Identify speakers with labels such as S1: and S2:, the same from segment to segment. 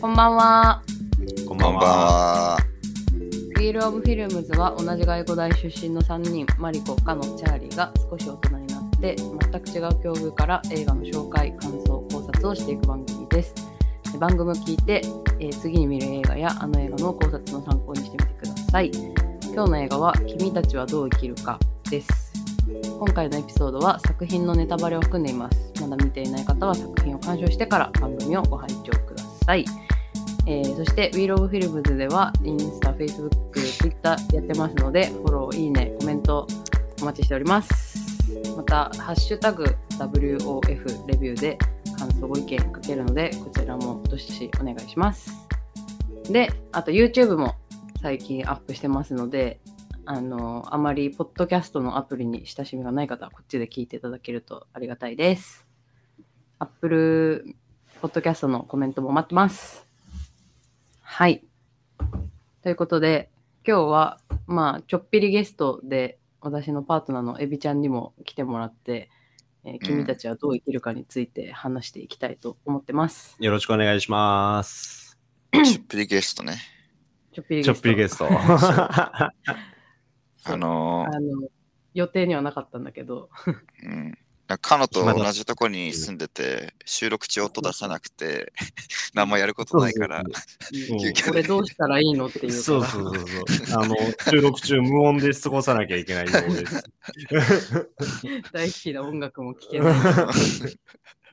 S1: こんばんは。
S2: こんば
S3: こ
S2: ん
S3: んばん
S2: は。
S3: は。
S1: フィール・オブ・フィルムズは同じ外語大出身の3人、マリコ、カノ、チャーリーが少し大人になって、全く違う境遇から映画の紹介、感想、考察をしていく番組です。で番組を聞いて、えー次に見る映画やあの映画の考察の参考にしてみてください。今日の映画は、君たちはどう生きるかです。今回のエピソードは作品のネタバレを含んでいます。まだ見ていない方は作品を鑑賞してから番組をご拝聴ください。えーそして、We Love Films では、インスタ、Facebook、Twitter やってますので、フォロー、いいね、コメントお待ちしております。また、ハッシュタグ WOF レビューで感想、ご意見かけるので、こちらもどしどしお願いします。で、あと YouTube も最近アップしてますので、あの、あまりポッドキャストのアプリに親しみがない方は、こっちで聞いていただけるとありがたいです。Apple ポッドキャストのコメントも待ってます。はい。ということで、今日は、まあ、ちょっぴりゲストで、私のパートナーのエビちゃんにも来てもらって、えー君たちはどう生きるかについて話していきたいと思ってます。
S2: よろしくお願いします。
S3: ちょっぴりゲストね。
S1: ちょっぴりゲス
S2: ちょ
S1: ト。
S2: っぴりゲス
S1: そ
S2: ト。
S1: う
S3: あのー
S1: あの予定にはなかったんだけど、
S3: うん。なんか彼女
S2: 暇だ
S3: と同じとこに住んでて、収録中音出さなくて、何もやることないから、
S2: そう
S3: 急遽
S1: これどうしたらいいのっていうから
S2: そうそうそうそう。あの、収録中無音で過ごさなきゃいけないようです。
S1: 大好きな音楽も聴け ない。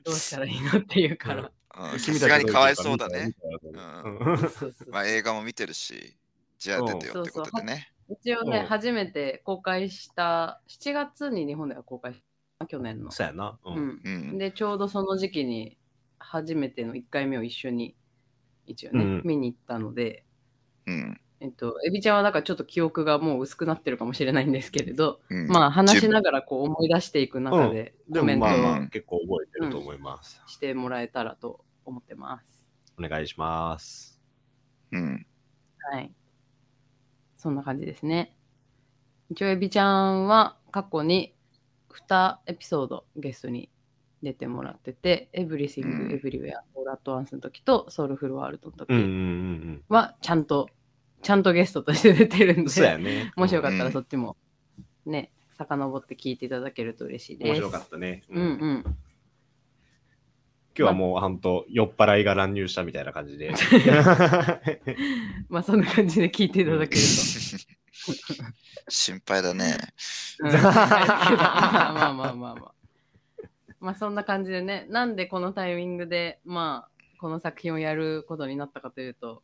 S1: どうしたらいいのっていうから。
S3: うんさすがにかわいそうだね。。
S2: う
S1: そ
S2: ん
S1: うそうそう
S3: まあ映画も見てるし、じゃあ出てよってことでね。
S1: 一応ね、
S2: うん
S1: 初めて公開した、7月に日本では公開した、去年の。
S2: そうやな。う。
S1: うんん
S3: うん。
S1: でちょうどその時期に初めての1回目を一緒に一応ね、
S2: うん
S1: 見に行ったので、
S3: うん。
S1: えっと、エビちゃんはだからちょっと記憶がもう薄くなってるかもしれないんですけれど、
S3: うん
S1: まあ話しながらこう思い出していく中で
S2: で
S1: コメ
S2: も
S1: ント
S2: まあ
S1: を
S2: まあ、結構覚えてると思います。
S1: してもらえたらと思ってます。
S2: お願いします。
S3: うん。
S1: はい。そんな感じですね。一応エビちゃんは過去に2エピソードゲストに出てもらってて、エブリシン
S3: うん
S1: グ、エブリウェア、オールアットワンスの時とソウルフルワールドの時、
S2: うんうんうん
S1: はちゃんと、ちゃんとゲストとして出てる
S2: うんん。そうや
S1: で、
S2: ね。
S1: もしよかった
S3: う
S1: ら
S3: ん
S1: そっちもね、遡って聞いていただけると嬉しいです。
S2: 面白かったね。
S1: うんう。ん。
S2: 今日はもう本当酔っ払いが乱入したみたいな感 じで。
S1: まあそんな感じで聞いていただける
S3: 心配だね。
S1: と。 うん、まあまあまあまあまあ。まあそんな感じでね、なんでこのタイミングで、まあこの作品をやることになったかというと、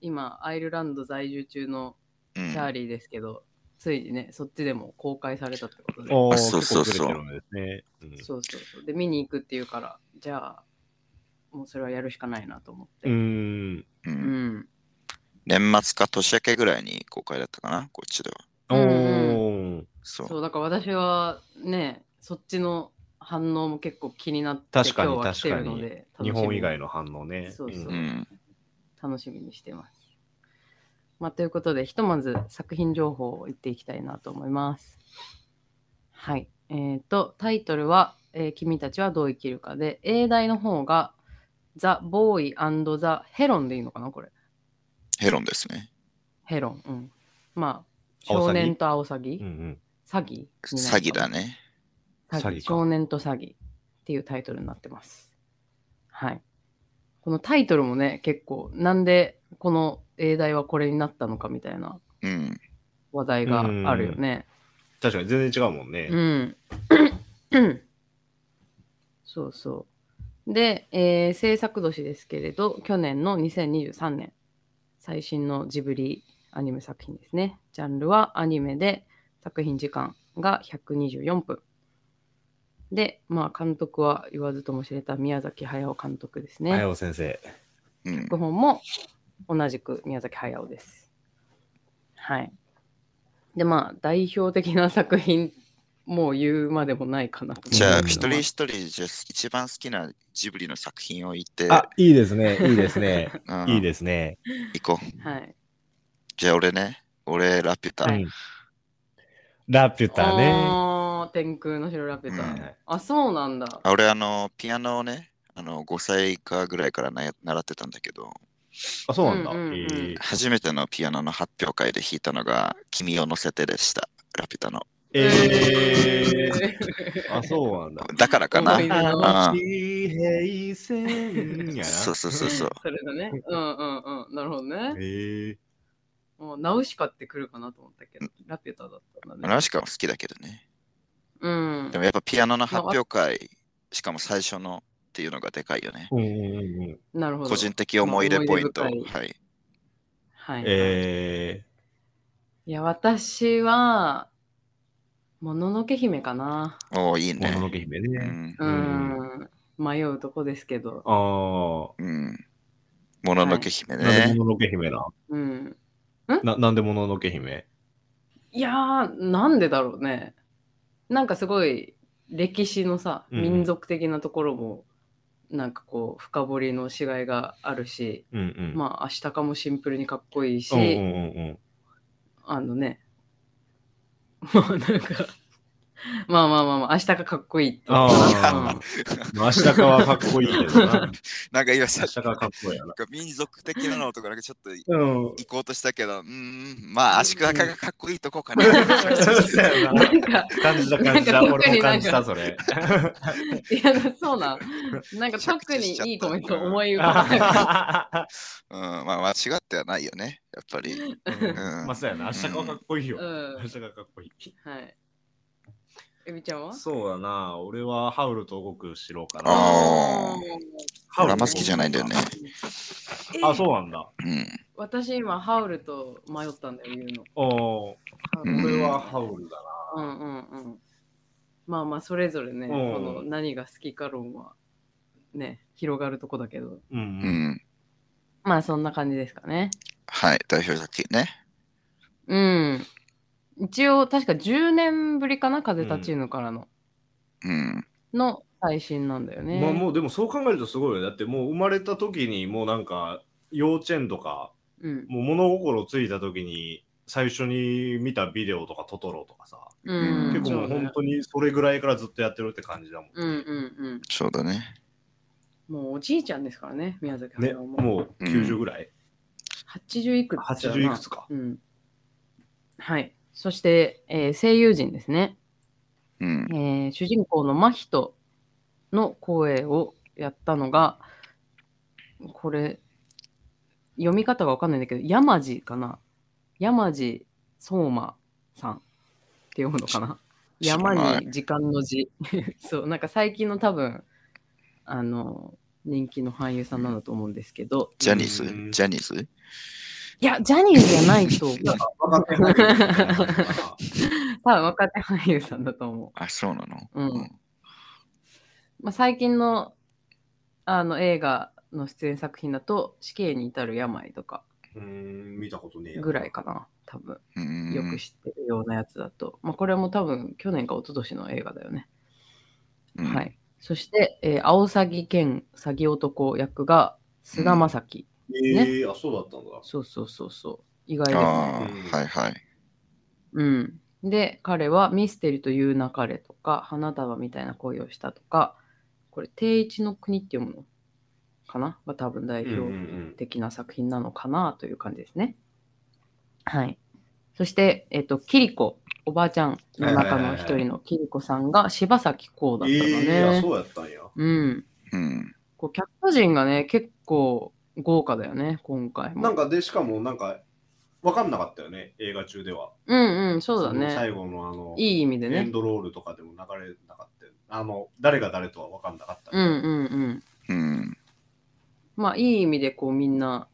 S1: 今アイルランド在住中の
S3: う
S1: チャー
S3: ん。
S1: リーですけど、ついにね、そっちでも公開されたってことで。
S2: おー
S3: あそうそうそう
S2: 結構ずれてるんですねうん
S1: そうそうそう。で、見に行くっていうから、じゃあ、もうそれはやるしかないなと思って。
S2: うーん。
S3: う
S1: うんん。
S3: 年末か年明けぐらいに公開だったかな、こっちでは。
S2: おー。
S3: そう。
S1: そう、だから私はね、そっちの反応も結構気になって、
S2: 確かに
S1: 今日は来てるので楽
S2: 日
S1: しみ
S2: 本以外の反応ね。
S1: そうそう
S3: うんん。
S1: 楽しみにしてます。まあ、ということで、ひとまず作品情報を言っていきたいなと思います。はい。えー、と、タイトルは、えー君たちはどう生きるかで、英題の方が、ザ・ボーイザ・ヘロンでいいのかなこれ。
S3: ヘロンですね。
S1: ヘロン。うん。まあ、
S2: アオサ
S1: 少
S2: ギ
S1: 年とアオサギ
S2: うんう。ん
S1: 詐欺にな
S3: 詐
S1: るの
S3: 欺
S1: かな
S3: だね。
S1: 詐
S2: 詐
S1: 欺
S2: 欺か
S1: 少年と詐欺っていうタイトルになってます。はい。このタイトルもね、結構、なんでこの英題はこれになったのかみたいな
S3: うん。
S1: 話題があるよね。
S2: 確かに全然違うもんね
S1: う。ん。 そうそう。で、えー制作年ですけれど、去年の2023年、最新のジブリアニメ作品ですね。ジャンルはアニメで、作品時間が124分。で、まあ、監督は言わずとも知れた宮崎駿監督ですね。
S2: はよ先生。
S3: うん。
S1: 脚本も同じく宮崎駿です。はい。で、まあ、代表的な作品、もう言うまでもないかなと思うんです
S3: じゃあ、
S1: け
S3: 一
S1: ど
S3: 人一人、じゃあ一番好きなジブリの作品を言って、
S2: あ、いいですね。いいです ね。
S3: うん
S2: いいですね。
S3: 行こう。
S1: はい。
S3: じゃあ、俺ね。俺、ラピュタ。
S1: はい
S2: うんラピュタね。
S1: あー天空の城ラピュタ、
S3: うん
S1: あ、そうなんだ。
S3: あ俺、あの、ピアノをね、あの5歳かぐらいからなや習ってたんだけど、
S2: あ、そうなんだ。
S1: うんうんうん
S2: えー
S3: 初めてのピアノの発表会で弾いたのが、君を乗せてでした、ラピュタの。
S2: え
S1: え
S2: ー、あ、そうなんだ。
S3: だからかな
S1: 思。い出の
S3: あー
S2: 地平線やな。
S3: そうそうそうそう。
S1: それだね。うんうんうん。なるほどね。
S2: えー、
S1: もうナウシカって来るかなと思ったけど、ラピュタだったんだ
S3: ナ
S1: ね
S3: ウ。シカも好きだけどね。
S1: うん
S3: で。もやっぱピアノの発表会、しかも最初のっていうのがでかいよね。
S2: うんうんうん。
S1: なるほど。
S3: 個人的思い入れポイント。
S1: ま
S3: は
S1: あ思い出
S3: い。
S1: はい。
S2: え
S1: いや、私は、もののけ姫かな。
S3: おおいい
S2: ー、ものの
S3: ね。
S2: け姫
S3: う
S2: ね。
S3: ん。
S1: うん。迷うとこですけど。
S2: ああ。
S3: うん。もののけ姫
S2: なんで
S3: ね。
S2: もののけ姫な。
S1: うん。
S2: ななんでもののけ姫
S1: いやー、なんでだろうね。なんかすごい、歴史のさ、
S2: うん
S1: 民族的なところも、なんかこう、深掘りのしがいがあるし、
S2: うんうん。
S1: まあ、明日かもシンプルにかっこいいし、
S2: うんうんうん
S1: あのね、 もうなんか、まあまあまあまあ、明日がかっこいいって。
S2: あ
S1: うん
S2: うん。まあ、明日かはかっこいいけどな。
S3: なんか今
S2: 明
S3: さ、
S2: 日かはかっこいいやな。
S3: 民族的なのとかなんかちょっと行
S2: うん。
S3: こうとしたけど、うーん、まあ、足利がかっこいいとこかな。
S2: そうやな。
S1: なんか、
S2: 感じだ感じだ。
S1: なんか特
S2: 俺
S1: に
S2: も
S1: なんか
S2: 感じた、それ。
S1: いや、そうなん。なんか特にいいコメント思い浮かばな かっ
S3: うん、まあ間違ってはないよね、やっぱり。うん。
S2: まあ、そうやな。明日かはかっこいいよ
S1: た。う。ん。
S2: 明日かはかっこいい。
S1: はい。えみちゃんは
S2: そうだな。俺はハウルと動く城か
S3: あ
S2: な。
S3: ー
S2: ハウル
S3: 俺あんま好きじゃないんだよね。
S1: え
S2: あ、そうなんだ。
S3: うん。
S1: 私今、ハウルと迷ったんだよ、言うの。
S2: おー
S1: ハウル
S3: うん
S2: 俺はハウルだな。
S1: うんうんうん。まあまあ、それぞれね、こ
S2: うん
S1: の何が好きか論は、ね、広がるとこだけど。
S2: うんう
S3: う
S2: ん。
S3: ん。
S1: まあ、そんな感じですかね。
S3: はい、代表作品ね。
S1: うん。一応、確か10年ぶりかな、風立ちぬからの。
S3: うん。
S1: の最新なんだよね。
S2: まあもうでもそう考えるとすごいよね。だってもう生まれた時にもうなんか幼稚園とか、
S1: うん。
S2: もう物心ついた時に最初に見たビデオとかトトロとかさ、
S1: うん。
S2: 結構もう本当にそれぐらいからずっとやってるって感じだもん。
S1: うんうん
S3: そうだね。
S1: うん。もうおじいちゃんですからね、宮崎
S2: ね、
S1: 駿
S2: もう90ぐらい、
S1: 80いくつだな
S2: ?80 いくつか。
S1: うん。はい。そして、えー声優陣ですね、
S3: うん
S1: え。ー主人公の真人の声をやったのが、これ、読み方がわかんないんだけど、山地かな山地相馬さんって読むのかな
S3: 知ら
S1: 山
S3: ない
S1: に時間の字。 そう、なんか最近の多分、あの、人気の俳優さんなんだと思うんですけど、
S3: ジャニーズ
S2: うん
S3: ジャニーズ
S1: いや、ジャニーズじゃないと思う、多
S2: 分かってない。
S1: 分若手俳優さんだと思う。
S3: あ、そうなの
S1: うんまあ、最近のあの映画の出演作品だと「死刑に至る病」とか
S2: うーん、見たことねえな
S1: ぐらいかな多分
S3: うん。
S1: よく知ってるようなやつだと、まあ、これも多分去年か一昨年の映画だよね、
S3: うん
S1: はいそして、えー、青鷺兼詐欺男役が菅田将暉、
S2: ええあ、そうだったんだ。
S1: そうそうそうそう意外だよね
S3: あ
S2: うん
S3: あ、はいはい。
S1: うんで彼は「ミステリという流れ」とか「花束みたいな恋をした」とかこれ「定一の国」って読むのかなが多分代
S2: うんうんう
S1: 表
S2: ん
S1: 的な作品なのかなという感じですね。はい。そして、えっと、キリコ、おばあちゃんの中の一人のキリコさんが柴咲コウだったのね。
S2: ええあ、そうやったんや。
S1: うん。
S3: うん。
S1: こう、キャスト陣がね、結構豪華だよね、今回も。
S2: なんかで、しかもなんか、わかんなかったよね、映画中では。
S1: うんうん、そうだ
S2: の最
S1: ね。
S2: 後のあの、
S1: いい意味で
S2: エ
S1: ね
S2: ン。ドロールとかでも流れなかったよあの、誰が誰とは分かんなかった。
S1: うんうんうん。
S3: うん。
S1: まあ、いい意味で、こう、みんな、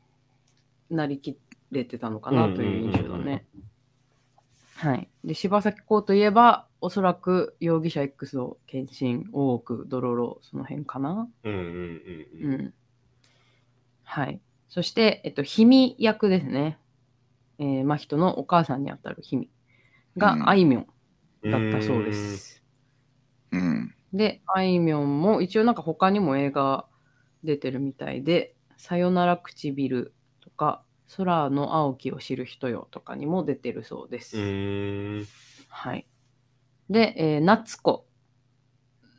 S1: なりきれてたのかなという印象だ
S2: うんうんうんうん
S1: ね。はい。で、柴咲コウといえば、おそらく容疑者 X を献身、大奥、ドロロ、その辺かな。
S2: うんうん
S1: う
S2: うん
S1: ん。はい。そして、えっと、ひみ役ですね。えー、真人のお母さんにあたるひみ
S3: う
S1: が
S3: ん
S1: あいみょんだったそうで。す。
S3: うん。
S1: で、あいみょんも一応なんか他にも映画出てるみたいで、さよなら唇とか、空の青きを知る人よとかにも出てるそうです。
S2: うーん。
S1: はい。で、えー、夏子。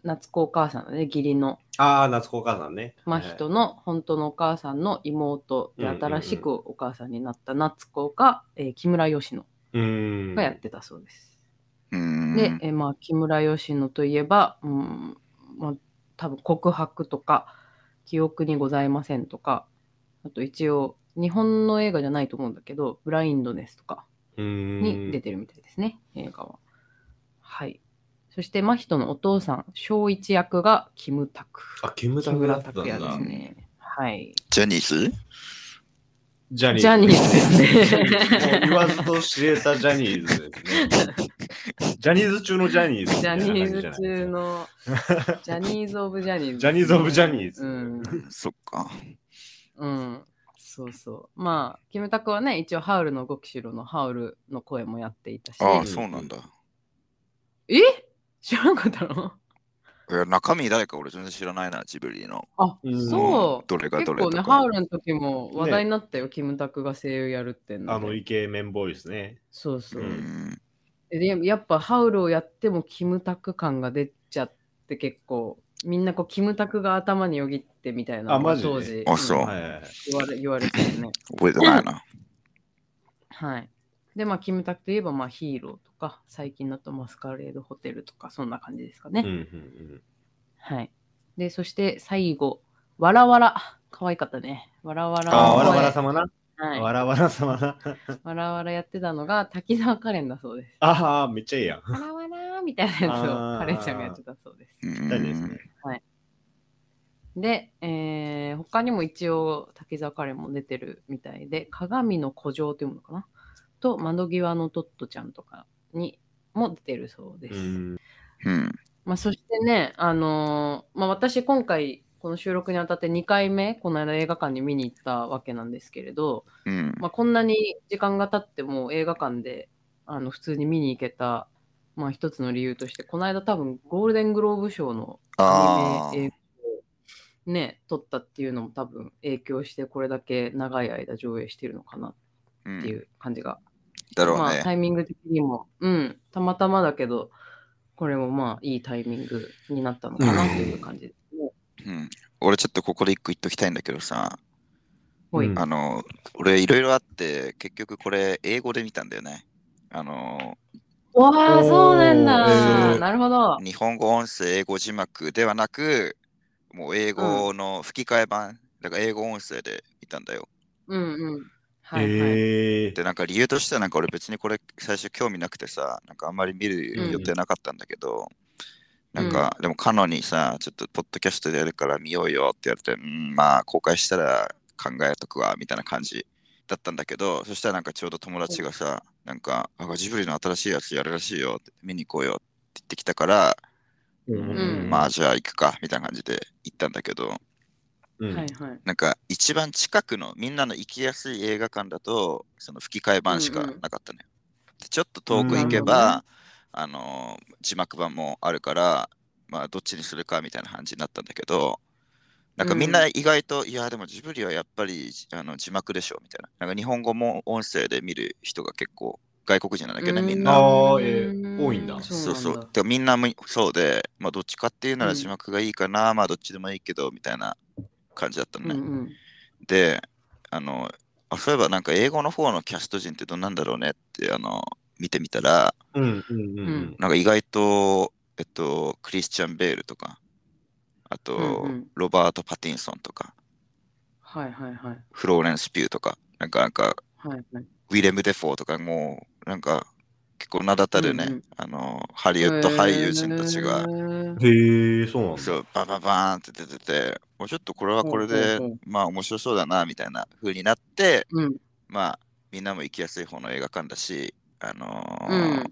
S1: 夏子お母さんのね、義理の
S2: ああ、夏子お母さんね。
S1: 真
S2: はい
S1: 人の本当のお母さんの妹で、
S2: うんうんうん
S1: 新しくお母さんになった夏子が、えー木村佳乃
S2: うーん。
S1: がやってたそうです。
S3: うーん。
S1: で、えーまあ、木村佳乃といえば、うんまあ、多分告白とか、記憶にございませんとか、あと一応、日本の映画じゃないと思うんだけど、ブラインドネスとか
S2: うーん
S1: に出てるみたいですね、映画は。はい。そして、真人のお父さん、正一役がキムタク。
S2: あ、キム
S1: 木
S2: タクだ
S1: 村
S2: ったん
S1: 拓哉で
S2: だ
S1: す。ね。はい。
S3: ジャニーズ
S2: ジャニーズ。
S1: ジャニーズですね
S2: もう言わずと知れたジャニーズですね。ジャニーズ中のジャニーズみ
S1: ジ
S2: た
S1: ャ
S2: いな
S1: ニ
S2: 感じじゃない。
S1: ーズ中の、 ジャニーズ・オブ・ジャニーズ。
S2: ジャニーズオブジャニーズ
S1: うん。
S3: そっか。
S1: うん。そうそう。まあ、キムタクはね、一応、ハウルの動きしろのハウルの声もやっていたし。
S3: ああ、そうなんだ。
S1: え知らなかったの
S3: いや中身誰か俺全然知らないな、ジブリの。
S1: あ、
S2: うん
S1: そう。
S3: どれがど
S1: 結
S3: れ
S1: 構ね、
S3: と
S1: ハ
S3: か
S1: ウ。ルの時も話題になったよ、キムタクが声優やるっての
S2: あのイケメンボーイですね。
S1: そうそう、
S3: う
S2: うん
S3: ん
S1: で。やっぱハウルをやってもキムタク感が出ちゃって結構、みんなこうキムタクが頭によぎってみたいなのが
S2: あマジで
S1: 当時、
S3: あそう
S1: うん
S2: はいはいはい。
S1: 言われ言われてるね。
S3: 覚えてないな。
S1: はい。で、まあ、キムタクといえば、まあ、ヒーローとか、最近だとマスカレードホテルとか、そんな感じですかね。
S2: うんうん
S1: はい。で、そして最後、わらわら。可愛かったね。わらわら。
S2: ああ、わら
S3: ー
S2: わら様な。
S1: はい。
S2: わらわら様な。
S1: わらわらやってたのが、滝沢カレンだそうです。
S2: ああ、めっちゃいいやん。
S1: わらわらみたいなやつ
S2: あ
S1: を
S2: ー
S1: カレンちゃんがやってたそうです。
S2: 大
S3: う
S2: 丈夫ですね
S3: ん。
S1: で、えー他にも一応、滝沢カレンも出てるみたいで、鏡の古城というものかなと、窓際のトットちゃんとかにも出てるそうで
S2: う
S1: す。
S2: ん。
S3: うん。
S1: まあ、そしてね、あのーまあ、私今回この収録にあたって2回目この間映画館に見に行ったわけなんですけれど、
S3: うん。
S1: まあ、こんなに時間が経っても映画館であの普通に見に行けた、まあ、一つの理由としてこの間多分ゴールデングローブ賞の
S3: あ
S1: アニメ映画をね撮ったっていうのも多分影響してこれだけ長い間上映してるのかな
S3: あ。。
S1: っていうう感じが
S3: だろう
S1: まあ、
S3: ね。
S1: タイミング的にも、うん、たまたまだけど、これもまあ、いいタイミングになったのかなっていう感じですね。
S3: うん俺ちょっとここで一個言っときたいんだけどさ、
S1: ほい。
S2: うん
S3: あの、俺いろいろあって、結局これ英語で見たんだよね。あの、
S1: わあ、そうなん
S2: おー
S1: だ、
S2: えー
S1: なるほど。
S3: 日本語音声、英語字幕ではなく、もう英語の吹き替え版、だから英語音声で見たんだよ。
S1: うんうん。はい、はい。
S2: ええ。
S3: で、なんか理由としてはなんか俺別にこれ最初興味なくてさ、なんかあんまり見る予定なかったんだけど、
S1: うん
S3: なんかでもカノにさ、ちょっとポッドキャストでやるから見ようよって言われて、うん、まあ公開したら考えとくわみたいな感じだったんだけど、そしたらなんかちょうど友達がさ、なんか、あジブリの新しいやつやるらしいよって、見に行こうよって言ってきたから、
S1: うん
S3: まあじゃあ行くかみたいな感じで行ったんだけど、
S2: うん
S1: はいはい。
S3: なんか一番近くのみんなの行きやすい映画館だとその吹き替え版しかなかったね。でちょっと遠く行けば、あのー字幕版もあるから、まあどっちにするかみたいな感じになったんだけど、なんかみんな意外と、いやでもジブリはやっぱりあの字幕でしょみたいな。なんか日本語も音声で見る人が結構外国人なんだけどね、みんな。
S2: あーえー多いんだ
S3: そうそう
S1: なんだ
S3: でみんなもそうで、まあどっちかっていうな
S1: う
S3: ら
S1: ん
S3: 字幕がいいかな、まあどっちでもいいけどみたいな感じだったの
S1: うん
S3: ね。
S1: うん。
S3: で、あの、あそういえばなんか英語の方のキャスト陣ってどんなんだろうねって、あの、見てみたら、
S2: うんうんうんうん。
S3: なんか意外と、えっと、クリスチャン・ベールとか、あと、
S1: うんうん
S3: ロバート・パティンソンとか、
S1: はいはいはい。
S3: フローレンス・ピューとか、なんか、なんか、
S1: はいはい。
S3: ウィレム・デフォーとか、もう、なんか、結構名だたるね、
S1: うんうん
S3: あの、ハリウッド俳優陣たちが、
S1: へ
S2: へえ、そうなんだ。
S3: そう、バババーンって出てて、もうちょっとこれはこれで
S1: うんうんうん、
S3: まあ面白そうだな、みたいな風になって、
S1: ー
S3: まあ、みんなも行きやすい方の映画館だし、あのー
S1: うん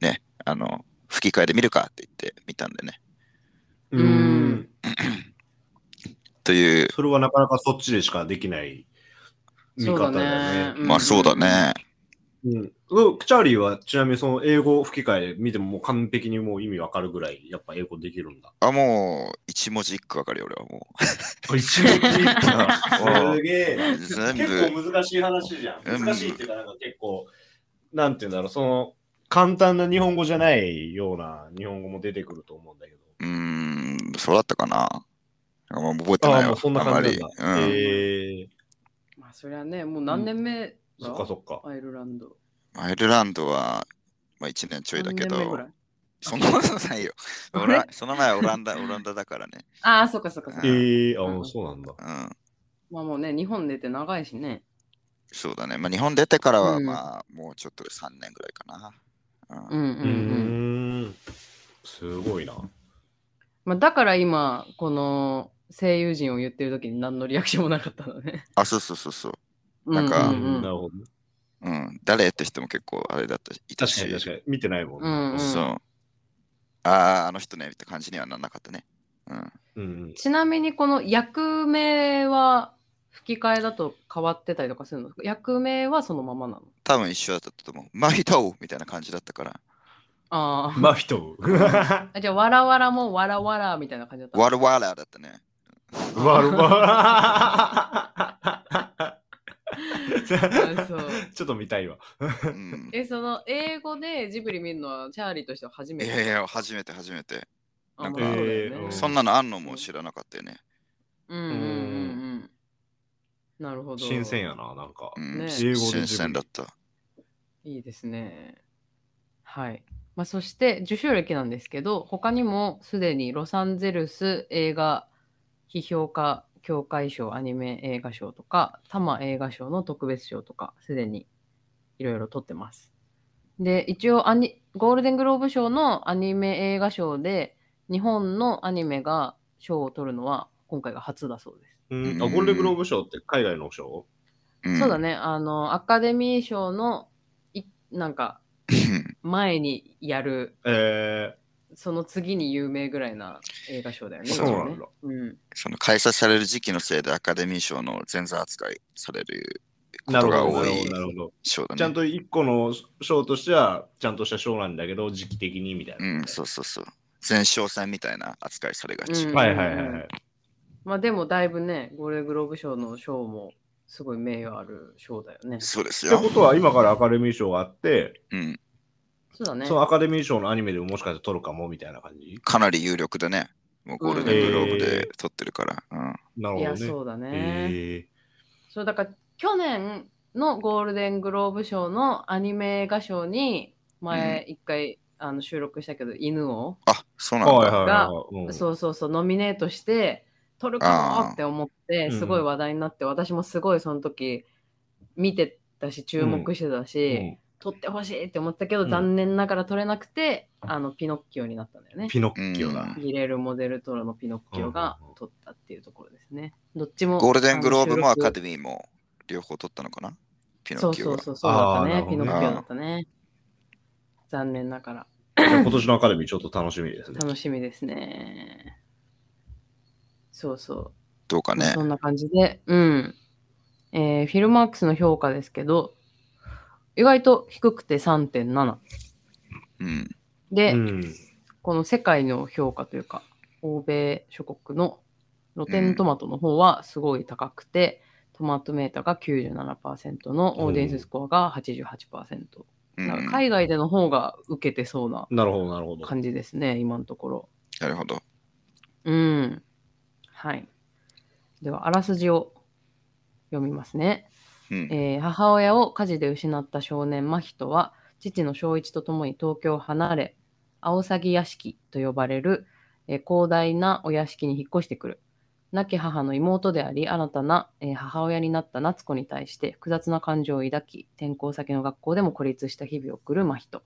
S3: ね、あの、吹き替えで見るかって言って見たんでね。
S2: うーん。
S3: という、
S2: それはなかなかそっちでしかできない見
S1: そ
S2: 方だ
S1: うだね
S2: ね。
S3: まあそうだね。
S2: うん。うんチャーリーはちなみにその英語吹き替え見てももう完璧にもう意味わかるぐらいやっぱ英語できるんだ。
S3: あ、もう、一文字一句わかるよ、俺はも
S2: あ一文字一句だ
S3: お う
S2: すげえ。
S3: 全部
S2: 結構難しい話じゃん。難しいっていうか、なんか結構、なんていうんだろう、その、簡単な日本語じゃないような日本語も出てくると思うんだけど。
S3: うーん、そうだったかな。なんかもう覚えて
S2: あ
S3: な
S2: あー、
S3: い
S2: も
S3: わ
S2: う。そんな
S3: あんま
S2: 感じ
S3: り。
S2: なん
S3: う
S2: だ。
S3: ん
S2: ええ
S1: まあそれはね、もう何年目が、
S2: そっかそっか。
S1: アイルランド。
S3: アイルランドは、まあ、1年ちょいだけ
S1: 何年目ぐ
S3: ど
S1: らい、
S3: そんなことないよ。
S1: あれ
S3: オラその前はオランダ、オランダだからね。
S1: ああ、そっかそっかそっか。
S3: うん
S2: ええあ、
S1: うん
S2: もうそうなんだ。
S3: うん。
S1: まあもうね、日本出て長いしね。
S3: そうだね。まあ、日本出てからは、
S1: うん
S3: まあ、もうちょっとで3年ぐらいかな。
S1: うんう
S3: ん。
S1: ん
S2: う
S1: うん。
S2: ーん。すごいな。
S1: まあ、だから今、この声優陣を言ってる時に何のリアクションもなかったのね。
S3: あ、そうそうそうそう。
S1: うん
S3: あ
S1: うんうん
S2: なるほどね。
S3: うん。誰って人も結構あれだったいた
S2: 確
S3: し。
S2: かに確かに。見てないもんね。
S1: うんうん
S3: そう。ああ、あの人ね、って感じにはならなかったね。うん。
S2: うん
S1: ちなみにこの役名は吹き替えだと変わってたりとかするの役名はそのままなの
S3: 多分一緒だったと思う。マヒタオみたいな感じだったから。
S1: あー
S2: マフィ トウ。わ
S1: あ。じゃあ、わらわらもわらわらみたいな感じだったの
S3: ワルワーラーだったね。
S2: るわ。
S1: あそう
S2: ちょっと見たいわ。
S3: うん、
S1: え、その英語でジブリ見るのはチャーリーとしては初
S3: い
S1: めて。
S3: やいや、初めて初めて。
S1: あ
S3: なん
S1: ま
S3: か
S1: あそうだよね
S2: えーう
S3: そんなのあんのも知らなかったよね。
S1: うんうんうんうん。なるほど。
S2: 新鮮やな、なんか
S3: う。ん、
S1: ね
S3: し
S2: 英語で
S3: 新
S2: 自分
S3: 鮮
S2: で
S3: だった。
S1: いいですね。はい。まあ、そして受賞歴なんですけど、他にもすでにロサンゼルス映画批評家協会賞アニメ映画賞とか、多摩映画賞の特別賞とか、すでにいろいろ取ってます。で、一応アニ、ゴールデングローブ賞のアニメ映画賞で、日本のアニメが賞を取るのは今回が初だそうです。
S2: うん、あゴールデングローブ賞って海外の賞
S3: ん
S1: そうだ。ね、あの、アカデミー賞のい、なんか、前にやる、
S2: え
S1: その次に有名ぐらいな映画賞だよね。
S2: そうなんだ
S1: 一応ねうん
S3: その開催される時期のせいでアカデミー賞の前座扱いされる
S2: ー、
S3: こ
S2: な
S3: と
S2: る
S3: が
S2: ほど、
S3: 多
S2: なる
S3: い
S2: ほど、なるほど。
S3: 賞だね。
S2: ちゃんと一個の賞としては、ちゃんとした賞なんだけど、時期的にみたいな。
S3: うん、そうそうそう。前哨戦みたいな扱いされがち。
S1: うん
S2: はいはいはいはい。
S1: まあでもだいぶね、ゴールデングローブ賞の賞もすごい名誉ある賞だよね。そ
S3: そうです
S2: って
S3: よ
S2: こ。とは、今からアカデミー賞があって、
S3: うん、
S1: うだね
S2: そ。のアカデミー賞のアニメでももしかして取るかもみたいな感じ
S3: かなり有力だね。もうゴールデングローブで撮ってるから。うん
S2: なる
S1: いや、
S2: ほどね。
S1: そうだね。
S2: え
S1: そうだから去年のゴールデングローブ賞のアニメ映画賞に前一回、あの収録したけど犬を、
S3: あ、そう
S2: ー
S3: なん
S2: はい
S3: だ。
S2: はいはいはい。うん
S1: そうそうそうノミネートして取るかもって思って
S2: あー
S1: すごい話題になって、私もすごいその時見てたし注目してたし、取ってほしいって思ったけど、
S2: うん
S1: 残念ながら取れなくてあのピノッキオになったんだよね
S2: ピノッキオだ
S3: う。ん
S1: ギレル・モデルトロのピノッキオが取ったっていうところですねどっちも
S3: ゴールデングローブもア
S1: あの収録
S3: カデミーも両方取ったのかなピノキオ
S1: そう
S3: は
S1: そうそうそうだった
S2: あーなる
S1: ね
S2: ほ
S1: ピ
S2: ど
S1: ノ
S2: ね
S1: ッキオだったね残念ながら
S2: 今年のアカデミーちょっと楽しみですね。
S1: 楽しみですねそうそう
S3: どうか
S1: まあ
S3: ね
S1: そ。んな感じで、うん。えーフィルマークスの評価ですけど、意外と低くて3.7。
S3: うん。
S1: で、
S2: うん。
S1: この世界の評価というか、欧米諸国の露天トマトの方はすごい高くて、トマトメーターが97%のオーディエンススコアが88%。
S3: うん
S1: なんか海外での方が受けてそうな
S2: なるほど、なるほど。
S1: 感じですね、今のところ。
S3: なるほど。
S1: うん。はい。では、あらすじを読みますね。
S3: うん。
S1: えー母親を火事で失った少年真人は父の正一と共に東京を離れ青鷺屋敷と呼ばれる、えー広大なお屋敷に引っ越してくる亡き母の妹であり新たな、えー母親になった夏子に対して複雑な感情を抱き転校先の学校でも孤立した日々を送る真人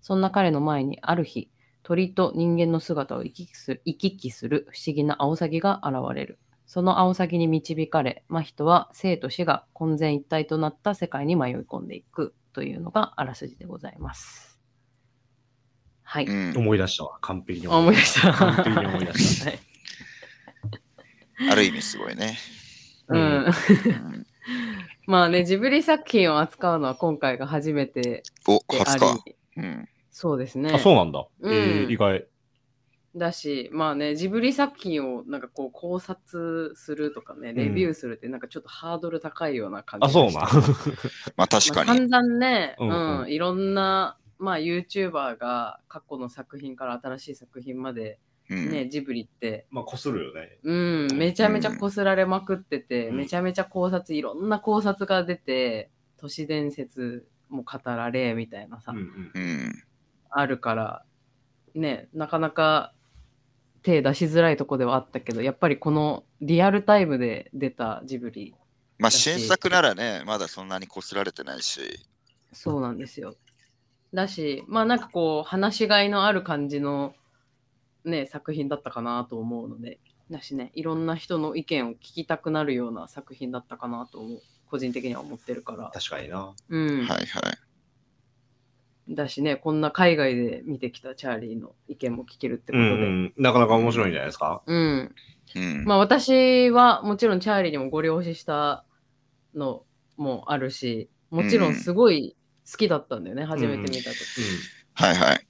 S1: そんな彼の前にある日鳥と人間の姿を行き来する行き来する不思議な青鷺が現れるその青鷺に導かれ、真人は生と死が混然一体となった世界に迷い込んでいくというのがあらすじでございます。はい。
S3: うん
S2: 思い出したわ。完璧に
S1: あ思い出した。
S2: 完璧に思い出 し
S1: はい
S3: ある意味すご いね。
S2: た。
S1: う。ん、
S3: うん
S1: まあね、ジブリ作品を扱うのは今回が初めて
S3: お、
S1: であ
S3: 初
S1: り
S3: か。、うん。
S1: そうです
S2: あ、
S1: ね。
S2: そうなんだ。え
S1: うん
S2: ー意外。
S1: だし、まあね、ジブリ作品をなんかこう考察するとかね、レビューするってなんかちょっとハードル高いような感じ
S2: あ、
S1: がした、
S2: そうなん。
S3: まあ確か
S1: まあ散
S3: に。
S1: 々ね、
S2: う
S1: うんん
S2: うん
S1: いろんな、まあ YouTuber が過去の作品から新しい作品まで
S3: うん
S1: ね、ジブリって、
S2: まあ、こするよね。
S1: うん、めちゃめちゃこすられまくってて、
S2: うん
S1: めちゃめちゃ考察、いろんな考察が出て、都市伝説も語られ、みたいなさ、
S2: うんうん。
S3: うん
S1: あるから、ね、なかなか手出しづらいとこではあったけど、やっぱりこのリアルタイムで出たジブリ、
S3: ま
S1: だ
S3: あ
S1: し
S3: 新作ならね、まだそんなにこすられてないし。
S1: そうなんですよ。だし、まあなんかこう、話しがいのある感じの、ね、作品だったかなと思うので、だしね、いろんな人の意見を聞きたくなるような作品だったかなと思う、個人的には思ってるから。
S2: 確かにな。
S1: うん。
S3: はいはい。
S1: だしね、こんな海外で見てきたチャーリーの意見も聞けるってこ
S2: う
S1: とで。
S2: ん、うん。なかなか面白いんじゃないですか。
S1: うん
S3: うん。
S1: まあ私はもちろんチャーリーにもご了承したのもあるし、もちろんすごい好きだったんだよね、初めて見た時。
S3: はいはい。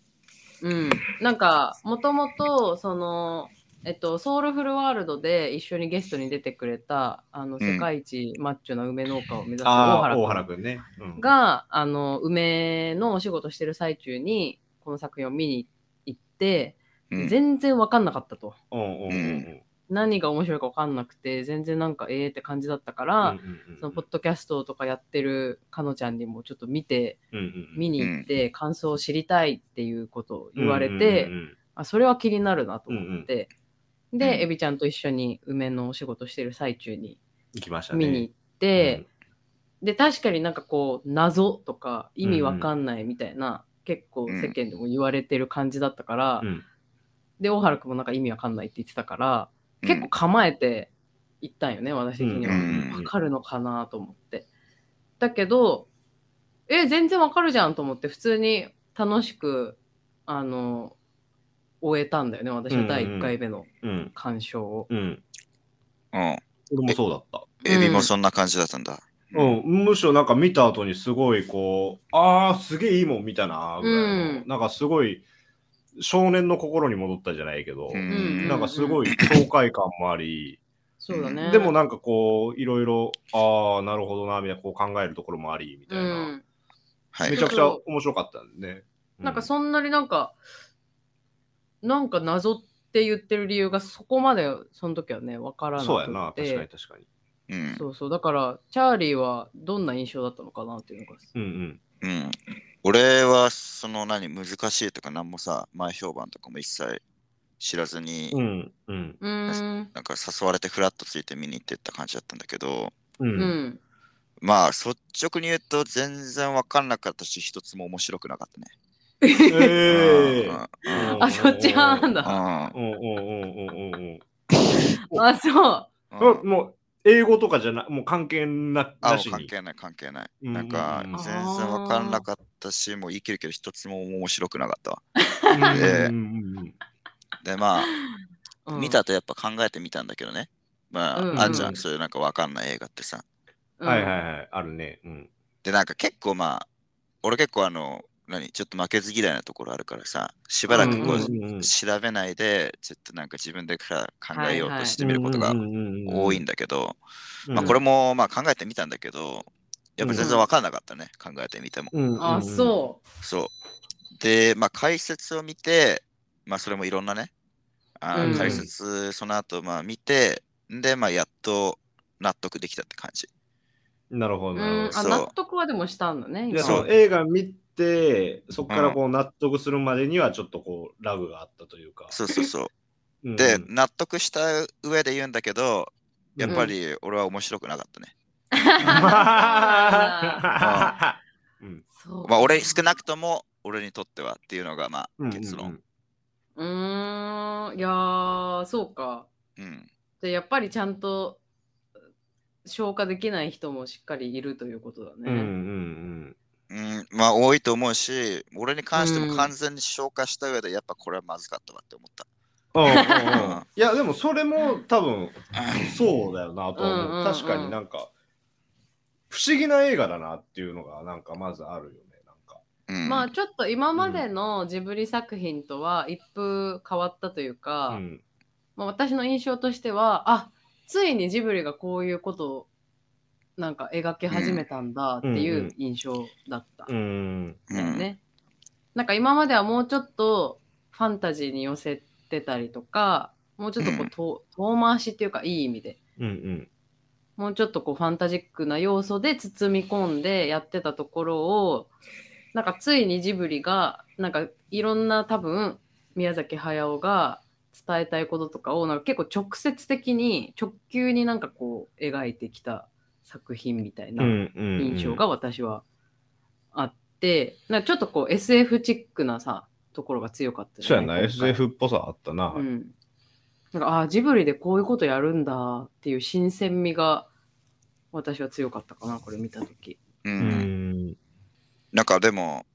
S1: うん。なんか、もともと、その、えっと、ソウルフルワールドで一緒にゲストに出てくれた、あの、
S3: ん
S1: 世界一マッチョな梅農家を目指す
S2: うん。
S1: 大
S2: ああ、
S1: 原
S2: 大
S1: 君
S2: 原くんね。うん、
S1: が、あの、梅のお仕事してる最中に、この作品を見に行って、
S3: うん
S1: 全然わかんなかったと。
S2: うんうんうんうん。うん
S1: 何が面白いかわかんなくて、全然なんか、ええって感じだったから、
S2: うん
S1: そのポッドキャストとかやってるかのちゃんにもちょっと見て、
S2: うんうん
S1: 見に行って感想を知りたいっていうことを言われて、
S2: うん
S1: あそれは気になるなと思って、で、
S3: うん
S1: エビちゃんと一緒に梅のお仕事してる最中に
S2: 行きましたね。
S1: 見に行っ
S2: うん
S1: て、、で、確かになんかこう、謎とか意味わかんないみたいな、結構世間でも言われてる感じだったから、
S2: うん
S1: で、大原くんもなんか意味わかんないって言ってたから、
S3: うん
S1: 結構構えて行ったんよね、私的には。
S3: うん
S1: わかるのかなと思って。だけど、え、全然わかるじゃんと思って、普通に楽しく、あの、終えたんだよね、私は第1回目の
S2: うん。
S1: 鑑賞を。
S2: うん。
S3: うん。
S2: 俺もそうだった。
S3: エビもそんな感じだったんだ。
S2: うん、むしろなんか見た後にすごいこう、ああ、すげえいいもん見たな、ぐらいの、
S1: うん
S2: なんかすごい少年の心に戻ったじゃないけど、
S3: うん
S2: なんかすごい爽快感もあり、
S1: そうだね。
S2: でもなんかこう、いろいろ、ああ、なるほどな、みたいなこう考えるところもあり、みたいな、
S1: うん、
S3: はい。
S2: めちゃくちゃ面白かったんでね。
S1: なんかそんなになんか、なんか謎って言ってる理由がそこまで、その時はね、わから
S2: う
S1: なんくて。
S2: そうやな、確かに確かに。
S3: うん
S1: そうそう。だから、チャーリーはどんな印象だったのかなっていうのが。
S2: うん
S3: うん。俺はその何難しいとか何もさ前評判とかも一切知らずに、
S2: うん。うん。うん。
S1: うーん。
S3: なんか誘われてフラッとついて見に行ってった感じだったんだけど
S1: う
S2: う。
S1: ん ん。
S3: まあ率直に言うと全然わかんなかったし一つも面白くなかったね。
S2: ええ
S3: うん
S1: あ、そっち派なんだ。
S3: う
S2: うんうんうんうんうん
S1: あ、そう。
S3: んう
S2: うんん。もう、英語とかじゃな、もう関係な
S3: あ
S2: なし
S3: 関
S2: に。
S3: 係ない関係ない。
S2: うん
S3: なんか
S2: うん
S3: 全然わかんなかったしもう言い切るけど一つも面白くなかったわ。
S2: うんうんうん
S3: でまあ
S1: うん
S3: 見た、後やっぱ考えてみたんだけどね。まあ、
S1: うんうん
S3: あんじゃん、そういうなんかわかんない映画ってさ。
S1: うん
S2: はいはいはい、あるね。うん。
S3: で、なんか結構まあ、俺結構あの、何、ちょっと負けず嫌いなところあるからさ、しばらくこう、
S1: うんうん
S3: 調べないで、ちょっとなんか自分でさ考えようとしてみることが多いんだけど、
S2: うん。
S3: まあこれもまあ考えてみたんだけど、やっぱ全然わかんなかったね、考えてみても。
S2: うん、
S1: あ、そ
S3: そう。で、まあ解説を見て、まあそれもいろんなね、あー
S1: うん
S3: 解説その後まあ見て、で、まあやっと納得できたって感じ。
S2: うん。なるほ
S1: う。
S2: ど、
S1: う
S2: なる
S1: ん
S2: ほ、ど。
S1: あ
S3: そう
S1: 納得はでもしたんだね。
S2: じ
S1: 今
S2: ゃあそ
S3: そ
S2: の映画見て、そこからこう納得するまでにはちょっとこうラグがあったというか。
S3: そうそうそう。
S2: うん
S3: で、
S2: うん
S3: 納得した上で言うんだけど、やっぱり俺は面白くなかったね。
S1: あ
S2: うん
S1: そう
S3: まあ俺、少なくとも俺にとってはっていうのがま
S2: うん
S3: あ結論。。
S1: うーん、いやー、そうか。
S3: うん。
S1: で、やっぱりちゃんと消化できない人もしっかりいるということだ
S2: うんうんう
S1: ね。
S2: ん
S3: うん、まあ多いと思うし、俺に関して
S1: う
S3: も
S1: ん
S3: 完全に消化した上でやっぱこれはまずかったわって思った。
S2: うんうんうんうんいやでもそれも多分そうだよなとは思う
S1: うんうんうん
S2: 確かになんか不思議な映画だなっていうのがなんかまずあるよねなんか
S3: うん、
S1: まあちょっと今までのジブリ作品とは一風変わったというか、
S2: うん
S1: まあ、私の印象としてはあついにジブリがこういうことをなんか描き始めたんだっていう印象だった、
S2: うん
S1: だよね。なんか今まではもうちょっとファンタジーに寄せてたりとか、もうちょっとこ
S3: う
S1: うんと遠回しっていうかいい意味で、
S2: うんうん。
S1: もうちょっとこうファンタジックな要素で包み込んでやってたところを、なんかついにジブリが、なんかいろんな多分宮崎駿が伝えたいこととかをなんか結構直接的に直球になんかこう描いてきた作品みたいな。
S2: うんうんうん
S1: 印象が私はあって、なんかちょっとこう SF チックなさところが強かったじ
S4: そう
S1: ゃ
S4: や
S1: な
S4: な、
S1: い。今回
S4: SF っぽさあったな。
S1: うん。なんかああージブリでこういうことやるんだっていう新鮮味が私は強かったかなこれ見た時。
S3: うん
S2: う。ん。
S3: なんかでも、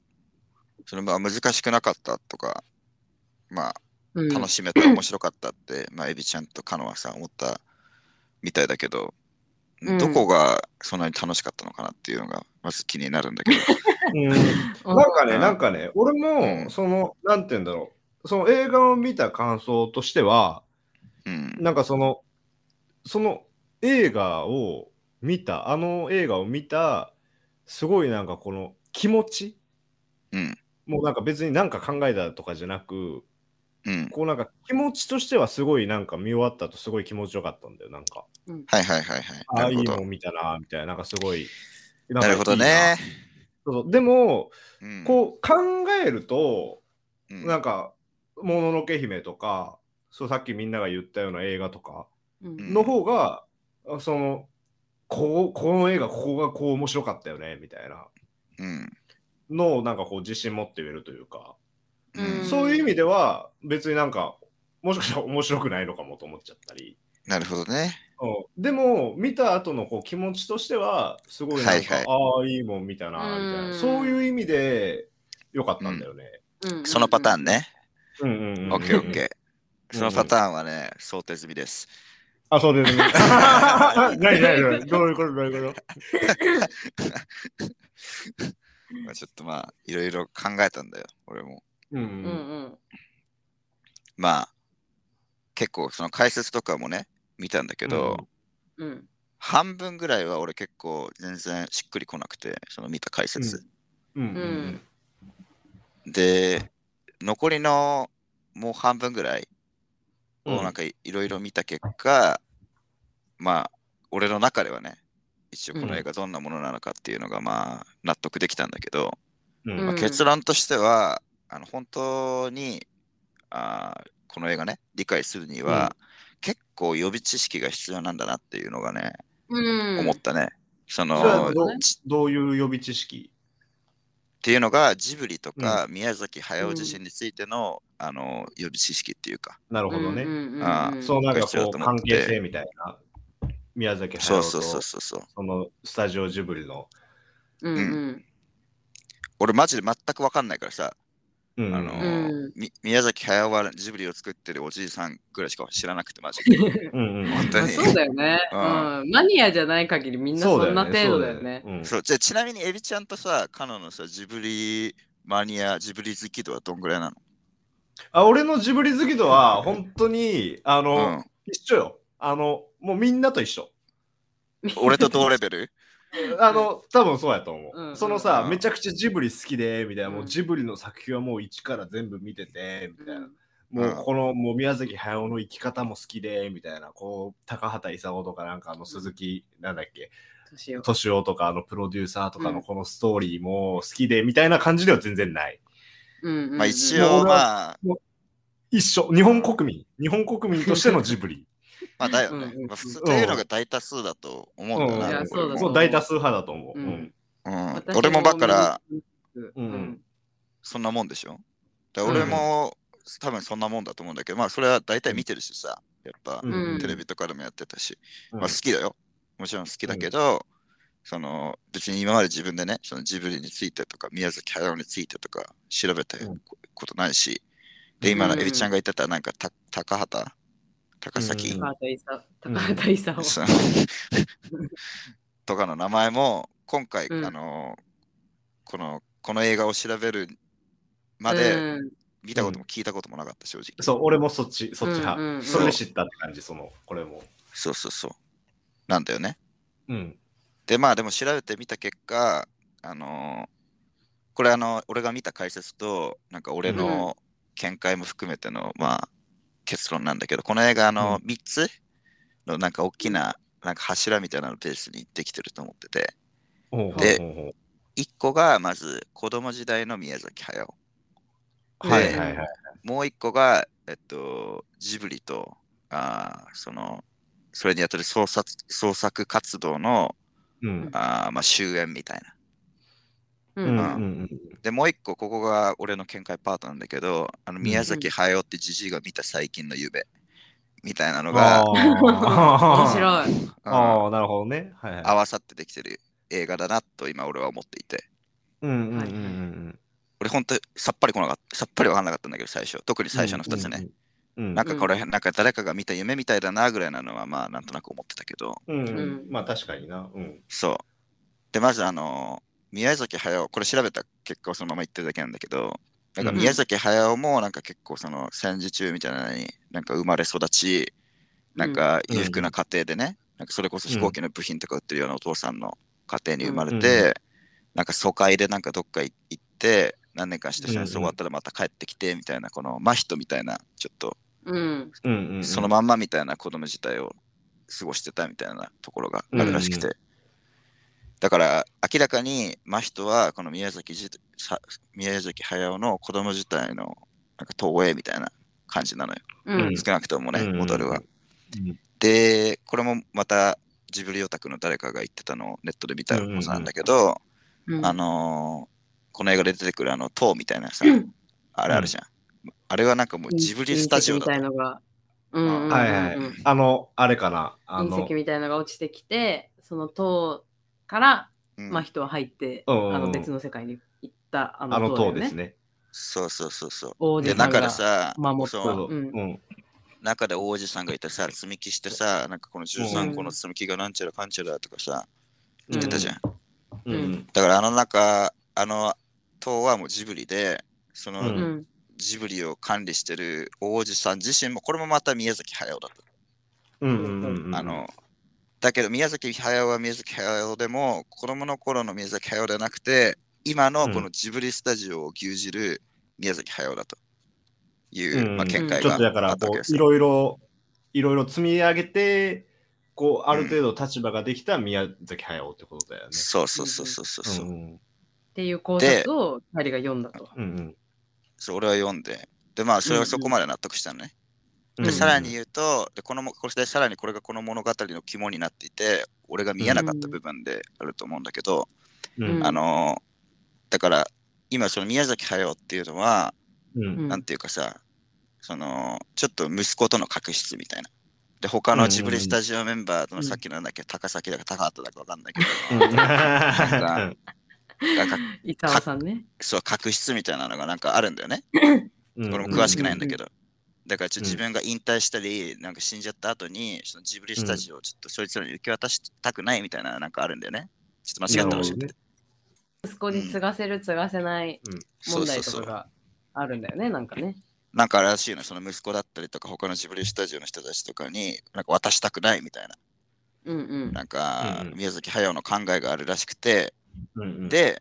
S3: それまあ難しくなかったとか、まあ
S1: うん、
S3: 楽しめた、面白かったって、まあエビちゃんとカノアさん思ったみたいだけど、
S1: うん
S3: どこがそんなに楽しかったのかなっていうのがまず気になるんだけど。
S1: うん
S2: なんかね、
S3: うん
S2: なんかね、俺も、その、なんて言うんだろう、その映画を見た感想としては、
S3: うん。
S2: なんかその、その映画を見た、あの映画を見た、すごいなんかこの気持ち、
S3: うん。
S2: もうなんか別になんか考えたとかじゃなく、
S3: うん。
S2: こうなんか気持ちとしてはすごいなんか見終わった後すごい気持ちよかったんだよ、なんか。
S3: はいはいはいはい。
S2: あ
S3: な
S2: あ、い
S3: る
S2: い
S3: ほ
S2: の
S3: ど。
S2: 見たな、みたいな、なんかすごい。んか
S3: ない
S2: い
S3: るほどね。
S2: そうそうでも、
S3: うん
S2: こう考えると、
S3: うん
S2: なんか、もののけ姫とか、そうさっきみんなが言ったような映画とか
S1: うん
S2: の方が、あその、こうこの映画、ここがこう面白かったよね、みたいな
S3: うん。
S2: のをなんかこう自信持って言えるというか、
S1: う
S3: う
S1: ん
S3: ん。
S2: そういう意味では別になんか、もしかしたら面白くないのかもと思っちゃったり、
S3: なるほどね。
S2: うんでも、見た後のこう気持ちとしては、すごいなんか、
S3: はい
S2: ああ、いいもん見たな、みたい
S1: うん
S2: な、そういう意味で良かったんだよね。
S1: うん
S3: そのパターンね。
S2: うんうんうんうん
S3: オッケーオッケー。
S2: うん
S3: そのパターンはね、想定済みです。
S2: あ、そう ですね。ないないない。どういうことどういうこと
S3: まあちょっとまあ、いろいろ考えたんだよ、俺も。
S2: うんう。
S1: うんん
S3: まあ、結構その解説とかもね、見たんだけど、
S2: うん
S1: うんうん
S3: 半分ぐらいは俺結構全然しっくりこなくて、その見た解説。
S2: うん
S1: うんうん
S3: で、残りのもう半分ぐらい
S2: うん
S3: をなんかいいろいろ見た結果、まあ、俺の中ではね、一応この映画どんなものなのかっていうのがまあ納得できたんだけど、
S2: うん
S1: うん
S3: まあ結論としては、あの本当にあーこの映画ね、理解するには、結構予備知識が必要なんだなっていうのがね、
S1: うん
S3: 思ったね。そ
S2: それは
S3: の
S2: ど
S3: っ
S2: どういう予備知識
S3: ていうのがジブリとか宮崎駿自身についての,、あの予備知識っていうか、
S2: なる
S1: う
S2: ほど
S1: ん
S2: ね。
S1: うん
S3: あ
S1: うん
S3: ー
S2: そうなんか
S3: 必要だ
S2: ことう
S3: 思っ
S2: 関
S3: て
S2: 係性みたいな。宮崎駿
S3: そう
S2: と
S3: そうそうそうそう
S2: そのスタジオジブリの。
S1: うんうん
S3: 俺マジで全く分かんないからさ、
S2: うん
S3: あの
S1: うん
S3: み宮崎駿はジブリを作ってるおじいさんぐらいしか知らなくてマジで
S2: うんうん
S3: 本当
S1: まあ
S3: に
S1: そうだよね。
S3: う
S1: うんん。マニアじゃない限りみんなそんな程度だよね。。
S2: うん
S3: そうじゃあちなみにエビちゃんとさカノのさジブリマニアジブリ好き度はどんぐらいなの
S2: あ俺のジブリ好きとは本当にあ
S3: う
S2: の
S3: ん、
S2: 一緒よ。あのもうみんなと一緒。
S3: 俺と同レベル
S2: あの多分そうやと思
S1: うん
S2: う。そのさ
S3: うん
S2: めちゃくちゃジブリ好きでみたいなも
S1: う
S2: うんジブリの作品はもう一から全部見ててみたいな。も
S3: うん
S2: うこの、もう宮崎駿の生き方も好きで、みたいな、こう、高畑勲とかなんかあの鈴木、なんだっけ、
S1: 年を
S2: 敏夫とかあのプロデューサーとか
S1: うん
S2: のこのストーリーも好きで、みたいな感じでは全然ない。
S3: ま
S1: ま
S3: あ一
S2: もう
S3: 応
S2: 俺は
S3: まあ
S2: 一緒、日本国民、日本国民としてのジブ リ。
S3: まあだよね、
S1: うんうん
S3: まあ、普通というのが大多数だと思うん
S2: う
S3: だよ
S2: んい
S3: な、
S2: や
S1: そうだ
S3: 俺
S2: も
S3: も
S2: う大多数派だと思う。うん。
S3: うん俺もだから、
S2: う
S1: うんん。
S3: そんなもんでしょだから俺も、多分そんなもんだと思うんだけどまあそれは大体見てるしさやっぱ、
S2: うん
S1: うん
S3: テレビとかでもやってたし、
S2: うん
S3: まあ好きだよもちろん好きだけど、その別に今まで自分でねそのジブリについてとか宮崎駿についてとか調べた
S2: うん
S3: ことないし、で今の
S1: うん
S3: エビちゃんが言ってたなんかた高畑高崎、
S2: うん
S1: 高畑勲高畑勲
S3: その とかの名前も今回、
S1: うん
S3: あのこのこの映画を調べるま
S1: う
S3: で
S1: ん
S3: 見たことも聞いたこともなかった正直、
S2: そう、俺もそっち、そっち
S1: うんうんうん
S2: 派。それで知ったって感じ、その、これも。
S3: そうそうそうなんだよね
S2: うん。
S3: でまあでも調べてみた結果あのこれあの、俺が見た解説と、なんか俺の見解も含めての、まあ、結論なんだけど、この映画あの、3つのなんか大きな、なんか柱みたいなのベースにできてると思ってて、
S2: ほうほう
S3: で
S2: ほうほう
S3: 1個がまず子供時代の宮崎駿。で
S2: はいはいはい。
S3: もう一個が、えっと、ジブリと、あーその、それにあたる創作創作活動の、
S2: うん
S3: あーまあ、終焉みたいな。
S1: う
S2: うんうん
S1: んうん
S2: うん
S3: で、もう一個、ここが俺の見解パートなんだけど、あの宮崎駿ってじじいが見た最近の夢みたいなのが、
S1: 面
S2: 面い。
S1: 白い。
S3: うん
S2: ああ、なるほどね。はいはい。
S3: 合わさってできてる映画だなと今俺は思っていて。
S2: うんうんうん
S1: はいはい
S3: 俺本当さっぱりこなかった、さっぱりわかんなかったんだけど、最初。特に最初の2つね。。
S2: うん
S3: なんかこれ、なんか誰かが見た夢みたいだなぐらいなのは、まあなんとなく思ってたけど、
S2: うんうん
S1: うん
S2: まあ確かにな。うん。
S3: そう。で、まずあのー宮崎駿、これ調べた結果をそのまま言ってるだけなんだけど、なんか
S2: うん
S3: 宮崎駿もなんか結構その戦時中みたいなのに、なんか生まれ育ち、なんか裕福な家庭でね、なんかそれこそ飛行機の部品とか売ってるようなお父さんの家庭に生まれ
S2: うんう
S3: て、なんか疎開でなんかどっか行って、何年かして戦
S2: うんうん
S3: 争終わったらまた帰ってきてみたいな、この真人みたいな、ちょっと
S1: うん。
S2: うんうんうん
S3: そのまんまみたいな子供自体を過ごしてたみたいなところがあるらしくて。
S2: う
S3: だから明らかに真人はこの宮崎じさ宮崎駿の子供自体のなんか投影みたいな感じなのよ。
S1: うん。
S3: 少なくともね、
S2: うん
S3: モデルは。
S2: うん
S3: で、これもまたジブリオタクの誰かが言ってたのをネットで見たことなんだけど、
S1: うん
S3: あのーこの映画で出てくるあの塔みたいなさ、
S1: うん
S3: あれあるじゃん。あれはなんかもうジブリスタジ
S1: 隕
S3: オ
S1: 石
S3: だ
S1: みたいのが。うんうんうんうん
S2: はいはいあの、あれかな。あ
S1: 隕
S2: の
S1: 石、みたいのが落ちてきて、その塔から、
S3: うん
S1: まあ、人は入って、あ
S2: うんうんうん
S1: の別の世界に行ったあ
S2: あの
S1: の
S2: 塔
S1: 塔
S2: で
S1: だよ
S2: す
S1: ね。
S2: ね。
S3: そうそうそうそう。
S1: 王
S3: で、
S1: 子さん
S3: 中
S1: が
S3: でさ、
S1: 守った
S2: そ
S3: そう
S2: そうう。
S1: うん
S2: うん。
S3: 中で王子さんがいてさ、積み木してさ、なんかこの
S1: う
S3: 13
S1: ん
S3: 個の積み木がなんちゃらかんちゃらとかさ、
S1: うん
S3: 言ってたじゃん。
S2: うん。うん
S3: だからあの中、あの塔はもうジブリで、そう
S1: う
S3: の
S1: ん
S3: ジブリを管理してる王子さん自身も、これもまた宮崎駿だと。
S2: うんうんうんうん。
S3: あの、だけど宮崎駿は宮崎駿でも、子供の頃の宮崎駿じゃなくて、今のこのジブリスタジオを牛耳る宮崎駿だという、
S2: うん
S3: まあ、見解
S2: ちょ
S3: が
S2: っとだか
S3: あ
S2: ら
S3: ったわ
S2: こ
S3: けです
S2: うい
S3: よ。
S2: ろいろいろいろ積み上げてこうある程度立場ができた宮崎駿ってことだよね。
S3: そうそうそうそうそうそう。
S2: うん
S1: っていう考察を二人が読んだと。
S2: うん
S3: そう俺は読んで、で、まあ、それはそこまで納得したのね。
S2: うん
S3: で、さらに言うと、でこのもこれでさらにこれがこの物語の肝になっていて、俺が見えなかった部分であると思うんだけど、
S2: うん
S3: あのーだから、今、その宮崎駿っていうのは、
S2: う
S1: う
S2: ん
S1: ん
S3: なんていうかさ、その、ちょっと息子との確執みたいな。で、他のジブリスタジオメンバーとの
S1: うん
S3: さっきのなんだっけ、高崎だか高畑だかわかんないけど、
S2: うん
S3: なんか、
S1: 伊沢さんね。
S3: そう、確執みたいなのがなんかあるんだよね。
S2: うん
S3: 俺も詳しくないんだけど。だからちょっと自分が引退したり、なんか死んじゃった後に、そのジブリスタジオをちょっとそいつらに受け渡したくないみたいななんかあるんだよね。ちょっと間違ったらしい。
S2: なる
S1: 息子に継がせる継がせない
S3: そ
S1: 問
S3: うそ
S1: 題
S3: う
S1: と
S3: そ
S1: か
S3: う。
S1: があるんだよね、なんかね。
S3: なんかあれらしいの、その息子だったりとか、他のジブリスタジオの人たちとかに、なんか渡したくないみたいな、
S1: うんうん。
S3: なんか
S2: うんうん
S3: 宮崎駿の考えがあるらしくて、
S2: うんうん
S3: で、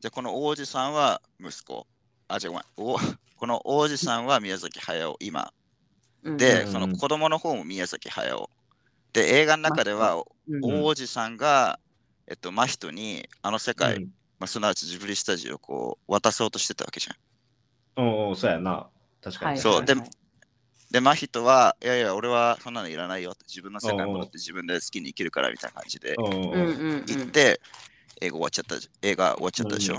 S3: じゃあこの王子さんは息子、あ、じゃごめん、お この王子さんは宮崎駿、今、
S1: うん
S3: で、
S2: うん
S3: その子供の方も宮崎駿。で、映画の中では、
S1: うん
S2: うん
S3: 王子さんが、えっと、真人にあの世界、
S2: うん
S3: まあ、すなわちジブリスタジオをこう渡そうとしてたわけじゃん。
S2: おうおうそうやな確か
S1: はい
S2: に
S3: そうで
S1: はいはい
S3: で、真人は、いやいや、俺はそんなのいらないよって、自分の世界に戻って自分で好きに生きるからみたいな感じで
S2: おうおう
S1: うんうんうん
S3: 行って、映画終わっちゃったじ映画終わっちゃったでし
S2: う
S3: ょ。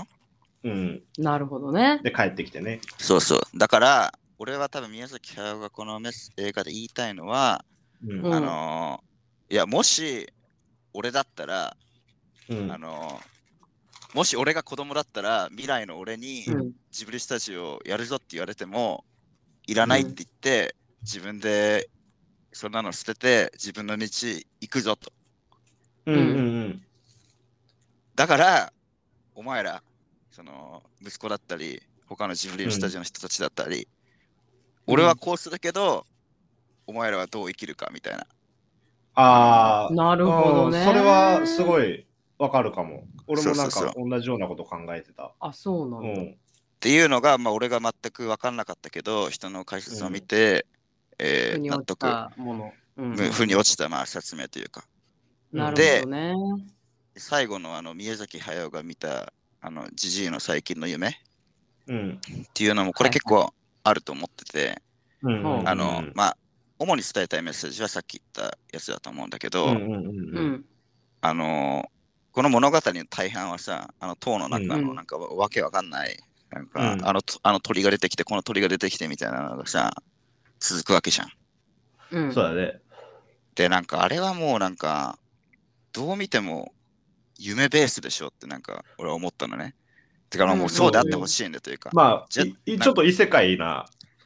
S2: うん
S1: なるほどね。
S2: で帰ってきてね
S3: そうそう。だから、俺は多分宮崎駿がこのメス映画で言いたいのは、
S2: うん
S1: うん
S3: あのーいや、もし俺だったら、
S2: うん
S3: あのーもし俺が子供だったら未来の俺に
S1: うん
S3: ジブリスタジオやるぞって言われてもいらないって言って、自分でそんなの捨てて自分の道行くぞと
S2: うんうん
S3: だからお前らその息子だったり他のジブリスタジオの人たちだったり、
S1: うん
S3: 俺はこうするけどお前らはどう生きるかみたいな
S2: ああ
S1: なるほどね。
S2: それはすごいわかるかも俺もなん
S3: そうそ
S2: か同じようなこと考えてた。
S1: あ、そうな
S2: うん
S1: だ。
S2: ん。
S3: っていうのが、まあ、俺が全く分かんなかったけど、人の解説を見て、え
S1: 腑
S3: ー
S1: に
S3: 納
S1: 落ち
S3: 得、
S1: たもの。うん
S3: ふ腑に落ちた、まあ、説明というか。
S1: なるほどね。
S3: 最後のあの宮崎駿が見たあのジジイの最近の夢っ
S2: うん。
S3: ていうのもこれ結構あると思ってて、
S1: うん
S3: あの、まあ主に伝えたいメッセージはさっき言ったやつだと思うんだけ
S2: う
S3: ど、
S2: んうんうん
S1: う
S2: うん
S1: ん。
S3: あのこの物語の大半はさあの塔の中
S1: う
S3: の
S1: ん
S3: なんかわけわかんない、なんか、
S2: うん
S3: あのあの鳥が出てきてこの鳥が出てきてみたいなのがさ続くわけじゃん。
S1: うん。
S2: そうだね。
S3: でなんかあれはもうなんかどう見ても夢ベースでしょってなんか俺は思ったのね。てかまあもうそうであってほしいんだというか。
S2: ま
S3: じゃ
S2: あ、いい
S3: な
S2: ちょっと異世界な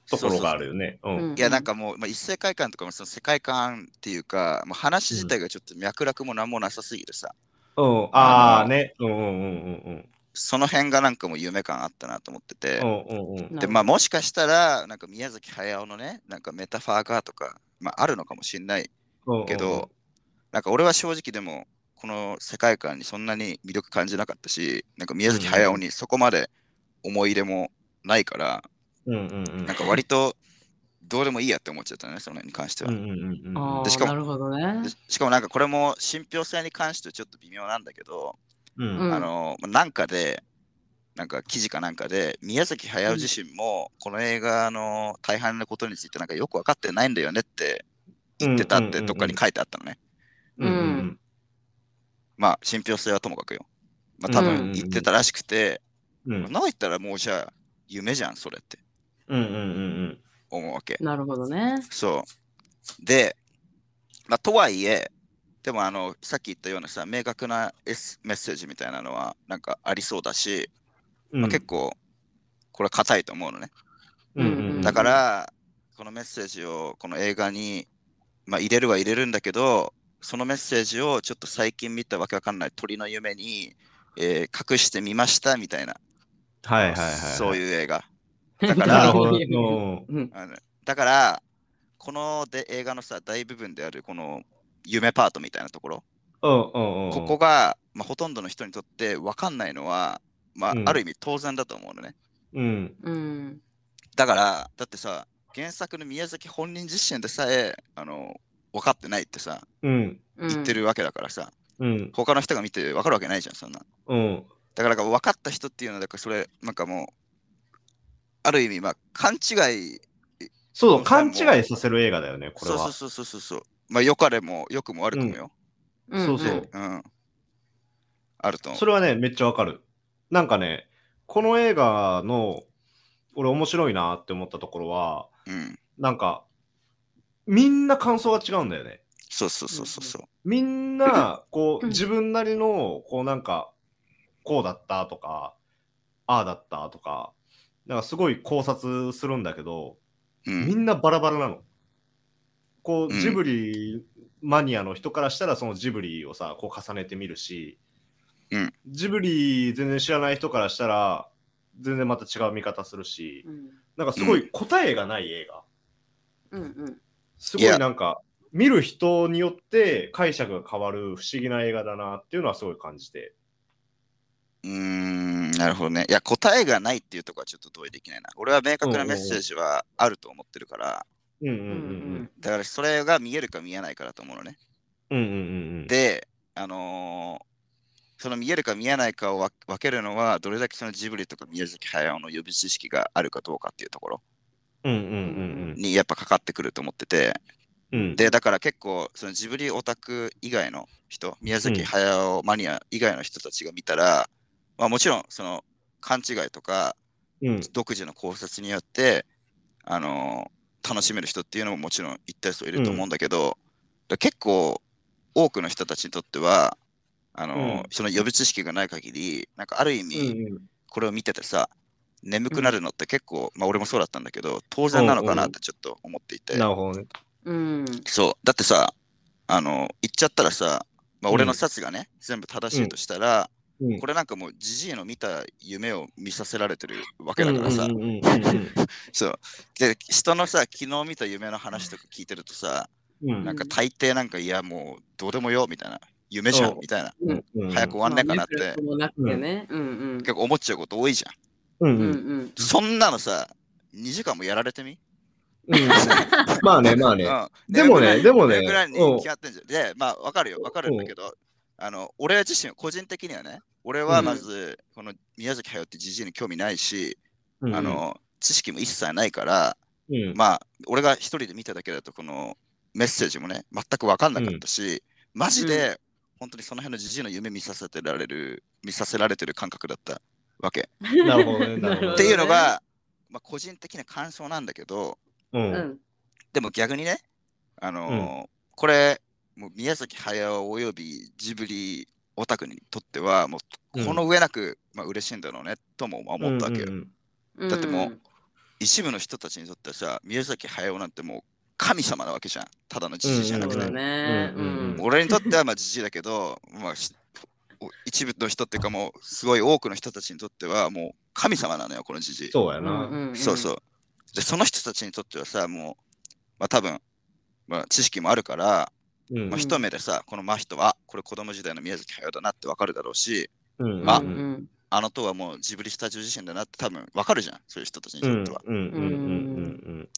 S2: ところがあるよね。う。
S1: うんん
S3: いやなんかもう、まあ、一世界観とかもその世界観っていうか、もう話自体がちょっと脈絡もなんもなさすぎてさ、
S2: うん。ああね。うんうんうんうん
S3: その辺がなんかもう夢感あったなと思ってて、
S2: うん。うんうんうん。
S3: でまあもしかしたらなんか宮崎駿のねなんかメタファーがとか、まあ、あるのかもしれない
S2: うんうん
S3: けど、、なんか俺は正直でもこの世界観にそんなに魅力感じなかったしなんか宮崎駿にそこまで思い入れもないから、
S2: うんうんうん
S3: なんか割とどうでもいいやって思っちゃったねその辺に関しては
S2: う。んうんうんうん
S1: あ
S3: でし
S1: あ、
S3: かも
S1: なるほどね
S3: で。しかもなんかこれも信憑性に関してちょっと微妙なんだけど、
S2: うん
S1: うん
S3: あのなんかでなんか記事かなんかで宮崎駿自身もこの映画の大半のことについてなんかよく分かってないんだよねって言ってたっ
S2: うんうんうん
S3: て
S2: うん
S3: どっかに書いてあったのね、
S2: うんうん
S3: まあ信憑性はともかくよまあ
S1: う
S3: 多
S1: んうん
S3: 分
S2: うん
S3: 言ってたらしくて、
S2: うんうん
S3: なんか言ったらもうじゃあ夢じゃんそれって
S2: うんうん
S3: 思うわけ
S1: なるほどね。
S3: そう。で、まあ、とはいえ、でもあの、さっき言ったようなさ、明確な S メッセージみたいなのは、なんかありそうだし、
S2: うんう
S3: まあ、
S2: ん
S3: 結構、これは硬いと思うのね。
S2: うんうん
S3: だから、このメッセージを、この映画に、まあ、入れるは入れるんだけど、そのメッセージをちょっと最近見たわけわかんない鳥の夢に、えー隠してみましたみたいな、
S2: はいはいはい
S3: そういう映画。
S1: だ
S3: から
S2: なるほど
S1: う
S2: うん
S1: ん。
S3: あのだから、こので映画のさ、大部分であるこの夢パートみたいなところ、
S2: うんうんうん
S3: ここが、まあ、ほとんどの人にとって分かんないのは、まあ、
S2: うん
S3: ある意味当然だと思うのね。
S2: うん
S1: うん。
S3: だから、だってさ、原作の宮崎本人自身でさえ、あの、分かってないってさ、
S2: うん
S3: 言ってるわけだからさ、
S2: うん
S3: 他の人が見て分かるわけないじゃん、そんな。
S2: うん
S3: だから、分かった人っていうのは、だからそれ、なんかもう、ある意味、まあ、勘違い、
S2: そうだ勘違いさせる映画だよねこれ
S3: そうそ
S2: は
S3: うそうそうそうそう、まあ、良かれも、良くも悪くもよ。
S1: うん。
S2: そうそう
S3: うん。あると思
S2: それはねめっちゃわかるなんかねこの映画の俺面白いなって思ったところは
S3: う。うん。
S2: なんかみんな感想が違うんだよね
S3: そうそうそうそうそう。
S2: みん な、こ
S1: う
S2: う、
S1: ん
S2: 自分なりの、こうなんか、こうだったとか、ああだったとか、なんかすごい考察するんだけど、
S3: う
S2: み
S3: ん。
S2: んなバラバラなの。こ
S3: う
S2: う、
S3: ん
S2: ジブリマニアの人からしたら、そのジブリをさ、こう重ねてみるし、
S3: うん
S2: ジブリ全然知らない人からしたら、全然また違う見方するし、
S1: うん。
S2: なんかすごい答えがない映画。
S1: うんうん。
S2: すごいなんか、見る人によって解釈が変わる不思議な映画だなっていうのはすごい感じて。
S3: うーんなるほどね。いや、答えがないっていうところはちょっと同意できないな。俺は明確なメッセージはあると思ってるから、
S2: うんう
S1: う
S2: ん
S1: ん
S3: だからそれが見えるか見えないかだと思うのね。
S2: うん。うんうん
S3: で、あのーその見えるか見えないかをわ分けるのは、どれだけそのジブリとか宮崎駿の予備知識があるかどうかっていうところ
S2: うんうん
S3: にやっぱかかってくると思ってて、
S2: うんうん。
S3: で、だから結構、そのジブリオタク以外の人、宮崎駿マニア以外の人たちが見たら、まあもちろん、その勘違いとか、
S2: うん
S3: 独自の考察によって、あのー楽しめる人っていうのももちろん一定数いると思うんだけど、だから結構多くの人たちにとってはあの
S2: うん
S3: ーその予備知識がない限りなんかある意
S2: うん
S3: 味これを見ててさ、眠くなるのって結構、まあ俺もそうだったんだけど当然なのかなってちょっと思っていて、
S2: うん。なるほどね。
S1: うん。
S3: そうだってさあのー言っちゃったらさ、まあ、俺の札がね、全部正しいとした
S2: う
S3: ら、
S2: ん
S3: これなんかもうジジイの見た夢を見させられてるわけだからさ、
S2: うんうんうん
S3: そう。で、人のさ、昨日見た夢の話とか聞いてるとさ、
S2: うんうん
S3: なんか大抵なんか、いや、もうどうでもよ、みたいな夢じゃ
S2: そ
S3: ん
S2: う
S3: みたいな。
S1: うん
S2: うん
S3: 早く終わんねえかなって
S1: まあねそれもなくてね。うんうん。
S3: 結構思っちゃうこと多いじゃん。
S2: うん
S1: うん
S2: う
S1: うんん。
S3: そんなのさ、2時間もやられてみ、
S2: うんまあね、まあね。
S3: うん
S2: でもね、でもね
S3: 眠くない、
S2: うん
S3: に決まってんじゃん。で、まあ、わかるよ、わかるんだけど、あの、俺自身、個人的にはね、俺はまず、この宮崎駿ってじじいに興味ないし、
S2: うん
S3: あの、知識も一切ないから、
S2: うん
S3: まあ、俺が一人で見ただけだと、このメッセージもね、全く分かんなかったし、マジで、本当にその辺のじじいの夢見させてられる、見させられてる感覚だったわけ。
S2: なるほどねなるほどね
S1: なるほどね
S3: っていうの、が、まあ、個人的な感想なんだけど、
S2: う
S1: うんん。
S3: でも逆にね、あのーこれ、もう宮崎駿およびジブリオタクにとっては、も
S2: う
S3: うんこの上なく、まあ嬉しいんだろうねとも思ったわけよ。
S2: うんうん
S1: うん
S3: だってもう一部の人たちにとってはさ、宮崎駿なんてもう神様なわけじゃん。ただのじじいじゃなく
S1: そうだ
S3: て。
S1: ね。
S2: う
S1: うんん。
S3: 俺にとってはまあじじいだけど、まあ、しお一部の人っていうかもうすごい多くの人たちにとってはもう神様なのよ、このじじい。
S2: そうや
S1: う
S2: な。
S1: んんん
S3: そうそう。で、その人たちにとってはさ、もう、まあ多分、まあ知識もあるから、
S2: うん
S3: まあ、一目でさ、この真人は、これ子供時代の宮崎駿だなってわかるだろうし、
S2: うん
S3: まあ
S1: うんうん
S3: あのとはもうジブリスタジオ自身だなって多分わかるじゃん、そういう人たちに
S2: うん
S3: とっては。
S2: うんうんうん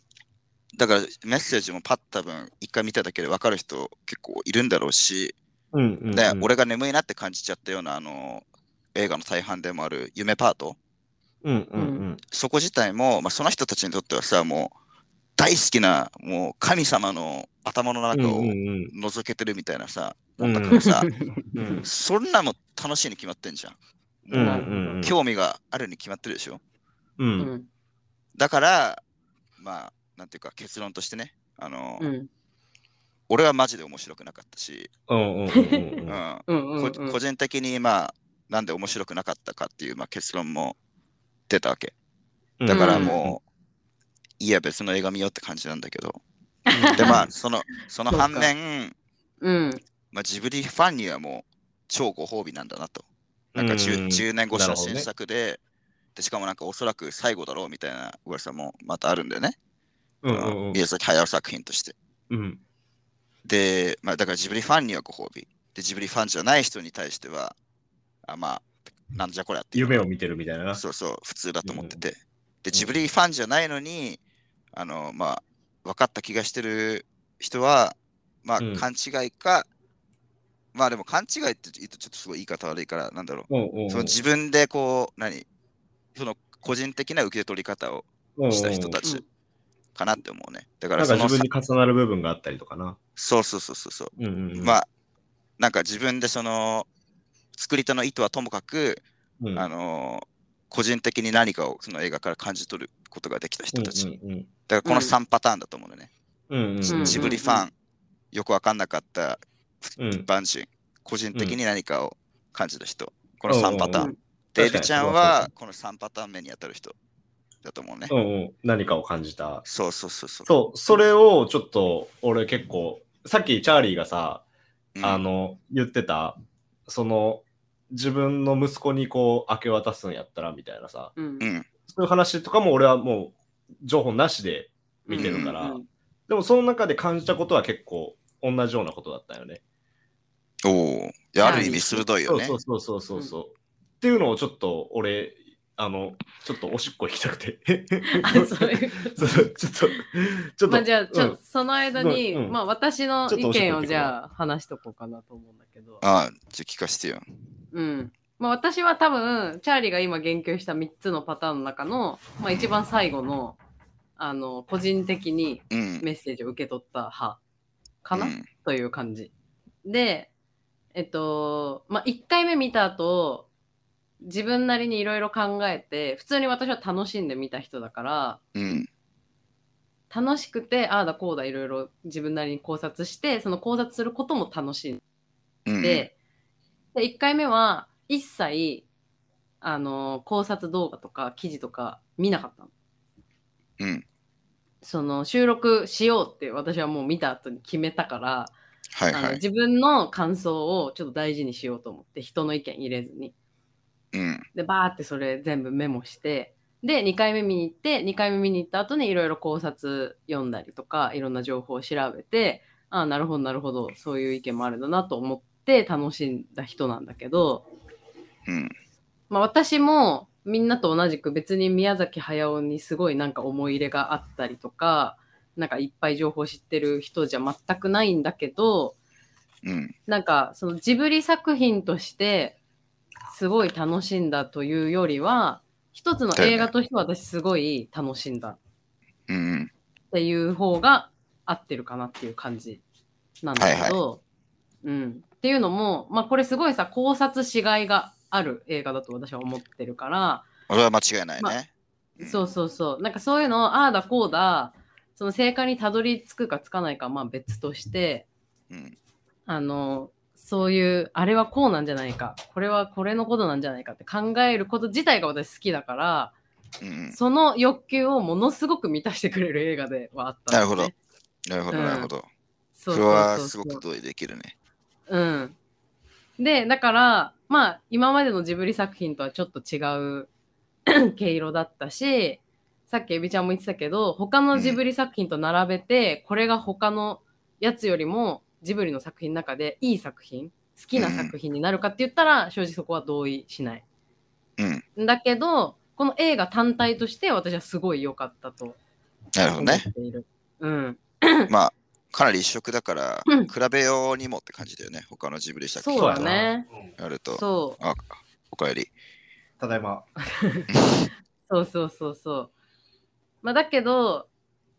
S3: だからメッセージもパッと多分一回見ただけでわかる人結構いるんだろうし、
S2: うんうんうん
S3: で、俺が眠いなって感じちゃったような、あの、映画の大半でもある夢パート、
S2: うんうん
S3: そこ自体も、まあ、その人たちにとってはさ、もう大好きな、もう神様の頭の
S2: うん
S3: 中を
S2: うん
S3: 覗けてるみたいなさ、
S2: うん
S3: 音楽がさ、
S2: うん
S3: そんなも楽しいに決まってんじゃん。
S2: う
S3: も
S2: ん
S3: う
S2: うんうん
S3: 興味があるに決まってるでしょ。
S2: う
S1: うんん
S3: だから、まあ、なんていうか結論としてね、あの、
S1: うん
S3: 俺はマジで面白くなかったし、
S2: うんうんうんん
S3: う
S1: うんうんうん
S3: こ個人的に、まあ、なんで面白くなかったかっていう、まあ、結論も出たわけ。
S2: うん
S3: だからもう、いや、別の映画見ようって感じなんだけど。で、まあ、その、その
S1: そうか
S3: 反面、
S1: うん
S3: まあ、ジブリファンにはもう、超ご褒美なんだなと。なんか 10, 10年越しの新作で、でしかもなんかおそらく最後だろうみたいな噂もまたあるんだよね。
S2: うんうんうん
S3: 宮崎駿作品として。
S2: うん
S3: で、まあだからジブリファンにはご褒美。で、ジブリファンじゃない人に対しては、あまあ、なんじゃこりゃっていう
S2: 夢を見てるみたいな。
S3: そうそう、普通だと思ってて。で、
S2: ん
S3: ジブリファンじゃないのに、あの、まあ、分かった気がしてる人は、まあ、
S2: うん
S3: 勘違いか、まあでも勘違いって言うとちょっとすごい言い方悪いから、なんだろう。
S2: うんうんうん
S3: その自分でこう、何その個人的な受け取り方をした人た
S1: うんう
S3: ち
S1: ん
S3: かなって思うね。だか
S2: な
S3: ら
S2: んか
S3: その
S2: 自分に重なる部分があったりとかな。
S3: そうそうそうそうそう。
S2: うんうんうん
S3: まあ、なんか自分でその作り手の意図はともかく、
S2: うん
S3: あのー個人的に何かをその映画から感じ取ることができた人たち。
S2: うんうん
S3: だからこの3パターンだと思うのね。
S2: うんうん
S3: ジ
S1: うん
S3: ジブリファン、よくわかんなかった
S2: うん
S3: 一般人、個人的に何かを感じた人、この
S2: うん
S3: 3パター
S1: う
S3: ン
S1: ん。
S3: デイビちゃんはこの3パターン目に当たる人だと思うね
S2: う。んうん何かを感じた。
S3: そうそうそうそう。
S2: そう、それをちょっと俺結構、さっきチャーリーがさ、
S3: うん
S2: あの、言ってた、その、自分の息子にこう、明け渡すんやったらみたいなさ、
S1: うん
S3: うん
S2: そういう話とかも俺はもう、情報なしで見てるから、
S1: うん
S2: でもその中で感じたことは結構、同じようなことだったよね。
S3: おお。いやある意味鋭いよね
S2: そ。うそうそうそうそうそう、っていうのをちょっと俺、あの、ちょっとおしっこ行きたくて。
S1: あそういうこ
S2: そうちょっと、ちょっと。
S1: とまあじゃあち
S2: う
S1: ょ
S2: ん
S1: その間に
S2: うん
S1: まあ私の
S2: ちょっと
S1: 意
S2: おしっこ
S1: 見
S2: 行
S1: を
S2: ってくる
S1: じゃあ話しとこうかなと思うんだけど
S3: ああ、じゃあ聞かせてよ。
S1: うんまあ私は多分チャーリーが今言及した3つのパターンの中のまあ一番最後のあの個人的に
S3: うん。
S1: メッセージを受け取った派かな、
S3: うん
S1: という感じ。で、えっと、まあ、1回目見た後、自分なりにいろいろ考えて、普通に私は楽しんで見た人だから、
S3: うん。
S1: 楽しくて、ああだこうだいろいろ自分なりに考察して、その考察することも楽しん
S3: うん、
S1: で、で1回目は一切、あの、考察動画とか記事とか見なかったの。
S3: うん。
S1: その収録しようって私はもう見た後に決めたから、
S3: はい
S1: あの
S3: はい。
S1: 自分の感想をちょっと大事にしようと思って人の意見入れずに
S3: うん。
S1: でバーってそれ全部メモしてで2回目見に行って2回目見に行った後にいろいろ考察読んだりとかいろんな情報を調べてああなるほどなるほどそういう意見もあるんだなと思っって楽しんだ人なんだけど、
S3: うん。
S1: まあ、私もみんなと同じく別に宮崎駿にすごいなんか思い入れがあったりとかなんかいっぱい情報知ってる人じゃ全くないんだけど
S3: うん。
S1: なんかそのジブリ作品としてすごい楽しんだというよりは一つの映画として私すごい楽しんだ
S3: うん。
S1: っていう方が合ってるかなっていう感じなんだけど、うん、っていうのも、まあ、これすごいさ考察しがいがある映画だと私は思ってるから、
S3: 俺は間違いない
S1: ま
S3: ね。うん
S1: そうそうそうなんかそういうのをああだこうだその正解にたどり着くかつかないかはまあ別として
S3: うん。
S1: あのそういうあれはこうなんじゃないかこれはこれのことなんじゃないかって考えること自体が私好きだから、
S3: うん。
S1: その欲求をものすごく満たしてくれる映画ではあったんだよね、
S3: なるなるほど、
S1: うん
S3: なるほど。
S1: そ
S3: そうれ
S1: そう
S3: は
S1: そう
S3: す
S1: そう
S3: ごく同意できるね。
S1: うん。で、だから、まあ、今までのジブリ作品とはちょっと違う 毛色だったし、さっきエビちゃんも言ってたけど、他のジブリ作品と並べて、これが他のやつよりもジブリの作品の中でいい作品、好きな作品になるかって言った ら、正直そこは同意しない。
S3: うん。
S1: だけど、この映画単体として私はすごい良かったと
S3: なるほど
S1: 思
S3: ね。
S1: っている。うん。
S3: まあ、かなり一色だから、
S1: うん
S3: 比べようにもって感じだよね。他のジブリ作
S1: そう
S3: 品
S1: だね。
S3: やると。
S1: そう。
S3: あ、おかえり。
S2: ただいま。
S1: そうそうそうそう。まあ、だけど、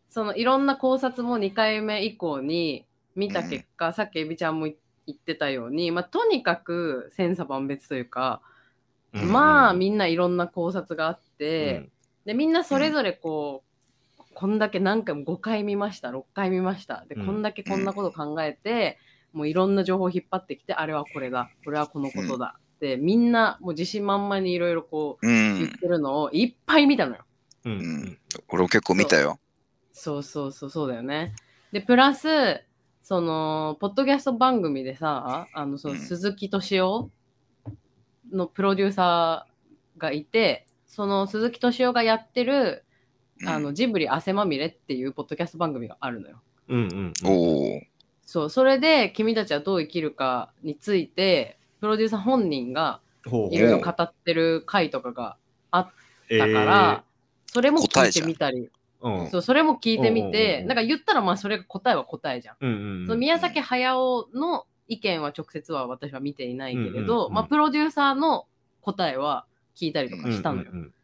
S1: そのいろんな考察も2回目以降に見た結果、さっきエビちゃんも言ってたように、まあ、とにかく千差万別というか、まあみんないろんな考察があって、でみんなそれぞれこう、こんだけ何回も5回見ました6回見ましたで
S2: うん
S1: こんだけこんなこと考えて、もういろんな情報を引っ張ってきてあれはこれだこれはこのことだ、ってみんなもう自信満々にいろいろこ
S3: う
S1: う言っ
S3: ん。
S1: てるのをいっぱい見たのよ。
S2: うんうん
S3: うん俺も結構見たよ。
S1: そうそうそうそうだよね。でプラスそのポッドキャスト番組でさあのそうの
S3: ん
S1: 鈴木敏夫のプロデューサーがいてその鈴木敏夫がやってる、
S3: うん
S1: あのジブリ汗まみれっていうポッドキャスト番組があるのよ。
S2: うんうんうん
S3: おお。
S1: そうそれで「君たちはどう生きるか」についてプロデューサー本人が
S2: ほう
S1: いろいろ語ってる回とかがあったから、それも聞いてみたり
S2: えーうん
S1: そうそれも聞いてみ
S2: うんうんうん
S1: て
S2: うん
S1: なんか言ったらまあそれが答えは答えじゃん。
S2: うんうんうん
S1: その宮崎駿の意見は直接は私は見ていないけれ
S2: うんうん
S1: ど、
S2: うん
S1: まあ、プロデューサーの答えは聞いたりとかしたのよ。
S2: うんうん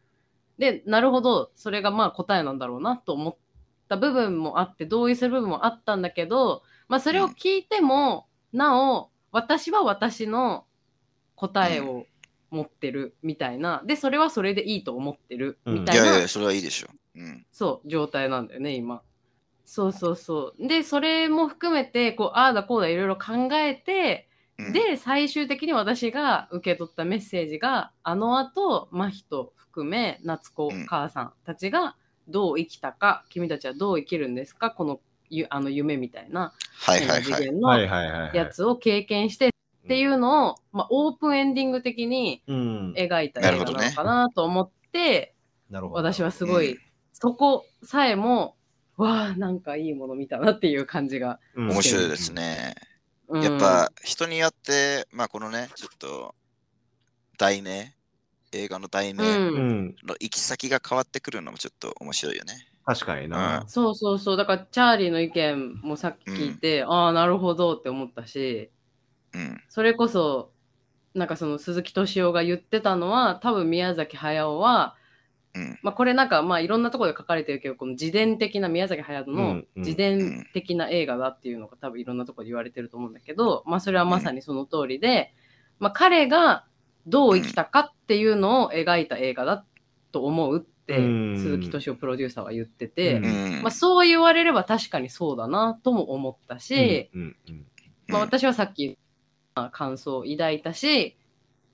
S1: で、なるほど、それがまあ答えなんだろうなと思った部分もあって、同意する部分もあったんだけど、まあ、それを聞いても、なお、私は私の答えを持ってるみたいな、で、それはそれでいいと思ってるみた
S3: い
S1: いな、
S3: やいや、それはいいでしょ。うん。
S1: そう、状態なんだよね、今。そうそうそう。で、それも含めて、こう、ああだこうだいろいろ考えて、
S3: うん、
S1: で、最終的に私が受け取ったメッセージが、あの後、真人含め、夏子
S3: うん
S1: 母さんたちがどう生きたか、君たちはどう生きるんですか、このゆあの夢みたいな、
S3: はいはい
S1: 変な
S3: は
S1: 次
S3: い。
S1: 元
S2: うんはい
S1: の
S2: はいはいはい
S1: やつを経験してっていうのを、まあ、オープンエンディング的に
S2: うん
S1: 描いた
S3: な
S1: 映
S3: るほ
S1: 画
S3: どね
S1: なのかなと思って、
S2: なるほど
S1: 私はすごい、
S3: うん
S1: そこさえもわあなんかいいもの見たなっていう感じが、
S2: うん
S3: 面白いですね。
S1: うん
S3: やっぱ人によって、まあこのね、ちょっと、題名、映画の題
S1: う
S3: 名
S1: ん、
S2: うん
S3: の行き先が変わってくるのもちょっと面白いよね。
S2: 確かにな
S1: そうそうそうだからチャーリーの意見もさっき聞いて、ああなるほどって思ったし
S3: うん。
S1: それこそなんかその鈴木敏夫が言ってたのは多分宮崎駿は、
S3: うん
S1: まあ、これなんかまあいろんなところで書かれてるけどこの自伝的な宮崎駿
S2: う
S1: の
S2: んうん
S1: 自伝的な映画だっていうのが多分いろんなところで言われてると思うんだけど、まあ、それはまさにその通りで、まあ、彼がどう生きたかっていうのを描いた映画だと思うって
S2: うん
S1: 鈴木敏夫プロデューサーは言ってて、
S2: うん
S3: うん。
S1: まあ、そう言われれば確かにそうだなとも思ったし。
S2: うんうん
S1: まあ、
S3: うん
S1: 私はさっきまあ感想を抱いたし、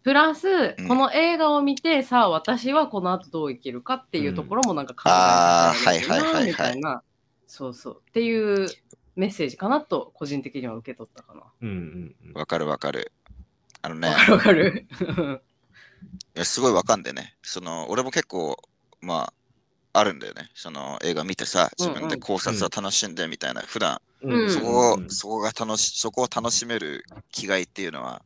S1: プラス
S3: うん、
S1: この映画を見て、さあ私はこの後どう生きるかっていうところもなんか考
S3: あー
S1: えて
S3: はいはいはいはい
S1: みたいな、そうそう、っていうメッセージかなと、個人的には受け取ったかな。
S2: うんうんうん
S3: わかるわかる。あのね
S1: わ、かるわかる。
S3: いやすごいわかんでね。その、俺も結構、まあ、あるんだよね。その映画見てさ、自分で考察を楽しんでみたいな、普段
S1: うん
S3: そこ
S2: うん
S3: そこが楽しそこを楽しめる気概っていうのは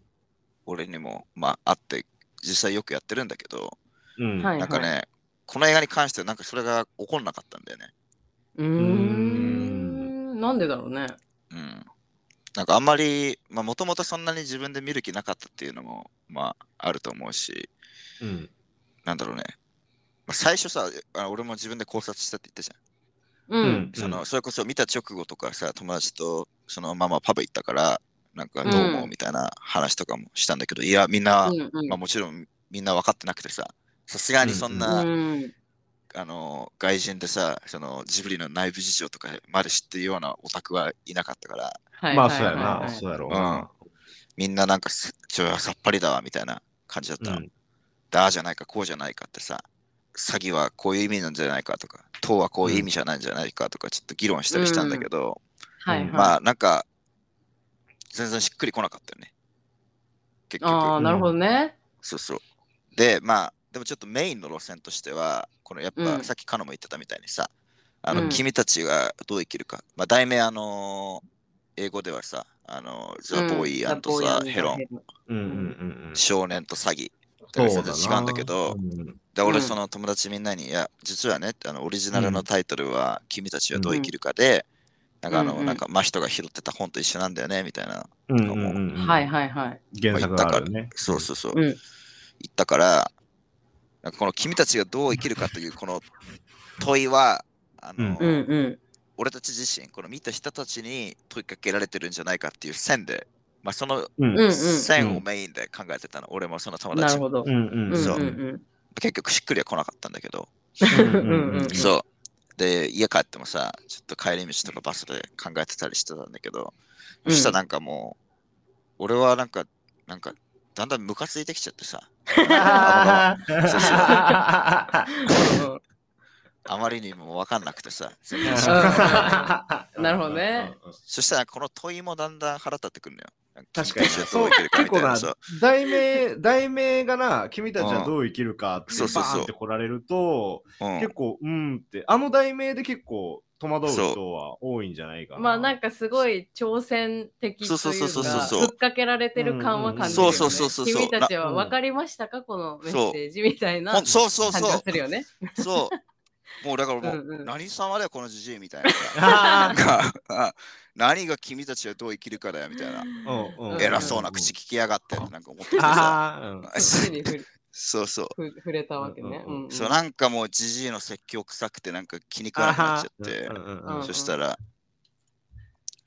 S3: 俺にも、まあ、あって実際よくやってるんだけど、
S2: うん
S1: はい
S3: なんかねこの映画に関してはなんかそれが起こんなかったんだよね。
S1: うーん。なんでだろうね。
S3: うん、なんかあんまりもともとそんなに自分で見る気なかったっていうのも、まあ、あると思うし
S2: うん
S3: なんだろうね、まあ、最初さあ俺も自分で考察したって言ったじ
S1: う。
S3: ゃん。
S2: うん
S3: そのそれこそ見た直後とかさ友達とそのままパブ行ったからなんかどう思
S1: う
S3: うんみたいな話とかもしたんだけど、いやみんな、
S1: うんうん
S3: まあ、もちろんみんな分かってなくてささすがにそんな、
S1: うん
S3: あの外人でさそのジブリの内部事情とかまで知ってるようなオタクはいなかったから
S1: はい
S2: まあ
S1: はい
S2: そうや
S1: はいは
S2: ないそうやろう
S3: うん
S2: な、
S3: みんななんかすちょさっぱりだわみたいな感じだったの、
S2: うん
S3: だじゃないかこうじゃないかってさ詐欺はこういう意味なんじゃないかとか党はこういう意味じゃないんじゃないかとかちょっと議論したりしたんだけど、
S1: はいはい。
S3: まあなんか全然しっくりこなかったよね。結
S1: ああ、
S3: 局。
S1: なるほどね。
S3: そうそう。でまあでもちょっとメインの路線としてはこのやっぱ、
S1: うん
S3: さっきカノも言ってたみたいにさあの、
S1: うん
S3: 君たちがどう生きるか、まあ、題名あの英語ではさあのザ・ボーイ
S1: うん
S3: アンドさ、ヘロン。
S2: うんうんうんうん
S3: 少年と詐欺
S2: そう
S3: 全
S2: だ
S3: 然違うんだけど
S2: うん
S1: う
S3: で俺
S1: ん
S3: その友達みんなに、いや実はねあのオリジナルのタイトルは「君たちはどう生きるかで」なんかあの、
S1: うんうん
S3: なんか真人が拾ってた本と一緒なんだよねみたいな
S2: うんうんうんうん
S1: はいはいはい。
S2: 原作があるよね。
S3: そうそうそう、
S1: うん
S3: 言ったから、なんかこの君たちがどう生きるかというこの問いは、あの
S1: うんうん。
S3: 俺たち自身、この見た人たちに問いかけられてるんじゃないかっていう線で、まあ、その
S2: うん
S1: うんうん。
S3: 線をメインで考えてたの、俺もその友
S1: な
S3: 達
S1: る
S3: も
S1: ほど
S2: う。
S1: う
S2: ん
S1: ん
S3: そう
S1: うん
S3: 結局しっくりは来なかったんだけど、
S1: うんうん
S3: そう。で、家帰ってもさ、ちょっと帰り道とかバスで考えてたりしてたんだけど、
S1: うん
S3: そしたらなんかもう、俺はなんか、なんか、だんだんムカついてきちゃってさ、
S2: あ
S1: うん うん
S3: あまりにも分かんなくてさ、全然
S2: ー
S1: なるほどね。
S3: そしたらこの問いもだんだん腹立ってくるのよ。
S2: 確かに
S3: 君たちはどう生きるかみたいな
S2: そ
S3: さ。
S2: 題名、題名がな、君たちはどう生きるかって、
S3: そうそうそう
S2: バーンって来られると、
S3: うん
S2: 結構、うんって、あの題名で結構戸惑う人は多いんじゃないかな。
S1: まあなん
S2: か、
S1: かすごい挑戦的というか
S3: そうそうそうそうそう
S1: ぶっかけられてる感は感じるよね
S2: そうそうそう
S3: そうそう
S1: 君たちは分かりましたかこのメッセージみたいな
S3: ほ
S1: 感
S3: んそうそう
S1: じ
S3: そ
S1: が
S3: う
S1: す。るよね。
S3: そう。もうだからもう、
S1: うんうん
S3: 何様だよ、このじじいみたいなさ。
S2: あ
S3: なんか何が君たちはどう生きるかだよみたいな。
S2: うんうん
S3: 偉そうな口聞きやがってってなんか思っててさ。
S2: あ、
S1: そっちにふ
S3: そうそう。
S1: ふ触れたわけね。
S2: うんうんうん
S1: んん
S3: そうなんかもうじじいの説教臭くてなんか気に食わなくなっちゃって。
S1: うん
S3: そしたら、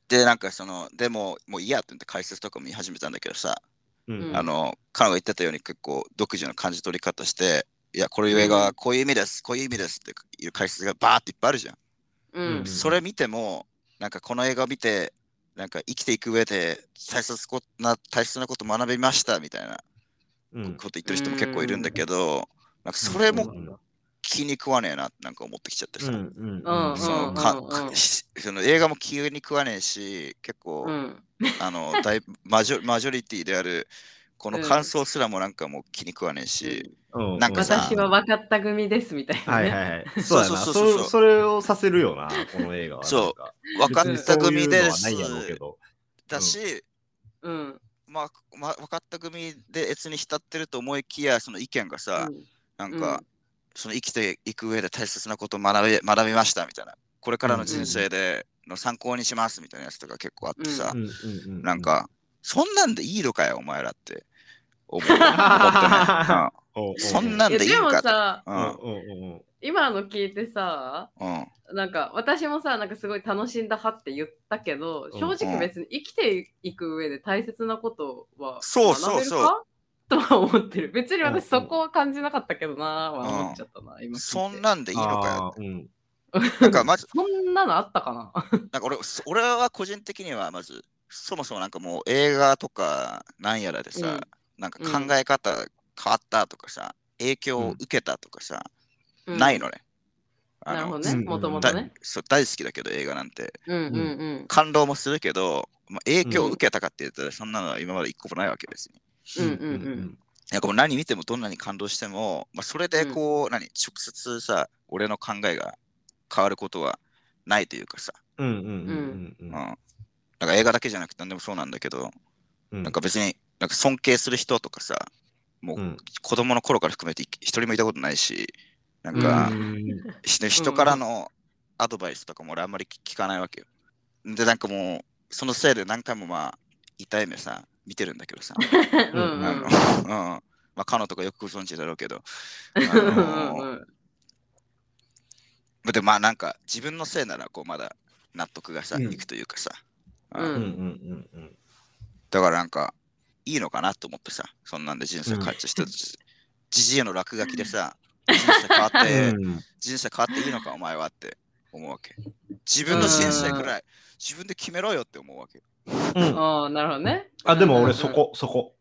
S3: で、なんかその、でも、もういいやって言って解説とかも言い始めたんだけどさ、
S1: うん
S3: あの、彼が言ってたように結構独自の感じ取り方して、いや、これ映画はこういう意味です、こういう意味ですっていう解説がバーっていっぱいあるじゃん。
S1: うん
S3: それ見ても、なんかこの映画を見て、なんか生きていく上で大切こな大切なこと学びましたみたいなこと言ってる人も結構いるんだけど、なんかそれも気に食わねえなってなんか思ってきちゃってさ。
S1: う
S3: そのか
S1: んうんうん
S3: し その映画も気に食わねえし、結構、
S1: うん
S3: あの大マジョマジョリティであるこの
S1: うん
S3: 感想すらもなんかもう気に食わねえし、なんかさ
S1: 私は分かった組ですみたいな
S2: はい
S1: ね。
S2: はいはい。そうやな。
S3: そ
S2: そ
S3: うそうそうそう
S2: れそれをさせるよな、この映画は。
S3: そ
S2: う。
S3: う分かった組で
S2: な
S3: す
S2: いやろうけど。
S3: だし、
S1: うん
S3: まあまあ、分かった組で越に浸ってると思いきやその意見がさ、なんか、その生きていく上で大切なことを学び学びましたみたいなこれからの人生での参考にしますみたいなやつとか結構あってさ、なん、かそんなんでいいのかよお前らって 思う思ったね、うんそん
S2: な。
S3: なん
S1: いや
S3: でいい
S1: でも
S3: んかって
S1: さ
S2: う
S3: うんん
S2: うんうん
S1: 今の聞いてさ
S3: うん
S1: なんか私もさなんかすごい楽しんだ派って言ったけど
S2: うん
S1: 正直別に生きていく上で大切なことは
S3: そうそうそう
S1: 学べるかとは 思ってる別に
S2: うんうん
S1: 私そこは感じなかったけどなーは思っちゃったな、今聞いて
S3: そんなんでいいのかよ
S2: あーうん
S3: なんかまず、
S1: そんなのあったかな
S3: なんか俺そ俺は個人的にはまず、そもそもなんかもう映画とかなんやらでさ、
S1: うん
S3: なんか考え方変わったとかさ、影響を受けたとかさ、
S1: うん
S3: ないのね。あの
S1: なるほど
S2: う
S1: ね
S2: ん
S1: もとも
S3: だ
S1: とね
S3: そう大好きだけど映画なんて、
S1: うんうんうん
S3: 感動もするけど、まあ、影響を受けたかって言ったらそんなのは今まで一個もないわけですに。
S1: うんうん
S3: なんかもう何見てもどんなに感動しても、まあ、それでこう、何直接さ、俺の考えが変わることはないというかさ、
S2: うんうんうんう
S3: うんん。
S2: うん
S3: なんか映画だけじゃなくて何でもそうなんだけど、
S2: うん。
S3: なんか別になんか尊敬する人とかさ、も
S2: う、
S3: うん子供の頃から含めて一人もいたことないし、なん
S1: が
S3: か
S2: うん、
S3: 人人からのアドバイスとかも俺あんまり聞かないわけよ。で、なんかもう、そのせいで何回もまあ、痛い目さ、見てるんだけどさ、
S1: うんう
S3: あ
S1: ん
S3: の、うん、まあ、カノとかよくご存知だろうけど、あの
S1: うんうん
S3: でまあなんか自分のせいならこうまだ納得がさ、
S2: うん
S3: いくというかさ、
S1: うん
S2: うんうんうんうん。
S3: だからなんかいいのかなと思ってさそんなんで人生変えちゃったじじいの落書きでさ人生変わって、
S2: うん
S3: 人生変わっていいのかお前はって思うわけ自分の人生くらい自分で決めろよって思うわけ
S2: うん
S1: ああなるほどね。
S2: あ、でも
S1: うんうんう
S2: 俺
S1: ん
S2: そこ、そこ。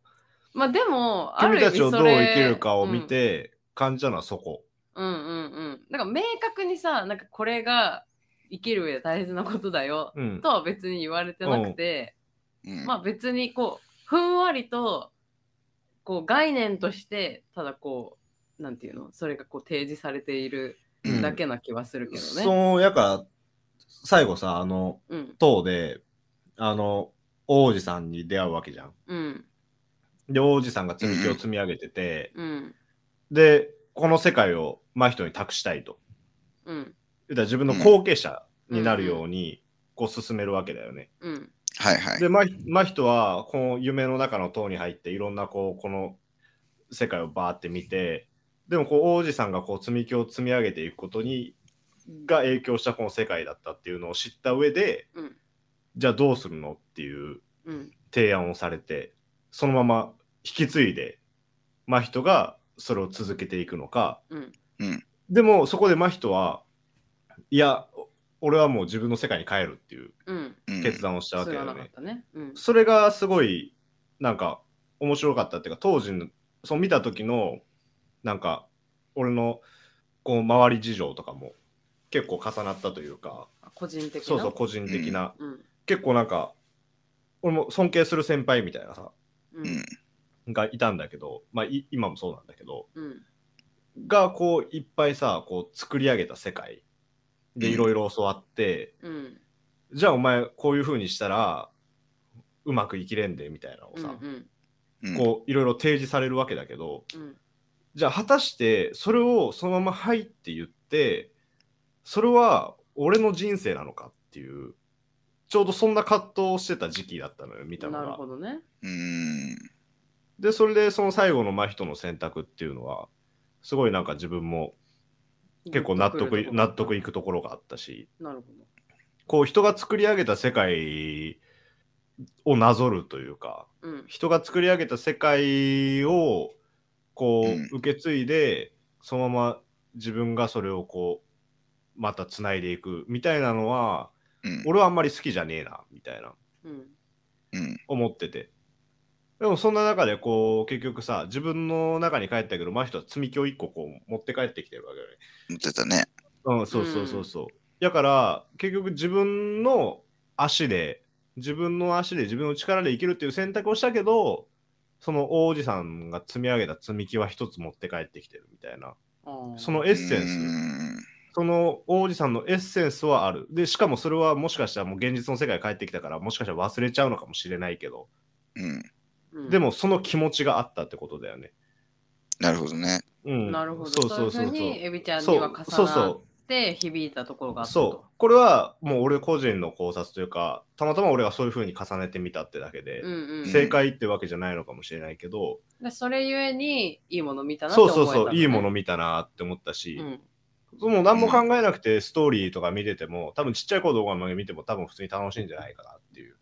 S1: まあでも、ある
S2: 君
S1: 意
S2: た
S1: 味
S2: ちを
S1: そ
S2: どう
S1: れ
S2: 生きるかを見、て感じたのはそこ。
S1: うん、うんうんうん。なんか明確にさ、なんかこれが生きる上で大事なことだよ
S2: うん
S1: と。は別に言われてなくて、
S3: うん、
S1: まあ別にこう、ふんわりと、こう概念として、ただこう、なんていうの、それがこう提示されている
S3: うん
S1: だけな気はするけどね。
S2: そう、やから、最後さ、あの、
S1: うん
S2: 塔で、あの、王子さんに出会うわけじゃん。
S1: うん
S2: で、王子さんが積み木を積み上げてて、
S1: うん
S2: で、この世界を真人に託したいと。
S1: うん
S2: 言うたら自分の後継者になるように、こう進めるわけだよね。
S1: うん
S3: はいはい
S2: で、ま、真人は、この夢の中の塔に入って、いろんな、こう、この世界をバーって見て、でも、こう、王子さんが、こう、積み木を積み上げていくことに、が影響したこの世界だったっていうのを知った上で、
S1: うん
S2: じゃあどうするのっていう
S1: うん
S2: 提案をされて、そのまま引き継いで、真人がそれを続けていくのか、
S1: うん
S2: でも、そこで真人は、いや、俺はもう自分の世界に帰るっていう
S1: うん。
S3: うん
S2: 決断をしたわ
S1: そ
S2: け
S1: れ
S2: だ
S1: は
S2: よ
S1: な
S2: ね
S1: かっ。たね。うん
S2: それがすごいなんか面白かったっていうか当時のそう見た時のなんか俺のこう周り事情とかも結構重なったというか
S1: あ個人的な。
S2: そうそう個人的な、
S1: うん
S2: 結構なんか俺も尊敬する先輩みたいなさ
S1: う
S3: うんん
S2: がいたんだけどまあい今もそうなんだけど
S1: うん
S2: がこういっぱいさこう作り上げた世界で
S3: うん
S2: いろいろ教わって、
S1: うん
S2: じゃあお前こういう風にしたらうまく生きれんでみたいなのをさ、
S1: うん
S3: うん
S2: こういろいろ提示されるわけだけど
S1: うん
S2: じゃあ果たしてそれをそのまま「はい」って言ってそれは俺の人生なのかっていうちょうどそんな葛藤をしてた時期だったのよ見
S1: う
S2: た
S1: ん、
S2: の
S1: なる
S2: が
S1: ほ。どね。
S3: うん
S2: でそれでその最後の真人の選択っていうのはすごいなんか自分も結構納得い納得い
S1: く
S2: くところがあったし
S1: るところ。なるほ
S2: こう人が作り上げた世界をなぞるというか
S1: ど。うん
S2: 人が作り上げた世界をこ
S3: うん
S2: う受け継いで、そのまま自分がそれをこうまた繋いでいくみたいなのは
S3: うん
S2: 俺はあんまり好きじゃねえなみたいな
S1: うん
S3: うん
S2: 思っててでもそんな中でこう結局さ自分の中に帰ったけど真人は積み木を1個こう持って帰ってきてるわけよね
S3: 言ってたね
S2: うん、そうそうそうそう。だから結局自分の足で自分の足で自分の力で生きるっていう選択をしたけどその王子さんが積み上げた積み木は一つ持って帰ってきてるみたいな
S1: あー
S2: そのエッセンス、
S3: うん
S2: その王子さんのエッセンスはあるでしかもそれはもしかしたらもう現実の世界に帰ってきたからもしかしたら忘れちゃうのかもしれないけど
S3: うん
S1: うん
S2: でもその気持ちがあったってことだよね。
S3: なるほどね
S2: うん、
S1: なるほど。
S2: そうそうそう
S1: い
S2: そう
S1: ふうにエビちゃん
S2: そ
S1: に
S2: う
S1: は
S2: そ
S1: 重
S2: うそ
S1: なっ
S2: う
S1: て響いたところがあった
S2: そ
S1: と。
S2: うこれはもう俺個人の考察というかたまたま俺がそういう風に重ねてみたってだけで、
S1: うんうん。
S2: 正解ってわけじゃないのかもしれないけど、
S1: でそれゆえにいいもの見たなって
S2: そう
S1: 思えた
S2: そ
S1: ん
S2: う
S1: だね
S2: そう、いいもの。見たなって思ったし
S1: う、ん
S2: もう何も考えなくてストーリーとか見てても多分ちっちゃい子動画まで見ても多分普通に楽しいんじゃないかなっていう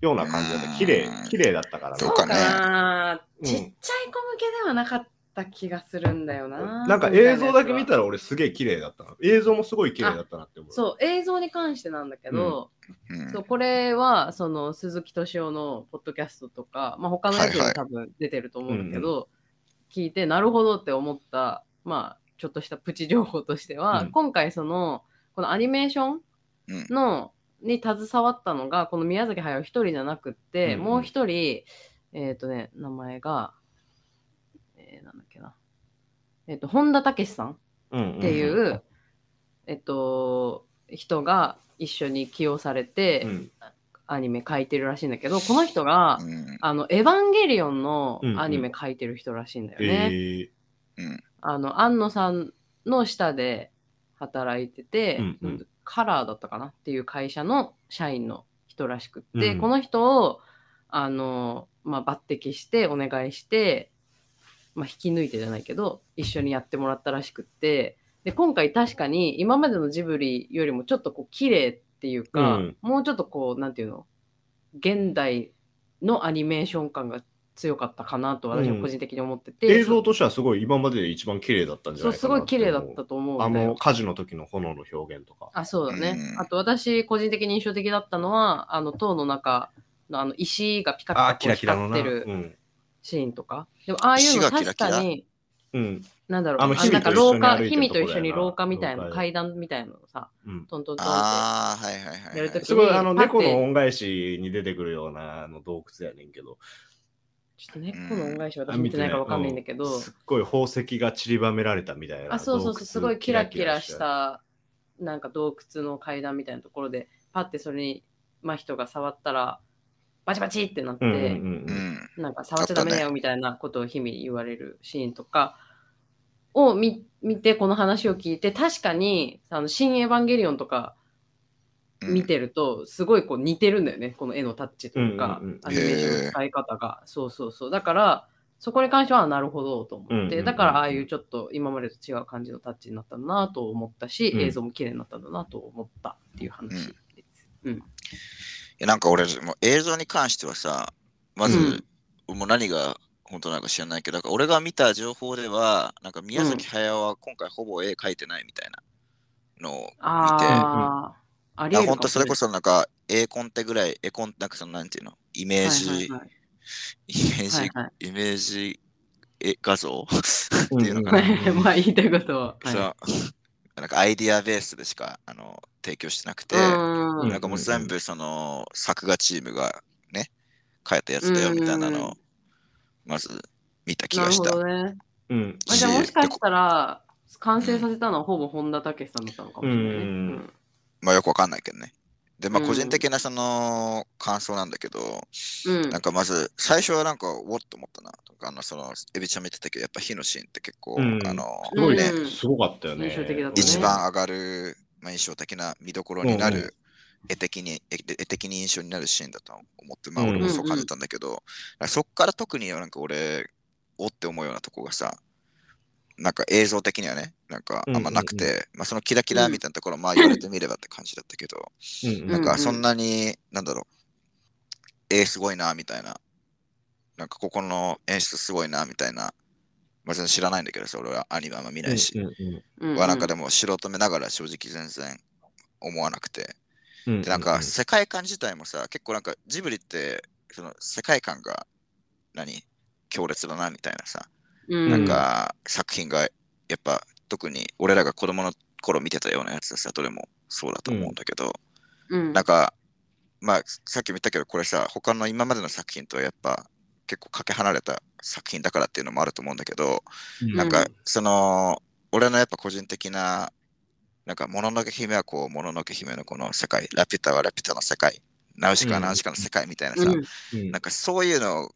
S2: ような感じだっ
S3: う
S2: た
S3: ん
S2: 綺麗綺麗だったから
S1: そ
S3: ど
S1: う
S3: う
S1: か
S3: かね
S1: な、
S2: うん
S1: ちっちゃい子向けではなかった気がするんだよな。
S2: なんか映像だけ見た
S1: ら。
S2: ら俺すげえ綺麗だったな映像もすごい綺麗だったなって思う
S1: そう、映像に関してなんだけど、
S3: うん
S1: そうこれはその鈴木敏夫のポッドキャストとか、まあ、他のやつに
S3: はいは
S1: も
S3: い
S1: 多分出てると思うんだけ
S2: う
S1: ど、聞いてなるほどって思った、まあ、ちょっとしたプチ情報としては、
S2: うん
S1: 今回そのこのアニメーション
S3: うん
S1: の、に携わったのがこの宮崎駿一人じゃなくって、
S2: うんうん
S1: もう一人えっ、とね名前が、えーなんだっけな、えっと本田武史さん
S2: うんうんうん
S1: っていう、えっと、人が一緒に起用されて、
S2: うん
S1: アニメ書いてるらしいんだけどこの人が、
S3: うん
S1: あの「エヴァンゲリオン」のアニメ書いてる人らしいんだよね。
S2: え
S1: あの安野さんの下で働いてて、
S2: うんうん
S1: カラーだったかなっていう会社の社員の人らしくって、
S2: うん
S1: この人をあの、まあ、抜擢してお願いして、まあ、引き抜いてじゃないけど一緒にやってもらったらしくってで今回確かに今までのジブリよりもちょっとこう綺麗っていうか、
S2: うん
S1: もうちょっとこうなんていうの現代のアニメーション感が強かったかなと私は個人的に思ってて、
S2: ー映像としてはすごい今までで一番綺麗だったんじゃ
S1: そう
S2: ない
S1: す
S2: かな
S1: ご
S2: っ
S1: い
S2: て
S1: 綺
S2: 思う
S1: 麗だったと思うんだ
S2: あ
S1: よ
S2: の火事の時の炎の表現とか。
S1: あそうだね、
S3: うん
S1: あと私個人的に印象的だったのはあの塔の中のあの石がピカピ
S2: あー
S1: カ
S2: キラキラ
S1: こ
S2: の
S1: う
S2: な。
S1: 光
S2: う
S1: ってる
S2: ん。
S1: シーンとか、でもああいうの
S3: 石がキラ
S1: 確
S3: キラ
S1: かに
S2: うん。
S1: なんだろう
S2: あ
S1: あ
S2: の
S1: の
S2: 氷
S1: な
S2: 見
S1: んか廊
S2: と一緒に
S1: 下
S2: 歩いてる
S1: 氷見と一緒に
S2: とこだよな
S1: 廊下みたいな
S2: 廊下
S1: 階段みたいなのさ
S2: うん、
S1: トントントンって
S3: ああ、はいはいはいはい。
S1: やるとき
S2: すごい、あ
S1: う
S2: の、
S1: んパッて
S2: 猫の恩返しに出てくるようなあの洞窟やねんけど、
S1: ちょっとねこの恩返し私見てないかわかんないんだけど、
S2: すっごい宝石が散りばめられたみたいな。
S1: あそうそうそ
S2: 洞
S1: う
S2: 窟
S1: すごいキラキラしたなんか洞窟の階段みたいなところでパッてそれに、まあ、人が触ったらバチバチってなって、
S2: うんうんう
S3: うんん。
S1: なんか触っちゃダメだよみたいなことを日々言われるシーンとかを見見てこの話を聞いて確かに「あの新エヴァンゲリオン」とか
S3: うん
S1: 見てるとすごいこう似てるんだよねこの絵のタッチというか、
S2: うんうんうん
S1: アニメーションの使い方がそうそうそうだからそこに関してはあなるほどと思って、
S2: うんうんうん
S1: だからああいうちょっと今までと違う感じのタッチになったんだなと思ったし、
S2: うん
S1: 映像も綺麗になったんだなと思ったっていう話です。
S3: いやなんか俺、もう映像に関してはさ、まず、もう何が本当なのか知らないけど、なんか俺が見た情報では、なんか宮崎駿は今回ほぼ絵描いてないみたいなのを
S1: ああ、あり
S3: いや
S1: えるかも
S3: 本当
S1: し
S3: そ
S1: れない
S3: れこそなんか、絵コンテぐらい、絵コンテ、なんかそのなんていうの、イメージ、
S1: はいはいはい
S3: イメージ、
S1: はいはい
S3: イメージ絵画像
S2: う
S3: っ
S2: ん
S3: て
S2: うん
S3: いうのかな。
S2: うん
S1: まあ言いたいことは。はい
S3: そうなんかアイディアベースでしかあの提供してなくて、
S1: う
S2: う
S1: ん
S2: ん
S3: なんかもう全部その作画チームがね、変えたやつだよみたいなの
S1: う
S3: を、まず見た気
S1: な
S3: が
S1: る
S3: し
S1: ほ
S3: た。
S1: どね。
S2: うん。
S1: まあ、じゃあもしかしたら、完成させたのはほぼ本田武さんだったのかもしれないね。
S2: うん
S1: うん
S3: まあよくわかんないけどね。で、まあ
S1: うん
S3: 個人的なその感想なんだけど、
S1: うん
S3: なんかまず最初はなんか、おっと思ったな。なんかあの、その、エビちゃん見てたけど、やっぱ火のシーンって結構、
S2: うん
S3: あの、
S2: すごいね
S1: う。ん
S2: すごかったよね。
S1: 印象的だったね
S3: 一番上がる、まあ、印象的な見どころにな
S2: うんう
S3: る、絵的に、絵絵的に印象になるシーンだと思って、まあ、
S2: うん
S3: 俺もそう感じたんだけど、なんかそっから特になんか俺、おって思うようなとこがさ、なんか映像的にはね、なんかあんまなくて、
S2: うん
S3: まあそのキラキラみたいなところ、まあ言われてみればって感じだったけど、
S2: うん
S1: う
S3: なんんかそんなに、なんだろう、えー、すごいな、みたいな。なんかここの演出すごいな、みたいな。まあ、全然知らないんだけどさ、俺はアニメあんま見ないし。
S2: うんうん
S1: うん
S3: はなんかでも素人目ながら正直全然思わなくて。
S2: うんうん
S3: で、なんか世界観自体もさ、結構なんかジブリって、その世界観が何強烈だな、みたいなさ。
S1: うん
S3: なんか作品がやっぱ特に俺らが子供の頃見てたようなやつでさ、どれもそうだと思うんだけど、
S1: うん
S3: なんか、まあ、さっきも言ったけど、これさ、他の今までの作品とはやっぱ結構かけ離れた作品だからっていうのもあると思うんだけど、
S2: うん
S3: なん
S1: う
S3: か
S1: ん、
S3: その、俺のやっぱ個人的な、なんか、もののけ姫はこう、もののけ姫のこの世界、ラピュタはラピュタの世界、ナウシカはナウシカの世界みたいなさ、
S1: うん
S2: うん
S3: なんかそういうの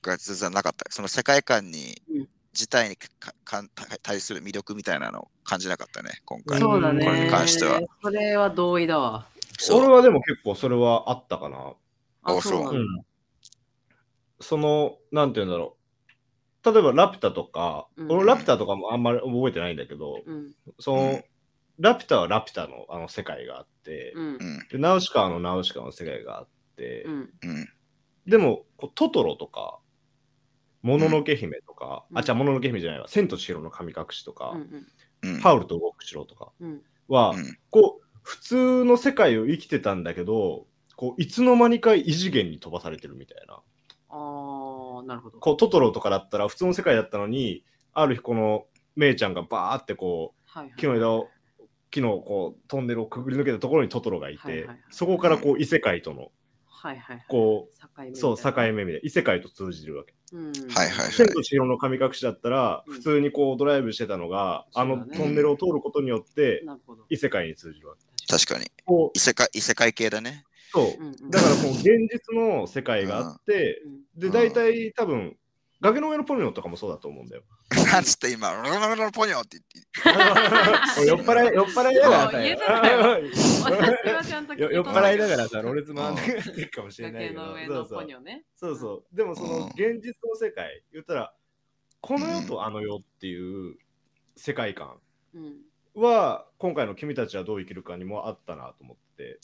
S3: が全然なかった。その世界観に
S1: うん、
S3: 自体にかかん対する魅力みたいなのを感じなかったね、今回。
S1: そうだね。
S3: これに関しては。
S1: それは同意だわ。
S3: そう
S2: 俺はでも結構それはあったかな。
S1: あ、
S3: あそう
S1: そうなんだ。
S2: その、なんて言うんだろう。例えば、ラピュタとか、
S1: うん
S2: 俺、ラピュタとかもあんまり覚えてないんだけど、
S1: うん
S2: その、
S3: うん
S2: ラピュタはラピュタのあの世界があって、
S1: うん
S3: うん、
S2: でナウシカはあのナウシカの世界があって、
S1: うん
S3: うん、
S2: でも、こうトトロとか、もののけ姫とか、
S1: うん
S2: あ、じゃあ、もののけ姫じゃないわ、千と千尋の神隠しとか、
S1: うん
S3: うん。
S2: ハウルと動く城とか
S1: うん
S2: は、
S3: うん
S2: こう、普通の世界を生きてたんだけど、こういつの間にか異次元に飛ばされてるみたいな。
S1: ああ、なるほど。
S2: こうトトロとかだったら普通の世界だったのにある日このメイちゃんがバーってこ
S1: はいはいう
S2: 木の枝を木のこうトンネルをくぐり抜けたところにトトロがいて、
S1: はいはいはい
S2: そこからこう異世界との
S1: はいはいはい。
S2: こ
S1: 境目みたいな
S2: そう境目みたいな異世界と通じるわけ。
S1: うん
S3: はいはい
S2: 千と千尋の神隠しだったら
S1: うん
S2: 普通にこうドライブしてたのが、あの
S1: そうだね
S2: トンネルを通ることによって
S1: なるほど。
S2: 異世界に通じるわけ。
S1: 確
S3: 確かに。
S2: こ
S3: 異世界異世界系だね。
S2: うそうだからこう現実の世界があって、 で
S3: うん
S2: 大体多分崖の上のポニョとかもそうだと思 うんだよ。
S3: なんつって今、ロ ロロロロポニョって言って。
S2: おい 酔っ払い酔っ払いだからさ
S1: そう言うなよ 私は
S2: よ
S1: ちゃんと聞き
S2: よ
S1: 取
S2: 酔っ
S1: れ
S2: 払いだからさ、ろれつ回んでるかもしれない
S1: 崖
S2: けど
S1: の上
S2: そ
S1: の
S2: うそ
S1: ポ
S2: う
S1: ニョね。
S2: そうそう。でもその
S3: うん
S2: 現実の世界、言ったら、この世とあの世っていう世界観
S1: うん
S2: は、今回の君たちはどう生きるかにもあったなと思って。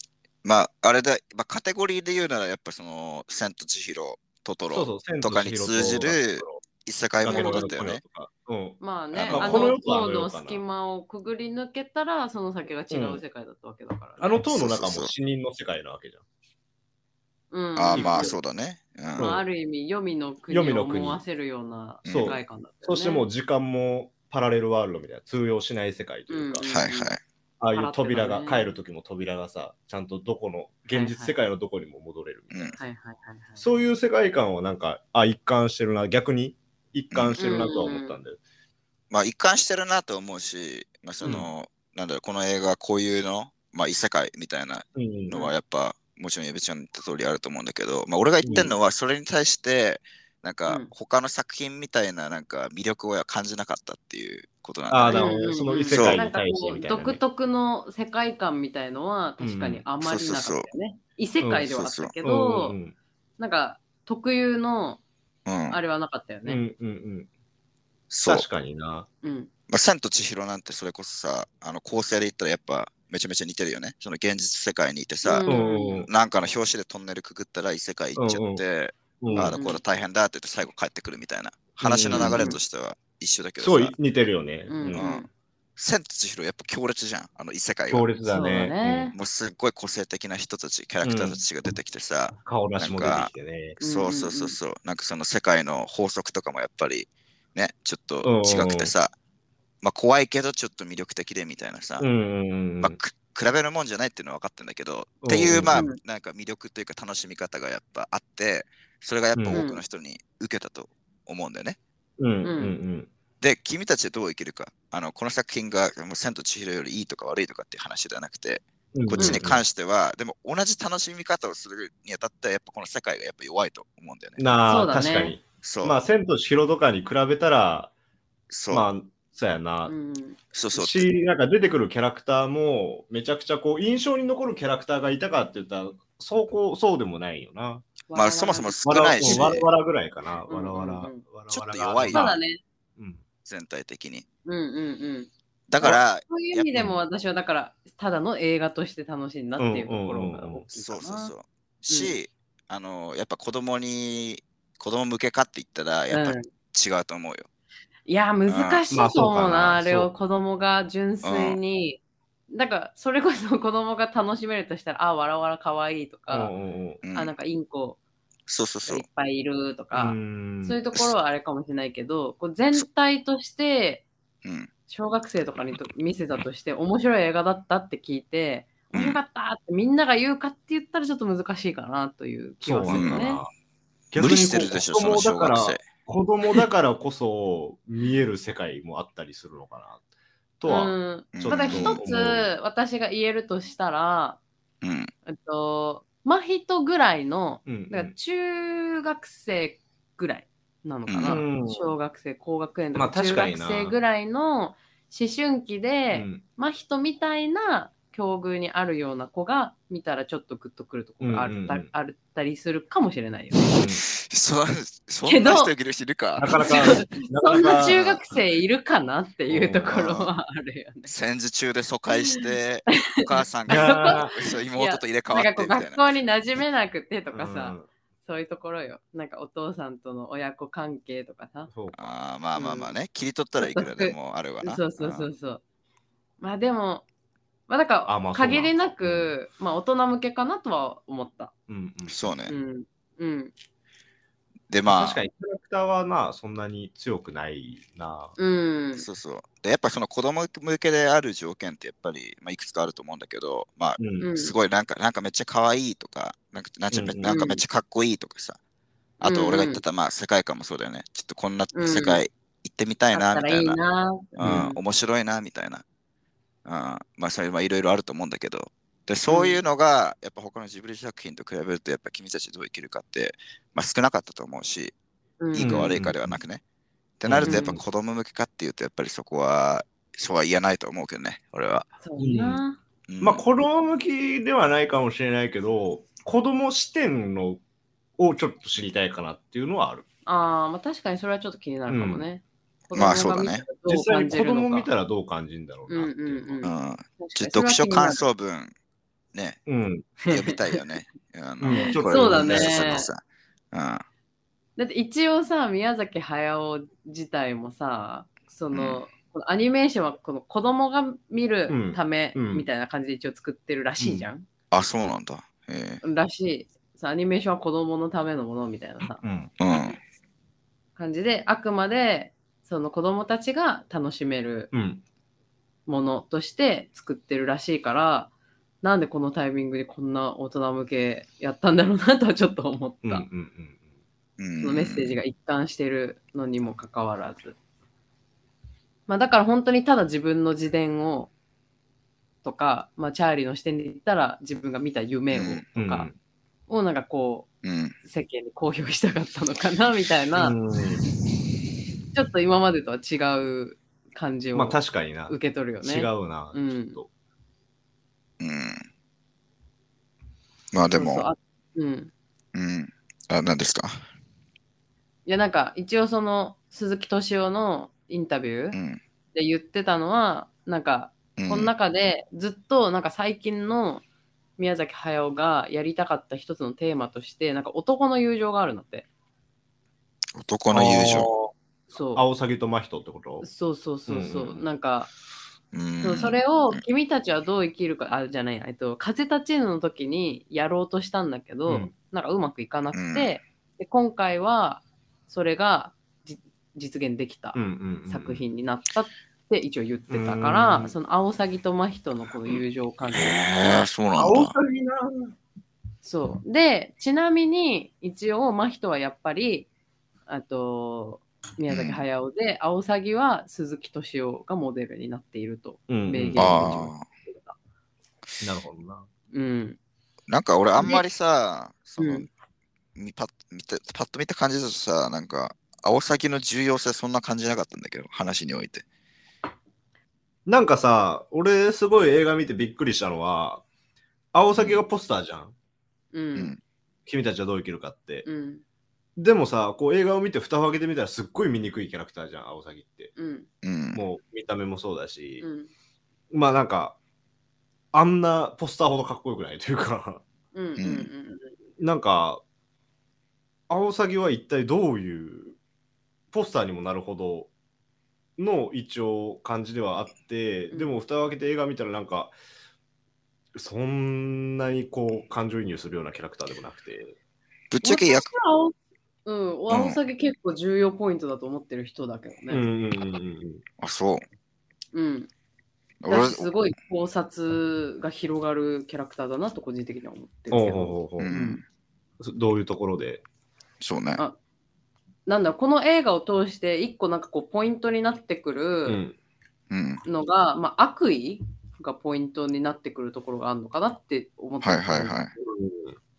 S3: まあ、あれだ、まあ、カテゴリーで言うなら、やっぱその、千と千尋、トトロ、
S2: そうそう、千
S3: とかに通じる異世界
S2: 買
S3: も
S1: い
S3: のだ
S1: 物
S3: ったよね。。
S2: うん。
S1: まあね、
S3: あま
S1: あ
S3: あ
S1: の
S3: この
S2: 世とあ
S1: 塔
S2: の世
S1: の
S2: かな
S1: 隙間をくぐり抜けたら、その先が違う世界だったわけだからね。
S2: あの塔の中
S3: そうそうそ
S2: も
S3: う
S2: 死人の世界なわけじゃん。
S1: うん
S3: ああ、ま
S2: う
S3: あ、
S2: ん
S3: そうだね。うん。
S1: まあある意味、黄泉の国
S2: 黄泉
S1: を
S2: の国
S1: 思わせるような
S3: うん
S1: 世界観だったよね。
S2: そしてもう時間もパラレルワールドみたいな、通用しない世界というか、
S1: うん
S3: はいはい。
S2: ああいう扉
S1: 払っ
S2: が、
S1: てたね
S2: 帰る時も扉がさ、ちゃんとどこの、現実世界のどこにも戻れるみたいな。
S3: うん、
S1: はいはいはいはい。
S2: そういう世界観をなんか、あ、一貫してるな、逆に一貫してるなとは思ったんだよ。
S3: まあ、一貫してるなと思うし、まあ、その、なんだろう、この映画固有の、まあ、異世界みたいな
S2: うん。
S3: のはやっぱもちろんエビちゃんの言った通りあると思うんだけど、まあ、俺が言ってるのはそれに対してなん
S1: う
S3: か
S1: ん
S3: 他の作品みたいななんか魅力を感じなかったっていうことなん
S2: ああ、
S3: だ、
S2: なる
S3: ね
S2: ほどね。その異世界
S1: なん
S2: に
S1: か
S2: 対して
S1: こう
S2: みたいな、ね。
S1: 独特の世界観みたいのは確かにあまりなかったよね。異世界ではあったけ
S2: うん
S1: ど、なんか特有の
S3: うん
S1: あれはなかったよ
S2: うんうん、う
S1: ね。
S2: んうんうん。
S3: そう、
S2: 確かにな。
S1: うん。
S3: まあ、千と千尋なんてそれこそさあの構成で言ったらやっぱめちゃめちゃ似てるよねその現実世界にいてさ
S2: う、ん
S3: なんかの表紙でトンネルくぐったら異世界行っちゃって、
S2: うん
S3: ああだこうだ大変だって言って最後帰ってくるみたいな話の流れとしては一緒だけど
S2: す
S3: さ、
S2: ごい似てるよね。
S1: うん
S2: うん
S3: うん千と千尋やっぱ強烈じゃんあの異世界が
S2: 強烈だ
S1: そうだね
S2: ね。
S3: もうすっごい個性的な人たち、キャラクターたちが出てきてさ、
S2: うん顔なしも出てきてね。
S1: うん
S3: そうそうそうそう、なんかその世界の法則とかもやっぱりね、ちょっと違くてさ、まあ怖いけどちょっと魅力的でみたいなさ、
S2: うんうんうん。
S3: まあく比べるもんじゃないっていうのは分かってんだけど、
S2: うん
S3: っていうまあ
S1: うん
S3: なんか魅力というか楽しみ方がやっぱあって、それがやっぱ多
S1: うん
S3: くの人に受けたと思うんだよね。
S2: うんうんうん。
S3: で、君たちはどう生きるか、あのこの作品がもう千と千尋よりいいとか悪いとかっていう話ではなくて、
S2: うん
S3: こっちに関しては、でも同じ楽しみ方をするにあたっては、やっぱこの世界がやっぱ弱いと思うんだよね。
S2: な
S1: そ
S2: あ、
S1: うだね
S2: 確かに。
S3: そう、
S2: まあ、千と千尋とかに比べたら、
S3: そう、
S2: まあ、そうやな。
S1: うん
S3: そうそう。
S2: し、なんか出てくるキャラクターも、めちゃくちゃこう、印象に残るキャラクターがいたかって言ったら、そうこう、そうでもないよな。
S3: まあ、そもそも少
S2: わら
S3: ないし、
S2: わらわらぐらいかな。
S1: うんう
S2: わ
S1: んう
S2: ら
S1: ん
S2: わら。
S3: ちょっと弱い
S1: そう
S3: よ
S1: だね。
S2: うん
S3: 全体的に。
S1: うんうんうん。
S3: だから、
S1: そういう意味でも私はだから、ただの映画として楽しんだっていうところが大きいか
S3: そ
S1: な。
S3: うそうそう。し、あの、やっぱ子供に、子供向けかって言ったら、やっぱ
S1: うん
S3: 違うと思うよ。
S1: いや、難しいと思うな、
S2: まあそうかな
S1: あれ
S2: そ
S1: を
S2: う
S1: 子供が純粋に。だから、それこそ 子供が楽しめるとしたら、あ、わらわらかわいいと
S2: うん
S1: か、
S2: うんうん
S3: うん
S1: あ、なんかインコ
S3: そうそうそ
S1: が
S3: う
S1: いっ。ぱいいると
S2: う
S1: か、
S2: ん
S1: そういうところはあれかもしれないけど、こう全体として、
S3: うん。
S1: 小学生とかにと見せたとして、面白い映画だったって聞いて、
S3: うん
S1: 面白かったってみんなが言うかって言ったらちょっと難しいかなという気
S2: そう
S1: はす
S2: な
S1: る
S2: んだ
S1: よね。
S2: な。
S3: 無理してるでしょ、
S2: 逆
S3: そ
S2: に
S3: の
S2: こう
S3: 小学生。
S2: 子供だから、子供だからこそ見える世界もあったりするのかな。とは。
S1: うん
S3: うん
S2: ちょっと
S1: ただ
S2: 思
S1: 一
S2: う
S1: つ私が言えるとしたら、
S3: うん。
S1: えっと、真人ぐらいの、
S2: うん
S1: だから中学生ぐらいなのかな、
S2: うん
S1: 小学生、高学園と
S2: まあ
S1: か中
S2: 確かに
S1: 学
S2: な
S1: 生ぐらいの思春期
S2: う
S1: で、
S2: ん
S1: 真人みたいな境遇にあるような子が見たらちょっとグッとくるとこがあった,、
S2: うんうんうん
S1: あったりするかもしれないよね。
S3: そ、そ
S1: け
S3: ん
S1: ど
S3: な人いる人いるか
S2: なかなか、な
S1: そ
S2: か
S1: ん
S2: な
S1: な
S2: か
S1: 中学生いるかなっていうところはあるよね。
S3: 戦時中で疎開して、お母さん
S2: いや
S3: がそう妹と入れ替わ
S1: な
S3: っ
S1: んか
S3: て
S1: こう
S3: みたい
S1: 学
S3: な。
S1: 校に馴染めなくてとかさ、
S2: うん
S1: そういうところよ。なんかお父さんとの親子関係とかさ。
S2: そうか。
S3: あーまあまあまあね、切り取ったらいくらでもあるわな。
S1: そうそうそ
S3: ん
S1: うそう。まあでも、まあだか
S2: あ
S1: ら
S2: まあそうだ
S1: 限りなく、まあ大人向けかなとは思った。
S2: うんうん
S3: そうね
S1: う。ん。うん。
S3: でま
S2: 確かにキャラクターはな、そんなに強くないな。
S1: うん
S3: あ、。そうそう。で、やっぱその子供向けである条件ってやっぱり、まあ、いくつかあると思うんだけど、まあ、
S2: うん
S1: うん
S3: すごいなんか、なんかめっちゃ可愛いとか、なんかなんちゃ
S2: うんうん
S3: なんかめっちゃかっこいいとかさ。あと俺が言ってた、まあ世界観もそうだよね。ちょっとこんな世界行ってみたい
S1: あ
S3: な、
S1: ったら
S3: みた
S1: い
S3: い
S1: い
S3: な。
S1: な。
S3: うん、面白いな、みたいな。あーまあそれまあいろいろあると思うんだけどでそういうのがやっぱ他のジブリ作品と比べるとやっぱ君たちどう生きるかって、まあ、少なかったと思うし
S1: うん
S3: いいか悪いかではなくね、ってなるとやっぱ子供向けかっていうとやっぱりそこはそうは言えないと思うけどね俺は、
S1: そうな。
S3: うん
S2: まあ子供向きではないかもしれないけど、子供視点のをちょっと知りたいかなっていうのはある。
S1: ああ、まあ確かにそれはちょっと気になるかもね。
S3: うんまあそうだね
S2: 実際に子供見
S1: み
S2: た
S1: ら。
S2: らどう感じるんだろうなっていうのは。
S3: うん、ちょっと読書感想文 ね
S2: うん。
S3: 読みたいよねあの
S2: うんちょっと
S3: これ
S2: そうだね
S3: そうそうそううん
S1: だって一応さ宮崎駿自体もさその、
S3: うん
S1: このアニメーションはこの子供が見るため
S2: うんうん
S1: みたいな感じで一応作ってるらしいじゃん、
S3: あ、そうなんだ。え
S1: らしいさアニメーションは子供のためのものみたいなさ
S2: うん。
S3: えうん。
S1: 感じであくまでその子供たちが楽しめる
S2: うん。
S1: ものとして作ってるらしいからなんでこのタイミングでこんな大人向けやったんだろうなとはちょっと思っ
S2: うん。う
S1: た、
S2: ん。
S3: うん
S1: そのメッセージ。が一貫してるのにもかかわらず。まあだから本当にただ自分の自伝をとか、まあチャーリーの視点で言ったら自分が見た夢を
S2: う
S1: と
S2: ん。
S1: かをなんかこ
S3: うん。
S1: う世間に公表したかったのかな みたいな、
S2: うん
S1: ちょっと今までとは違う感じを
S2: まあ確かにな。
S1: 受け取るよね。
S2: 違うな。
S1: うん
S2: ちょっと
S3: うん。まあで
S1: そうそう
S3: も、
S1: あうん。
S3: うん。あ、何ですか
S1: いやなんか一応その鈴木敏夫のインタビュ
S3: う
S1: ー
S3: ん。
S1: で言ってたのは、なんか
S3: うん
S1: この中でずっとなんか最近の宮崎駿がやりたかった一つのテーマとしてなんか男の友情があるんだって
S3: 男の友情。
S1: そ
S2: 青サギと真人ってこと
S1: うそうそうそうそう、
S2: うんうん
S1: なんか、
S3: うん
S1: そうそれを「君たちはどう生きるか」あじゃないえっと「風立ちぬ」の時にやろうとしたんだけど、
S2: うん
S1: なんかうまくいかなくて、
S3: うん
S1: で今回はそれがじ実現できた
S2: うんうんうん
S1: 作。品になったって一応言ってたから、
S2: うん
S1: その青サギと真人のこの友情関係
S3: ええ、そうなん
S2: 青
S3: だ
S2: サ。ギな。
S1: そう。で、ちなみに、一応、真人はやっぱり、あと、宮崎駿で、アオサギは鈴木敏夫がモデルになっていると。
S2: うん
S1: 名言
S3: ああ。
S2: なるほどな。
S1: うん。
S3: なんか俺あんまりさ、そうの
S1: ん、
S3: みパッ見たパッと見た感じだとさ、なんか、青崎の重要性そんな感じなかったんだけど、話において。
S2: なんかさ、俺すごい映画見てびっくりしたのは、青崎がポスターじゃん。
S1: う。
S3: うんん。
S2: 君たちはどう生きるかって
S1: う。ん。
S2: でもさ、こう映画を見て蓋を開けてみたらすっごい醜いキャラクターじゃん、青崎って。
S1: うん。
S3: うん。
S2: もう見た目もそうだし、
S1: うん。
S2: まあなんか、あんなポスターほどかっこよくないというか、
S1: うん。うん。うん
S2: なんか、青崎は一体どういう、ポスターにもなるほどの一応感じではあって、
S1: うん
S2: でも蓋を開けて映画見たらなんか、そんなにこう感情移入するようなキャラクターでもなくて。
S3: ぶっちゃけ役
S1: 私は青うん、アオサギ結構重要ポイントだと思ってる人だけど
S2: うん
S1: ね。
S2: うんうんうん
S3: あ、そう。
S1: うん。
S3: 俺
S1: だし、すごい考察が広がるキャラクターだなと個人的には思ってる
S2: お
S1: け
S2: うほ
S1: ど。
S2: うほうほう
S3: うん。
S2: そどういうところで
S3: そうね。
S1: あなんだろうこの映画を通して一個なんかこうポイントになってくる、
S2: うん
S3: うん。
S1: のが、まあ、悪意がポイントになってくるところがあるのかなって思って
S3: はいはいはい。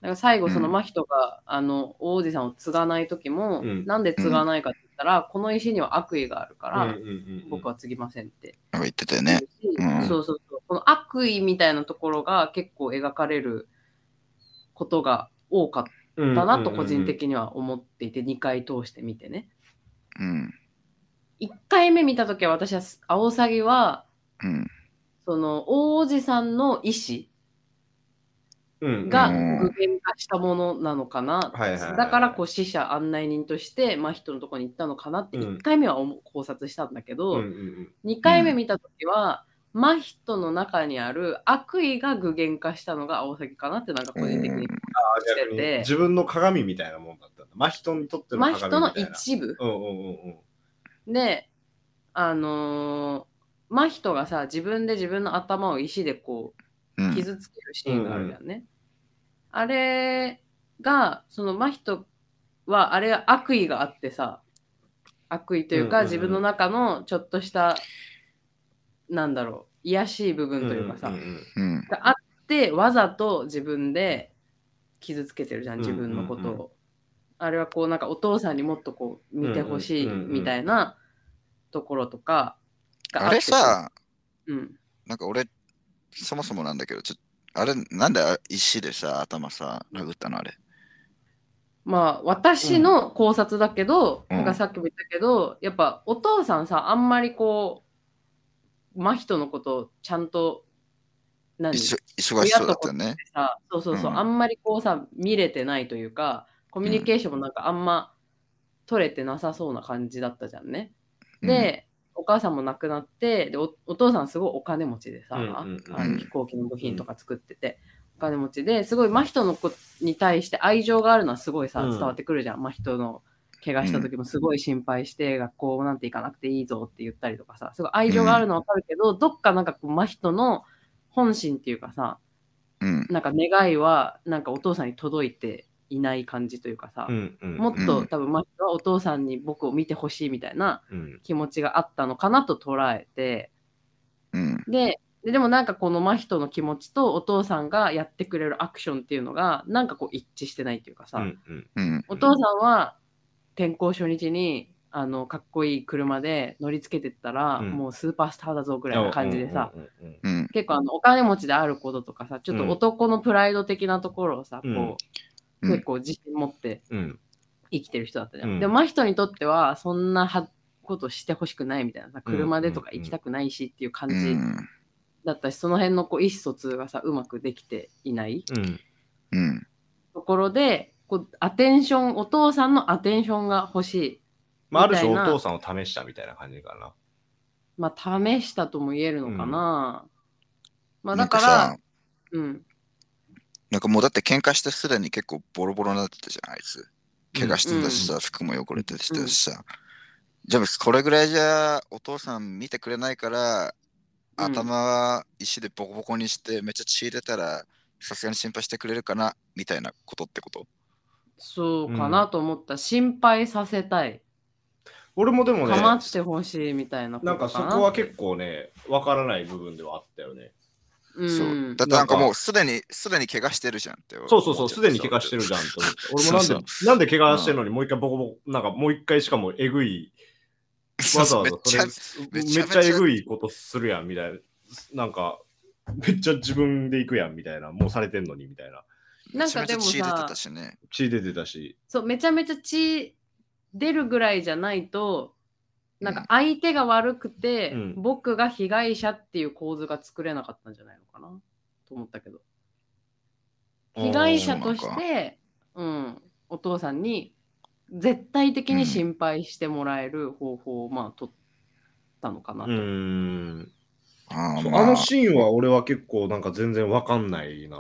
S1: なんか最後その
S3: うん
S1: 真人が、あの王子さんを継がない時も、
S2: うん
S1: なんで継がないかって言ったら、この石には悪意があるか
S2: うん
S1: ら、
S2: うんうんうん
S1: 僕は継ぎませんって
S3: なんか言ってたよね。
S1: 言うし
S3: うん
S1: そうそうそうこの悪意みたいなところが結構描かれることが多かっ
S2: うんうんうん
S1: たなと個人的には思っていて、2回通して見てね
S3: うん。
S1: 1回目見た時は私はアオサギは
S3: うん。
S1: その王子さんの意思
S2: うん
S1: が
S3: うん
S1: 具現化したものなのかな、
S2: はいはいはい
S1: だからこう死者案内人として真人のとこに行ったのかなって
S2: うん
S1: 1回目は思う考察したんだけ
S2: うん
S1: ど、
S2: うんうん
S1: 2回目見た時は真人の中にある悪意が具現化したのが青崎かなってなんか個人的に
S2: あ逆に
S1: してて
S2: 自分の鏡みたいなもんだったんだ。真人にとっての
S1: 真
S2: 鏡みた
S1: 人
S2: いな。
S1: の一部
S2: うんうんうんうん。
S1: であのー真人がさ自分で自分の頭を石でこう
S3: うん。うん
S1: 傷つけるシーンがあるじゃんね。あれが、その真人は、あれは悪意があってさ、悪意というか、
S2: うんうんうん
S1: 自分の中のちょっとした、なんだろう、癒やしい部分というかさ、
S2: んん
S3: うん。
S1: があってわざと自分で傷つけてるじゃん
S2: うんうん
S1: 自
S2: うん
S1: 分のことを、あれはこうなんかお父さんにもっとこう見てほしい
S2: うんうんうんうん
S1: みたいなところとかが
S3: あ
S1: って
S3: れさ、
S1: うん
S3: なんか俺、そもそもなんだけど、ちょあれ、なんであ石でさ、頭さ、殴ったのあれ。
S1: まあ私の考察だけど、
S3: うん
S1: なんかさっきも言ったけどやっぱお父さんさあんまりこう真人のことをちゃんと何
S3: いそ忙しそうだったよね。
S1: さそうそうそう、
S3: うん
S1: あんまりこうさ見れてないというかコミュニケーションもなんかあんま取れてなさそうな感じだったじゃんね。で、お母さんも亡くなってでおお父さんすごいお金持ちでさ、
S2: うんうんうん
S1: あの飛行機の部品とか作ってて、お金持ちですごい真人の子に対して愛情があるのはすごいさ
S2: うん
S1: 伝わってくるじゃん、真人の怪我した時もすごい心配して、学校なんて行かなくていいぞって言ったりとかさすごい愛情があるのはわかるけど、どっかなんかこう真人の本心っていうかさ
S3: うん。うん
S1: なんか願いはなんかお父さんに届いていない感じというかさ、
S2: うんうん
S1: もっと、
S3: うん
S1: 多分真人はお父さんに僕を見てほしいみたいな
S2: うん
S1: 気持ちがあったのかなと捉えて
S3: うん。
S1: でででもなんかこの真人の気持ちとお父さんがやってくれるアクションっていうのがなんかこう一致してないっていうかさ、
S2: うんうん
S3: うん。
S1: お父さんは転校初日にあのかっこいい車で乗りつけてったら、
S2: うん
S1: もうスーパースターだぞぐらいの感じでさ、
S2: うんうんうん
S3: うん。
S1: 結構あのお金持ちであることとかさちょっと男のプライド的なところをさ、
S2: うん
S1: こう
S3: うん
S1: 結構自信持って
S2: うんうん
S1: 生きてる人だったじゃん。
S2: うん
S1: でも真人にとってはそんなはことしてほしくないみたいなさ
S2: うん
S1: 車でとか行きたくないしっていう感
S3: う
S1: じ
S3: ん。
S1: だったし、その辺のこう意思疎通がさうまくできていない
S2: うん
S3: うん。
S1: ところでこうアテンションお父さんのアテンションが欲しい。
S2: まあ、ある種
S1: み
S2: お
S1: たいな
S2: 父さんを試したみたいな感じかな。
S1: まあ試したとも言えるのかな。まあ
S3: な
S1: だ
S3: ん
S1: か
S3: からさ、
S1: うん、
S3: なんかもうだって喧嘩してすでに結構ボロボロになってたじゃん、あいつ。怪我してたしさ、服も汚れてたしさ。じゃあこれぐらいじゃお父さん見てくれないか
S1: う
S3: ら、
S1: ん
S3: 頭石でボコボコにしてめっちゃ血入れたらさすがに心配してくれるかなみたいなことってこと
S1: そうかなと思った、心配させたい。
S2: 俺もでもね
S1: か、まってほしいみたいなこと
S2: なんかそこは結構ね、わからない部分ではあったよね。
S1: うん、
S3: そうだってなんかもうすでにすでに怪我してるじゃんって思っちゃ
S2: そ
S3: っ
S2: う
S3: た。
S2: そうそう、すでに怪我してるじゃんと思って。俺もなんで、
S3: そう
S2: なんで怪我してるのにもう一回ボコボコ、なんかもう一回しかもえぐい、
S3: そう
S2: わざわざ
S3: めっ
S2: そ
S3: ち
S2: れ
S3: ゃ、
S2: め
S3: め
S2: っ
S3: ちゃめち
S2: ち
S3: ゃ
S2: ゃえぐいことするやんみたいな。なんか、めっちゃ自分で行くやんみたいな。もうされてんのにみたいな。
S1: な
S3: め
S1: ん
S3: ちゃ
S1: か
S3: めち
S1: で
S3: ゃ
S1: も
S3: 血出て
S1: さ
S3: たしね。
S2: 血出てたし。
S1: そうめちゃめちゃ血出るぐらいじゃないとなんか相手が悪くて、
S2: うん
S1: 僕が被害者っていう構図が作れなかったんじゃないのかなと思ったけど被害者と
S3: そう
S1: し
S3: な
S1: てうんお父さんに絶対的に心配してもらえる方法を、まあ取ったのかな
S2: う
S1: と、
S2: ーん。
S3: あ
S2: そ
S3: ー
S2: う
S3: まあ
S2: あのシーンは俺は結構なんか全然わかんないな。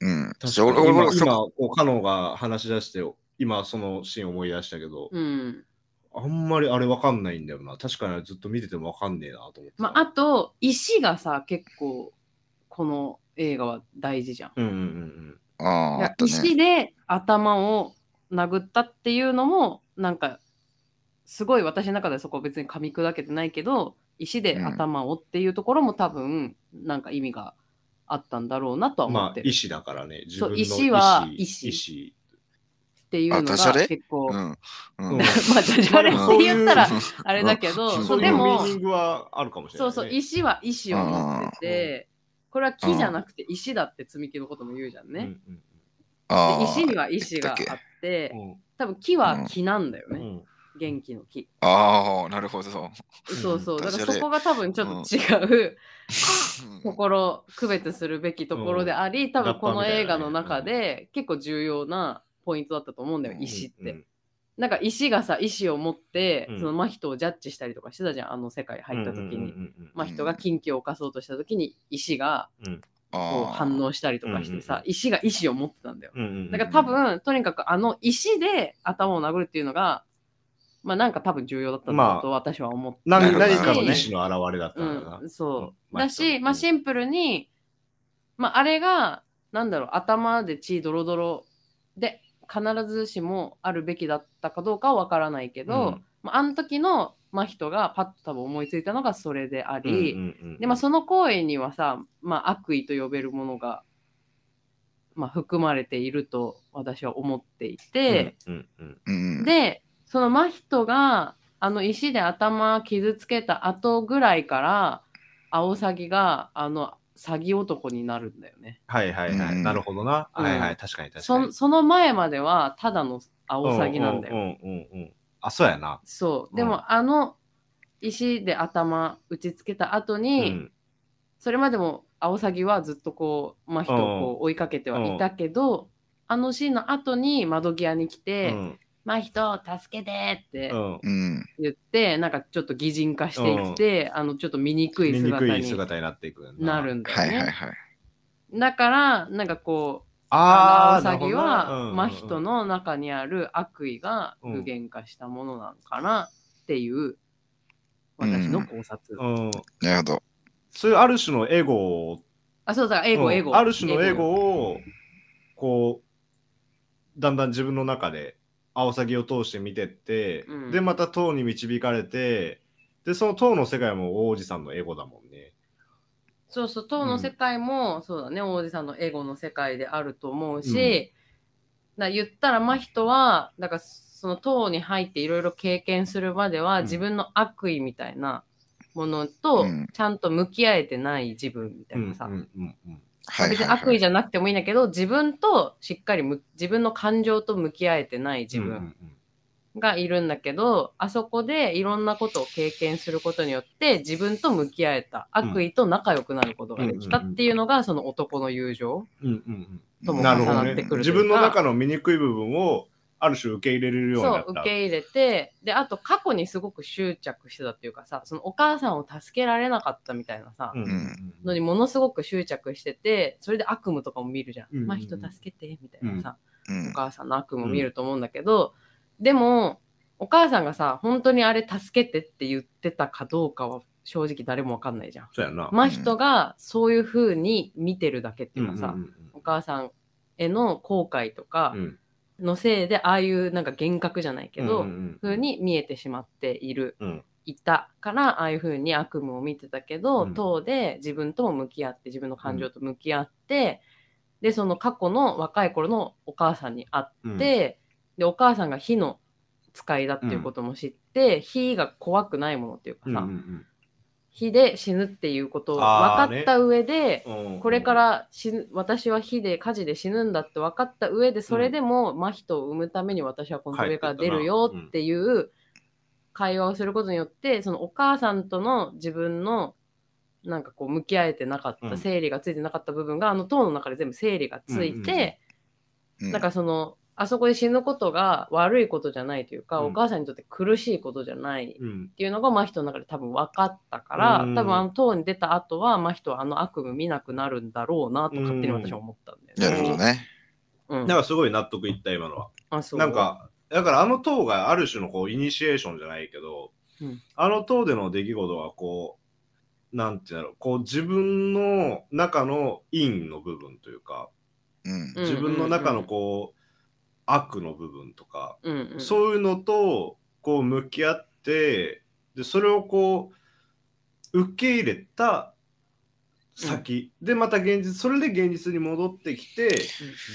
S3: うん。
S2: 確
S3: そう俺俺
S2: か
S3: 俺
S2: に
S3: そ
S2: 今、
S3: こ
S2: こう、カノが話し出して、今そのシーン思い出したけど、
S1: うん、
S2: あんまりあれわかんないんだよな。確かにずっと見ててもわかんねえなと思ってた。
S1: まあ、あと石がさ結構この映画は大事じゃん。
S2: うんうんうん
S3: あああったね。
S1: 石で頭を殴ったっていうのもなんかすごい私の中でそこは別に噛み砕けてないけど石で頭をっていうところも多分なんか意味があったんだろうなとは
S2: うん。
S1: 思
S2: ま
S1: っ
S2: あ
S1: て、る
S2: 医師だからね。自
S1: そう
S2: 分の
S1: 意思は
S2: 意
S1: 意
S2: 思
S1: 思
S2: 意
S1: っていうの
S3: あダジャ
S1: が
S3: レ
S1: 結構、
S3: う
S1: ま
S3: ん。う
S2: 思
S3: ん
S2: うん
S1: あダジャレって言ったら
S3: うん
S1: あれだけど、
S3: うん
S2: 思。
S1: そ
S2: そうう
S1: で
S2: いうミー
S1: も
S2: ニングはあるかもしれない、
S1: そう
S2: ね。
S1: そう石は石を持っててこれは木じゃなくて石だって積み木のことも言うじゃんね。
S2: うん
S3: あ
S1: で
S3: ー
S1: 石には石があって
S2: うん
S1: 多分木は木なんだよ
S2: う
S1: ね、
S2: んうん
S1: 元気の木、
S3: あー、なるほど。
S2: うん
S1: そうそうだ
S3: ダ
S1: か
S3: ジャ
S1: ら
S3: レ
S1: そこが多分ちょっと違うと
S3: うん
S1: ころ区別するべきところであり、多分この映画の中で結構重要なポイントだったと思うんだよ、
S3: うん
S1: 石って、
S2: うん
S1: なんか石がさ石を持って、
S2: うん
S1: その真人をジャッジしたりとかしてたじゃんあの世界入った時に、
S2: うんうんうんうん
S1: 真人が禁忌を犯そうとした時に石がこ
S3: あ
S1: う
S3: ー
S1: 反応したりとかしてさ、
S2: うんうん
S1: 石が石を持ってたんだよ
S2: うんうんうん
S1: だから多分、とにかくあの石で頭を殴るっていうのが、まあなんか多分重要だったんだと私は思って、
S2: な
S3: なるほど
S2: 何かの意思の表れだったんだな。
S1: うん、そうう。
S2: ん
S1: だし、まあシンプルに、まああれが、なんだろう、頭で血ドロドロで、必ずしもあるべきだったかどうかはわからないけど、
S2: うん
S1: まあ、あの時の真人がパッと多分思いついたのがそれであり、
S2: うんうんうん
S1: でまあ、その行為にはさ、まあ、悪意と呼べるものが、まあ、含まれていると私は思っていて、
S2: うんうん
S3: うん。
S1: でその真人があの石で頭傷つけた後ぐらいからアオサギがあの詐欺男になるんだよね。
S2: はいはいはい、
S3: うん
S2: なるほどな、
S1: うん
S2: はいはい確かに確かに
S1: そその前まではただのアオサギなんだよ。
S2: うんうんうんうんあそうやな
S1: そう
S2: うん
S1: でも、あの石で頭打ちつけた後
S2: う
S1: に、
S2: ん
S1: それまでもアオサギはずっとこう、まあ、人をこう追いかけてはいたけど、あのシーンの後に窓際に来
S2: う
S1: て
S2: ん
S1: 「まあ人助けて」って
S2: うん
S3: うん。
S1: 言って、なんかちょっと擬人化していって、あのちょっと醜い姿
S2: 醜い
S1: に
S2: 姿になっていくんだ
S1: なるんだよ
S3: は
S1: ね。
S3: いはいはい。
S1: だからなんかこう
S2: あ
S1: あ
S2: ー
S1: のアオサギ
S2: なるほど
S1: は
S2: な
S1: 真
S2: うんうんう
S1: 人
S2: ん
S1: の中にある悪意が具現化したものなのかなっていう私の考察。
S2: うん
S3: なるほど。
S2: そういうある種のエゴを
S1: あそうだエゴ
S2: うん
S1: エゴ。
S2: ある種のエゴをこうだんだん自分の中でアオサギを通して見てって、
S1: うん
S2: でまた塔に導かれてでその塔の世界も王子さんのエゴだもんね。
S1: そうそう、塔の世界も、そうだね、王子さんのエゴの世界であると思うし、だ言ったら真人は、だからその塔に入っていろいろ経験するまで
S2: う
S1: は、
S2: ん
S1: 自分の悪意みたいなものと
S3: うん、
S1: ちゃんと向き合えてない自分みたいなさ。
S2: うんうんうん
S3: はいはい
S1: 別に
S3: はい。
S1: 悪意じゃなくてもいいんだけど、自分としっかりむ自分の感情と向き合えてない自
S2: うんう
S1: 分
S2: んうん
S1: がいるんだけど、あそこでいろんなことを経験することによって自分と向き合えた悪意と仲良くなることができたっていうのが、その男の友情
S2: うんうん
S1: と
S2: う
S1: も
S2: ん
S1: 重
S2: なるほど
S1: なって
S2: ね
S1: くるというか
S2: 自分の中の醜い部分をある種受け入れれるようにな
S1: そ
S2: っ
S1: う受
S2: た。
S1: け入れてであと過去にすごく執着してたっていうかさそのお母さんを助けられなかったみたいなさ、
S2: うんうんう
S1: の
S2: ん
S1: にものすごく執着しててそれで悪夢とかも見るじゃん、
S2: うん
S1: まあ人助けてみたいなさ、
S3: うん
S1: お母さんの悪夢を見ると思うんだけど、でもお母さんがさ本当にあれ助けてって言ってたかどうかは正直誰もわかんないじゃん。
S2: そうやな。
S1: 真人がそういう風に見てるだけっていうかさ、
S2: うんうんうん
S1: お母さんへの後悔とか
S2: うん
S1: のせいでああいうなんか幻覚じゃないけど、
S2: うんうんうん
S1: 風に見えてしまっている、
S2: うん
S1: いたからああいう風に悪夢を見てたけど、
S2: うん
S1: 塔で自分とも向き合って自分の感情と向き合って、でその過去の若い頃のお母さんに会って、でお母さんが火の使いだっていうことも知って、火が怖くないものっていうか
S2: う
S1: さ、
S2: んうん
S1: 火で死ぬっていうことを
S2: あー
S1: 分
S2: ね
S1: かった上で、
S2: うん
S1: これから死ぬ私は火で火事で死ぬんだって分かった上でそれでも真人を生むために私はこの上から出るよっていう会話をすることによってそのお母さんとの自分のなんかこう向き合えてなかっ
S2: うん
S1: た整理がついてなかった部分があの塔の中で全部整理がついて
S3: うん
S1: なんかそのあそこで死ぬことが悪いことじゃないというか
S2: うん
S1: お母さんにとって苦しいことじゃない
S2: うん
S1: っていうのが真人の中で多分分かったから、
S2: うん
S1: 多分あの塔に出た後は真人はあの悪夢見なくなるんだろうなと勝手に私は思ったんだよね。
S3: なるほどね。
S1: うん
S2: なんかすごい納得いった今のは。
S1: あそう
S2: なんか、だからあの塔がある種のこう、イニシエーションじゃないけど、
S1: うん
S2: あの塔での出来事はこう、なんていうんだろう、こう自分の中の陰の部分というか、
S3: うん
S1: う。ん
S2: 自分の中のこう、悪の部分とか、
S1: うんうん、
S2: そういうのとこう向き合ってでそれをこう受け入れた先、でまた現実それで現実に戻ってきて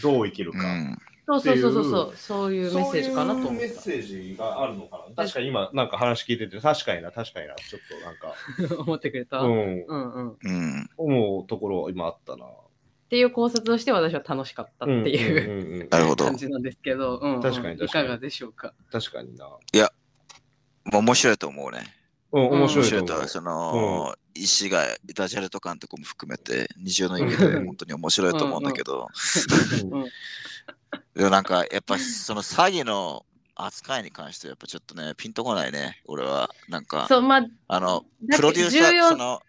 S2: どう生きる
S3: う
S2: か、
S3: ん。
S1: そうそうそうそうそ
S2: っていう
S1: うそういうメッセージかなと思
S2: そういうメ
S1: っ
S2: ッ
S1: た
S2: セージがあるのかな確かに今なんか話聞いてて確かにな確かになちょっとなんか
S1: 思ってくれた、
S2: う
S1: うん
S2: ん
S1: うん、っ
S3: うん。
S2: 思うところは今あったな
S1: ていう考察をして私は楽しかったっていう、
S2: うんうんうんうん
S3: なるほど
S1: 感。じなんですけど、うんうん
S2: 確かに確かに
S1: いかがでしょうか。
S2: 確かにな
S3: 面白いと思うね。
S2: うん面白い
S3: 面
S2: と
S3: 白い
S2: 思
S3: と
S2: う
S3: は、その、石がダジャレとかんとこも含めて、二重の意味で本当に面白いと思うんだけど、
S1: うん
S3: でもなんか、やっぱその詐欺の扱いに関して、やっぱちょっとね、ピンとこないね、俺は。なんか、
S1: そうまあ
S3: あの、
S1: だ
S3: プロデューサ
S1: 重
S3: ー、
S1: 要
S3: その、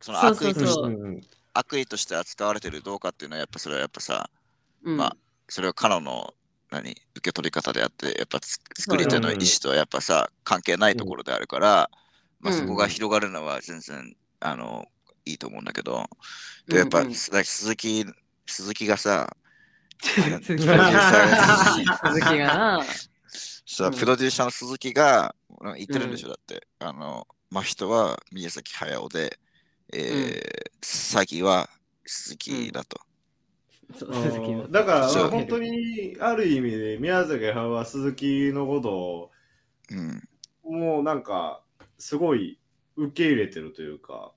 S3: その悪意と
S1: そう
S3: し
S1: そう
S2: うんうんうん
S3: 悪意として扱われてるどうかっていうのは、やっぱそれはやっぱさ、
S1: うん
S3: まあそれは彼の何受け取り方であって、やっぱつ作り手の意思とはやっぱさ、関係ないところであるから、まあ、
S1: うん
S3: そこが広がるのは全然、あのいいと思うんだけど、でやっぱ、
S1: うんうん
S3: すだ鈴木鈴木がさ、
S1: 鈴木
S3: プロデューサーが
S1: がな、
S3: さ
S1: うん
S3: プロデューサーの鈴木が言ってるんでしょ、だって。あの、真人は宮崎駿で、えー詐欺は鈴木だと。
S1: そう
S2: うん
S1: 鈴木の
S2: だから、
S3: そう
S2: 本当にある意味で宮崎駿は鈴木のことを
S3: うん。
S2: もうなんかすごい受け入れてるというか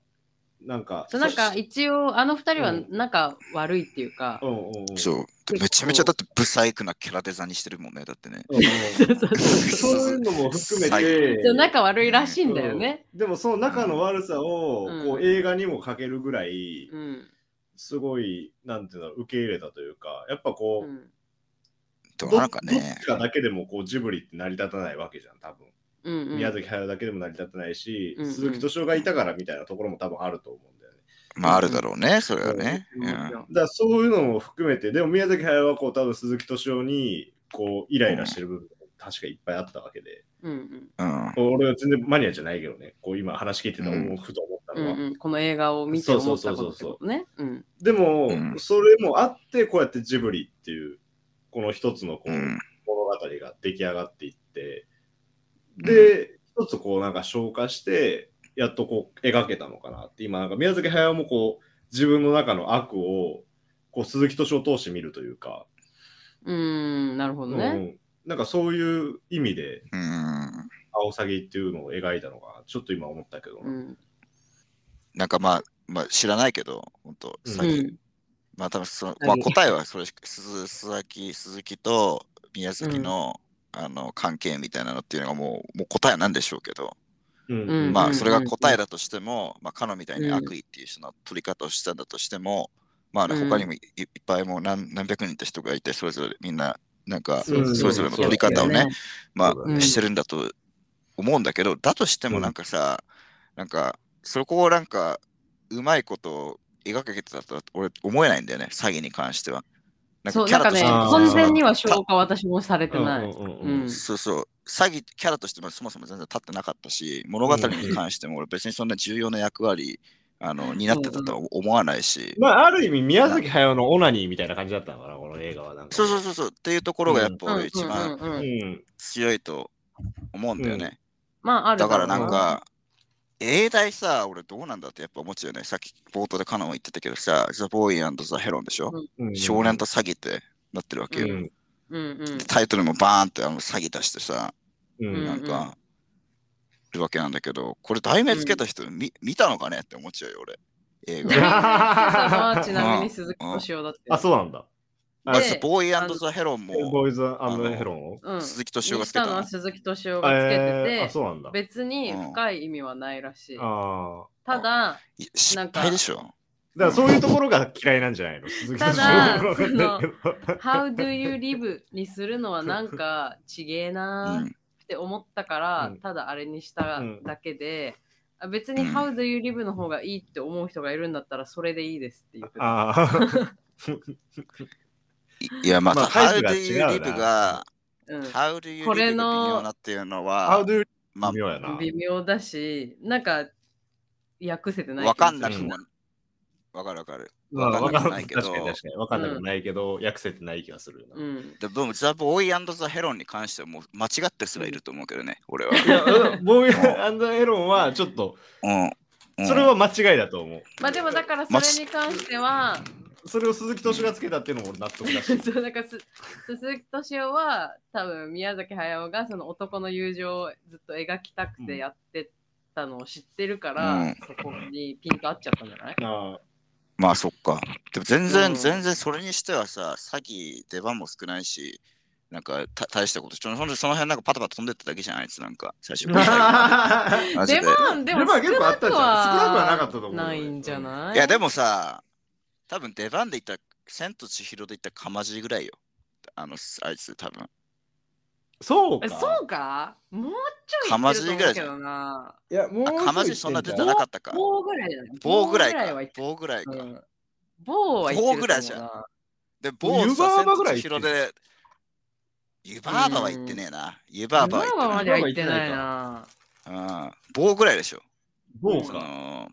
S2: なんか
S1: そうなんか一応あの二人は
S2: うん
S1: 仲悪いっていうか、
S2: うんうんうん
S3: そう。
S1: 結構
S3: めちゃめちゃだってブサイクなキャラデザにしてるもんね、だってね。
S2: うんうん
S1: そうそうそ
S2: そういうのも含め
S3: 最
S2: て
S1: うそう仲悪いらしいんだよね。
S2: でもその仲の悪さを
S1: うん
S2: こう映画にもかけるぐらい
S1: うん。
S2: すごいなんていうの受け入れたというかやっぱ
S1: う。
S2: こうん
S3: でも
S2: ど
S3: な
S2: ど
S3: ん
S2: っ
S3: かね
S2: ち、かだけでもこうジブリって成り立たないわけじゃん多分
S1: うんうん
S2: 宮崎駿だけでも成り立たないし、
S1: うんうん
S2: 鈴木敏夫がいたからみたいなところも多分あると思うんだよね。
S3: まああるだろうね、それはね。
S1: うん
S3: うん。
S2: だからそういうのも含めて、でも宮崎駿はこう多分鈴木敏夫にこうイライラしてる部分も確かいっぱいあったわけで、
S1: うん
S3: うん。
S2: こう俺は全然マニアじゃないけどね、こう今話聞いてた
S3: うん
S2: 思うふと思った
S1: うん
S2: のは。
S1: うんこの映画を見て思ったことってことね。うん
S2: でも、
S3: うん
S2: それもあって、こうやってジブリっていう、この一つのこう、
S3: うん。
S2: 物語が出来上がっていって、で、一つこうなんか消化して、やっとこう描けたのかなって、今なんか宮崎駿もこう自分の中の悪をこう鈴木敏夫を通して見るというか、
S1: うん、なるほど
S2: う
S1: ね。
S2: ん、なんかそういう意味で、
S3: うん。
S2: アオサギっていうのを描いたのが、ちょっと今思ったけどな、
S1: うん。
S3: なんかまあ、まあ知らないけど、本当
S2: うん
S3: 詐
S1: う
S3: 欺
S1: ん。
S3: まあ多分その、
S1: 何
S3: まあ、答えはそれし鈴鈴木鈴木と宮崎の,、あの関係みたいなのっていうのがもうもう答えなんでしょうけど、
S2: うん
S1: うん
S3: まあそれが答えだとしても、まあ、彼のみたいに
S1: うん
S3: 悪意っていう人の取り方をしたんだとしても、まあ、ね、
S1: うん
S3: 他にもいいっぱいもう何何百人って人がいてそれぞれみんななんかそ
S2: そうそう
S3: れぞれの取り方をね、ま
S2: そう
S1: だね
S3: あ、してるんだと思うんだけど、だとしても
S2: うん
S3: なんかさ、なんか、そこをなんか、うまいことを描けてたとは俺思えないんだよね、詐欺に関しては。なん
S1: そ
S3: か
S1: う、
S3: キャ
S1: なんか
S3: ラと
S1: ね、
S3: しても
S2: あー
S1: 完全には
S3: その
S1: 消化私もされてな
S2: うん
S1: い。
S2: うんう
S1: うん
S2: ん
S3: そうそう、詐欺キャラとしてもそもそも全然立ってなかったし、物語に関しても俺別にそんな重要な役割、あの、担ってたとは思わないし、
S2: まあ、ある意味、宮崎駿のオナニーみたいな感じだったのかな、この映画はなんか。
S3: そうそうそうそう、っていうところがやっぱ
S1: うん
S3: 俺一番
S1: うんうんうん
S2: ん。
S3: 強いと思うんだよね。
S1: まあ、ある
S3: だから
S1: ろ
S3: な
S1: うん
S3: か、英大さ、俺どうなんだってやっぱ思っちゃうよね。さっき冒頭でカノンも言ってたけどさ、ザ・ボーイザ・ヘロンでしょ、
S2: うん
S3: 少年と詐欺ってなってるわけ
S2: う
S3: よ。
S2: ん。
S1: うんうん
S3: でタイトルもバーンってあの詐欺出してさ、
S2: う
S1: うん
S2: ん
S3: なんか、いるわけなんだけど、これ題名つけた人、み見たのかねって思っちゃうよ、俺。 映
S1: ちなみに
S3: 画。
S1: 作ったのはちなみに鈴木敏夫だって。
S2: あ、そうなんだ。
S1: で
S3: あ、ザ・ボーイザ・ヘロンも
S2: ボーイズヘロンを
S1: うん。
S3: 鈴木敏夫がつ
S1: し
S3: け
S1: た
S3: た
S1: の
S3: の
S1: は。鈴木敏夫
S2: あ
S1: がつけ
S2: えーあ、
S1: てて、
S2: そうなんだ。
S1: 別に深い意味はないらしい。
S2: ああ。
S1: ただ、
S3: い失敗でしょ。
S2: だからそういうところが嫌いなんじゃないの鈴木敏
S1: た
S2: 夫
S1: だ
S2: わかんないけど
S1: How do you live にするのはなんかちげえ
S3: う
S1: なーっ
S3: ん。
S1: て思ったから、
S2: うん
S1: ただあれにしただけで、あ別に
S3: うん
S1: How do you live の方がいいって思う人がいるんだったらそれでいいですって言ってた。
S2: ああ。
S3: いいや、ま
S2: ま
S3: た、
S2: あタ
S3: ハウ
S2: イプ
S3: デ
S2: が違
S3: ィ・
S2: う
S3: リ
S2: な
S3: ブが、
S1: うん
S3: ハウディ・リブ
S1: こ
S3: が
S1: れ
S3: 微
S1: の
S3: 妙なっていうのは、
S2: How do you
S3: まあ
S2: 微妙やな。
S1: 微妙だし、なんか訳せてない。
S3: わかんなく
S2: い
S3: も、わかるわかる。
S2: まあ、わ
S3: わか
S2: か
S3: ん
S2: ん
S3: な
S2: な
S3: く
S2: く
S3: な
S2: ないい
S3: け
S2: けど。確
S3: ど
S2: かに確かに。わかんなくないけど、訳せてない気がするな。
S1: うん。
S3: ででも、ザ・ボーイザ・ヘロンに関してはもう間違ってすらいると思うけどね、俺は。
S2: いや、うんボーイヘロンはちょっと、
S3: うん。
S2: それは間違いだと思う。
S1: まあでもだからそれに関しては、
S2: それを鈴木敏夫がつけたっていうのも俺納得だし。
S1: そうなんかす鈴木敏夫は多分宮崎駿がその男の友情をずっと描きたくてやってたのを知ってるから、
S3: うん
S1: そこにピンと合っちゃったんじゃない
S2: ああ
S3: うん。まあ、そっか。でも、全
S1: う
S3: 然、
S1: ん
S3: 全然、それにしてはさ、詐欺、出番も少ないし、なんか、た大したこと、ちょほんとその辺なんかパタパタ飛んでっただけじゃん、あいつなんか、最初から。 マジ
S1: 出
S3: で
S1: 番でも
S2: 出番
S1: 少
S2: 結構あ
S1: な
S2: った
S1: く
S2: じゃん少なくは
S1: は
S2: なかったと思うよ
S1: ないんじゃない
S3: いや、でもさ、多分出番で言ったら、千と千尋で言ったらかまじりぐらいよ。あの、あいつ、多分。
S2: そう
S1: え
S2: か。
S1: そうかもうちょい行ってると思うけどな。
S2: いや、もう
S3: あ、
S2: ちょい
S3: かまじりそんな出てなかったか。
S1: 棒ぐらいじゃない
S3: 棒ぐらい
S1: は行っ
S3: か
S1: て。る
S3: 棒ぐらいか。
S1: うん棒は行ってると思うな
S3: 棒ぐらいじゃんで、
S2: もう
S3: ボー
S2: 湯
S3: ズは
S2: 婆婆
S3: 千と
S2: ぐらい
S3: 千尋で、湯婆婆は言ってねえな。湯婆婆は
S1: 今
S3: 言
S1: まで
S3: って
S1: は行ってないな。
S3: ない。うん。棒ぐらいでしょ。
S2: そう
S3: そ
S2: か。
S3: のだか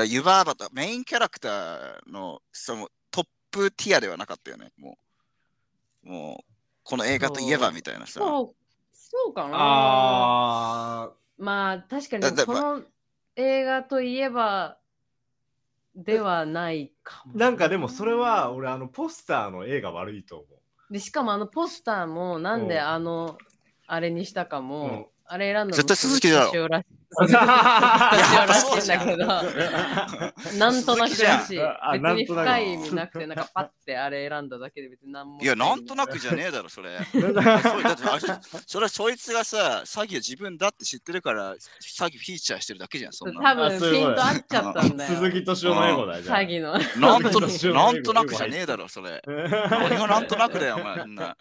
S3: ら湯婆婆とメインキャラクターのそのトップティアではなかったよね。もう、もうこの映画といえばみたいなさ。
S1: そうそうかな
S2: あ
S1: まあ確か
S3: だだ
S1: にこの映画といえばではないかも
S2: ーなんかでもそれは俺あのポスターの絵が悪いと思う。
S1: でしかもあのポスターもなん
S2: う
S1: で
S2: ん
S1: あのあれにしたかも、
S2: うん
S1: あれ選んだの
S3: 絶対鈴木だろ
S1: 敏夫らし
S3: いや
S1: ら
S3: そ
S1: し
S3: う
S1: いん
S3: じゃ
S1: だ
S3: ん
S1: けど なんとなくらしい
S2: 鈴木じゃんあ
S1: 別
S2: なん
S1: に
S2: となく
S1: 深い意味なくてなんかパッてあれ選んだだけで別に何も
S3: いや、なんとなくじゃねえだろ、それ。 そうだってあれそれはそいつがさ、詐欺を自分だって知ってるから、詐欺フィーチャーしてるだけじゃん、そんな
S1: 多
S3: の。
S2: あ
S1: 分
S2: そういう
S1: ピン
S2: こと
S1: と合っちゃったんだよ
S2: 鈴木敏夫のエゴだじゃあ
S1: 詐欺の
S3: なんと
S2: 多分
S3: なんとなくじゃねえだろ、それ。何がなんとなくだよ、お前。そんな、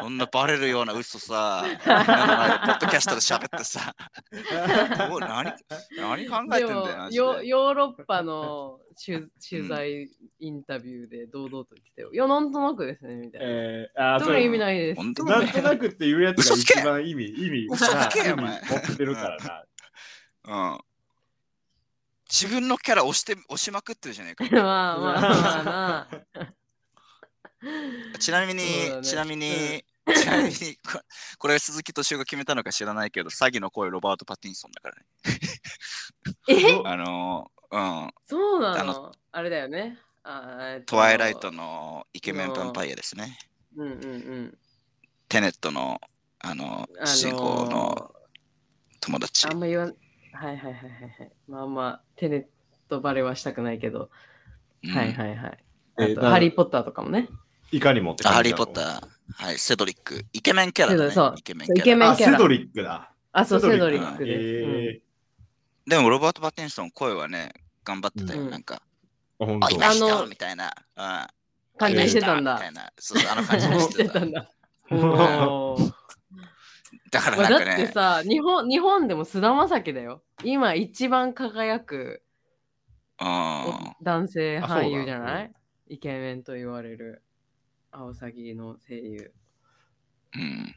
S3: そんなバレるような嘘さ、みんなの前でポッドキャストで喋ってさ、おい何何考え
S1: で
S3: てんだよ
S1: も
S3: マジで、
S1: ヨヨーロッパの取取材インタビューで堂々と言ってたよ。いや、なんとなくですね、みたいな。
S2: えー、あー
S1: ど
S2: そうう
S1: いう意味ないです。
S3: 本当
S2: な
S3: だ
S2: ん
S3: ね
S2: となくっていうやつが
S3: 嘘つけ
S2: 一番意味、意味、
S3: 嘘つけよお
S2: な
S3: 前
S2: 意味持ってるからな。
S3: うん。自分のキャラ押して押しまくってるじゃね えか。
S1: まあまあまあまあ。
S3: ちなみに
S1: そうだ、ね
S3: ちなみに、ちなみに、ここれ鈴木敏夫が決めたのか知らないけど、詐欺の声ロバート・パティンソンだからね。
S1: え
S3: あのー、うん、
S1: そうな
S3: あ
S1: のあれだよね。あーえっと
S3: トワイライトのイケメンヴァンパイアですね。
S1: うんうんうん。
S3: テネットの、あの
S1: あのー
S3: 主人公の友達
S1: あ。んま言わん。はいはいはいはいはい。まあまあ、テネットバレはしたくないけど。
S3: うん
S1: はいはいはい。
S2: えー
S1: あと、
S2: だ
S1: ハリー・ポッターとかもね。
S2: いかにもって
S3: あ
S2: 感じ
S3: ハリー・ポッ
S2: ー。
S3: ター、はい、セドリック。イケメンキャラだ、ね。
S1: セドそう
S3: イケメン
S1: そうイ
S3: キ
S1: ケ
S3: ャラ。
S1: メン
S2: あ、
S1: キャ
S2: セ
S1: ラ
S2: ド。リックだ。
S1: あ、そう、セ
S2: セ
S1: ド
S2: ド
S1: リ
S2: リ
S1: ッ
S3: ッ
S1: ク
S3: ク
S1: です。うん
S2: え
S3: でもロバート・パティンソン声はね、頑張ってたよ。
S1: うん
S3: なんか、
S2: ー、本
S3: あ、いまし
S1: あ
S3: た
S1: の
S3: みたいな。うん
S1: 感じしてたん
S3: み
S1: だ
S3: た。いな。そうそう、あの感じがして た。
S1: だ。
S2: 当。
S1: おー
S3: だから
S1: まあ
S3: な
S1: だ
S3: んか
S1: って
S3: ね、
S1: さ日本日本でも菅田将暉だよ今一番輝く
S3: うん。
S1: 男性
S2: あそうだ
S1: 俳優じゃない、イケメンと言われる青サギの声優
S3: うん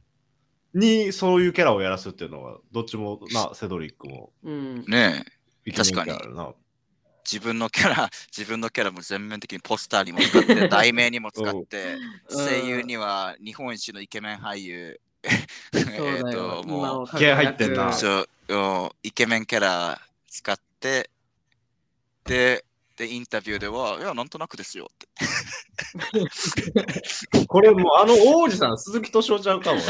S2: に、そういうキャラをやらすっていうのは、どっちも、な、セドリックも、
S1: うん
S3: ねえ、
S2: イケメンキャラだな。
S3: 自分のキャラ、自分のキャラも全面的にポスターにも使って、題名にも使って、
S1: うん
S3: 声優には日本一のイケメン俳優、
S1: そうだよ、
S3: もう
S1: 今を輝く
S2: 気合入ってんな
S3: そううんイケメンキャラ使って、で、で、インタビューでは、いや、なんとなくですよって。
S2: これもう、あの王子さん、鈴木敏夫ちゃうか も。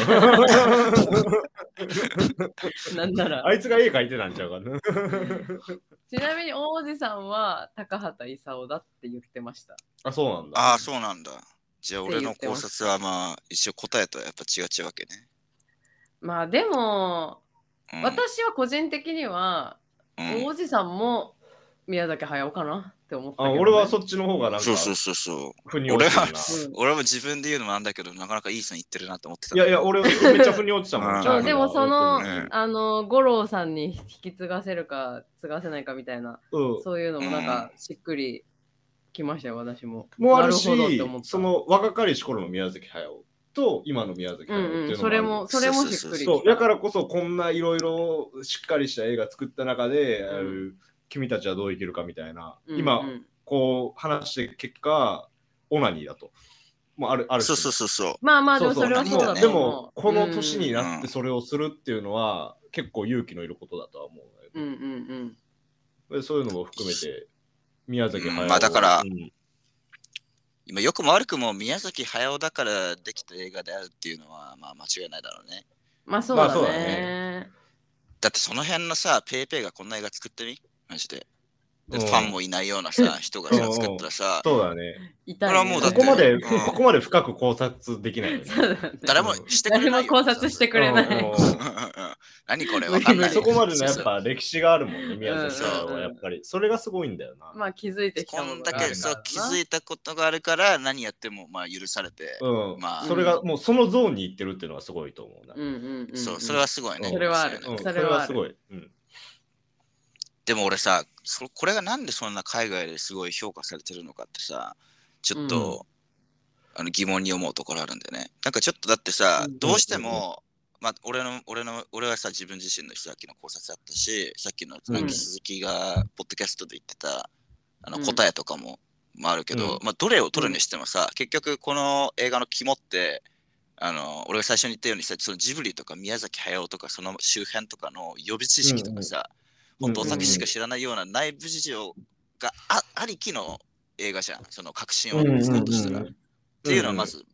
S1: なんなら
S2: あいつが絵描いてなんちゃうかな。
S1: ちなみに王子さんは高畑勲だって言ってました
S2: あ、そうなんだ。
S3: ああ、そうなんだ。じゃあ、
S1: って
S3: 俺
S1: 言っ
S3: の
S1: てま
S3: 考
S1: す
S3: 察はまあ、一応答えとはやっぱ違っちゃうわけね。
S1: まあでも、
S3: うん
S1: 私は個人的には、
S3: うん
S1: 王子さんも宮崎駿かなって思ったけ
S2: あ
S1: どね、
S2: 俺はそっちの方がなんか、
S3: そうそうそうそう。
S2: 腑に落ちるな。
S1: うん
S3: 俺も自分で言うのもなんだけど、なかなかいい線いってるなと思ってたん
S2: い
S3: だ
S2: やい
S3: けど。
S2: や、俺めっちゃ腑に落ちたも
S3: うん
S2: ん。
S1: そうでもその、
S3: うん
S1: あの五郎さんに引き継がせるか継がせないかみたいな
S2: うん、
S1: そういうのもなんかしっくりきましたよ私も。
S2: もあるし
S1: なほどって思っ、た
S2: その若かりし頃の宮崎駿と今の宮崎
S1: うん
S2: 駿って
S1: う
S2: い
S1: ん
S2: うのもある
S1: それもそれもしっくりきた
S2: そう、だからこそこんないろいろしっかりした映画作った中で、
S1: ん
S2: ある君たちはどう生きるかみたいな、
S1: うんうん
S2: 今こう話して結果、オナニーだと。もうある、ある
S3: そうそうそうそう。
S1: まあまあでも
S2: そう
S1: それはそうだ
S3: ね
S2: で
S1: と思
S2: も、
S1: う
S2: この年に
S1: うん
S2: なってそれをするっていうのは、結構勇気のいることだとは思う、
S1: うんうん
S2: でそういうのも含めて、宮崎駿、
S3: うんまあだから
S2: うん
S3: 今、よくも悪くも宮崎駿だからできた映画であるっていうのは、まあ間違いないだろうね。
S1: まあそうだね,、
S2: まあそうだね
S3: だってその辺のさ、ペイペイがこんな映画作ってみマジで。で
S2: うん
S3: ファンもいないようなさ、人がさ、作ったらさ、
S2: そうだね。
S1: 痛いね
S3: これはもう
S2: こ
S3: だって
S2: こまで、
S3: うん
S2: ここまで深く考察できないよね。
S1: そうだね
S3: 誰もしてく
S1: 誰
S3: れな
S1: も
S3: いよ。
S1: 考察してくれない、
S2: うんうん
S3: うんうんうん何これわ かんない。
S2: そこまでのやっ
S3: そう
S2: ぱ歴史があるもんね、宮崎さん
S1: うん
S2: はやっぱり。それがすごいんだよな。
S1: まあ気づいてき
S3: そう
S1: た
S3: こ
S1: もの
S3: んだ
S1: がある
S3: け
S1: か
S3: そ
S1: ら
S3: う気づいたことがあるから、何やってもまあ許されて。
S2: うん、
S3: まあ
S2: それがもうそのゾーンに行ってるっていうのはすごいと思うな。
S1: うんうんうんうん
S3: そう、それはすごいね。
S1: それはある
S2: うん、
S1: そ
S2: そ
S1: れは
S2: れはすごい。うん、
S3: でも俺さそ、これがなんでそんな海外ですごい評価されてるのかってさ、ちょっと、あの疑問に思うところあるんだよね。なんかちょっとだってさ、
S1: うん
S3: どうしても、まあ、俺の、俺の、俺はさ、自分自身のさっきの考察だったし、さっきの、
S2: うん
S3: 鈴木が、ポッドキャストで言ってた、あの、
S1: うん
S3: 答えとかも、まあ、あるけ
S2: う
S3: ど、
S2: ん
S3: まあ、どれを取るにしてもさ、結局、この映画の肝って、あの俺が最初に言ったようにさそのジブリとか宮崎駿とかその周辺とかの予備知識とかさ、
S2: うんうん
S3: 本当お酒しか知らないような内部事情があありきの映画じゃんその確信を持つことしたら、
S2: うんうんうん
S3: っていうのはまず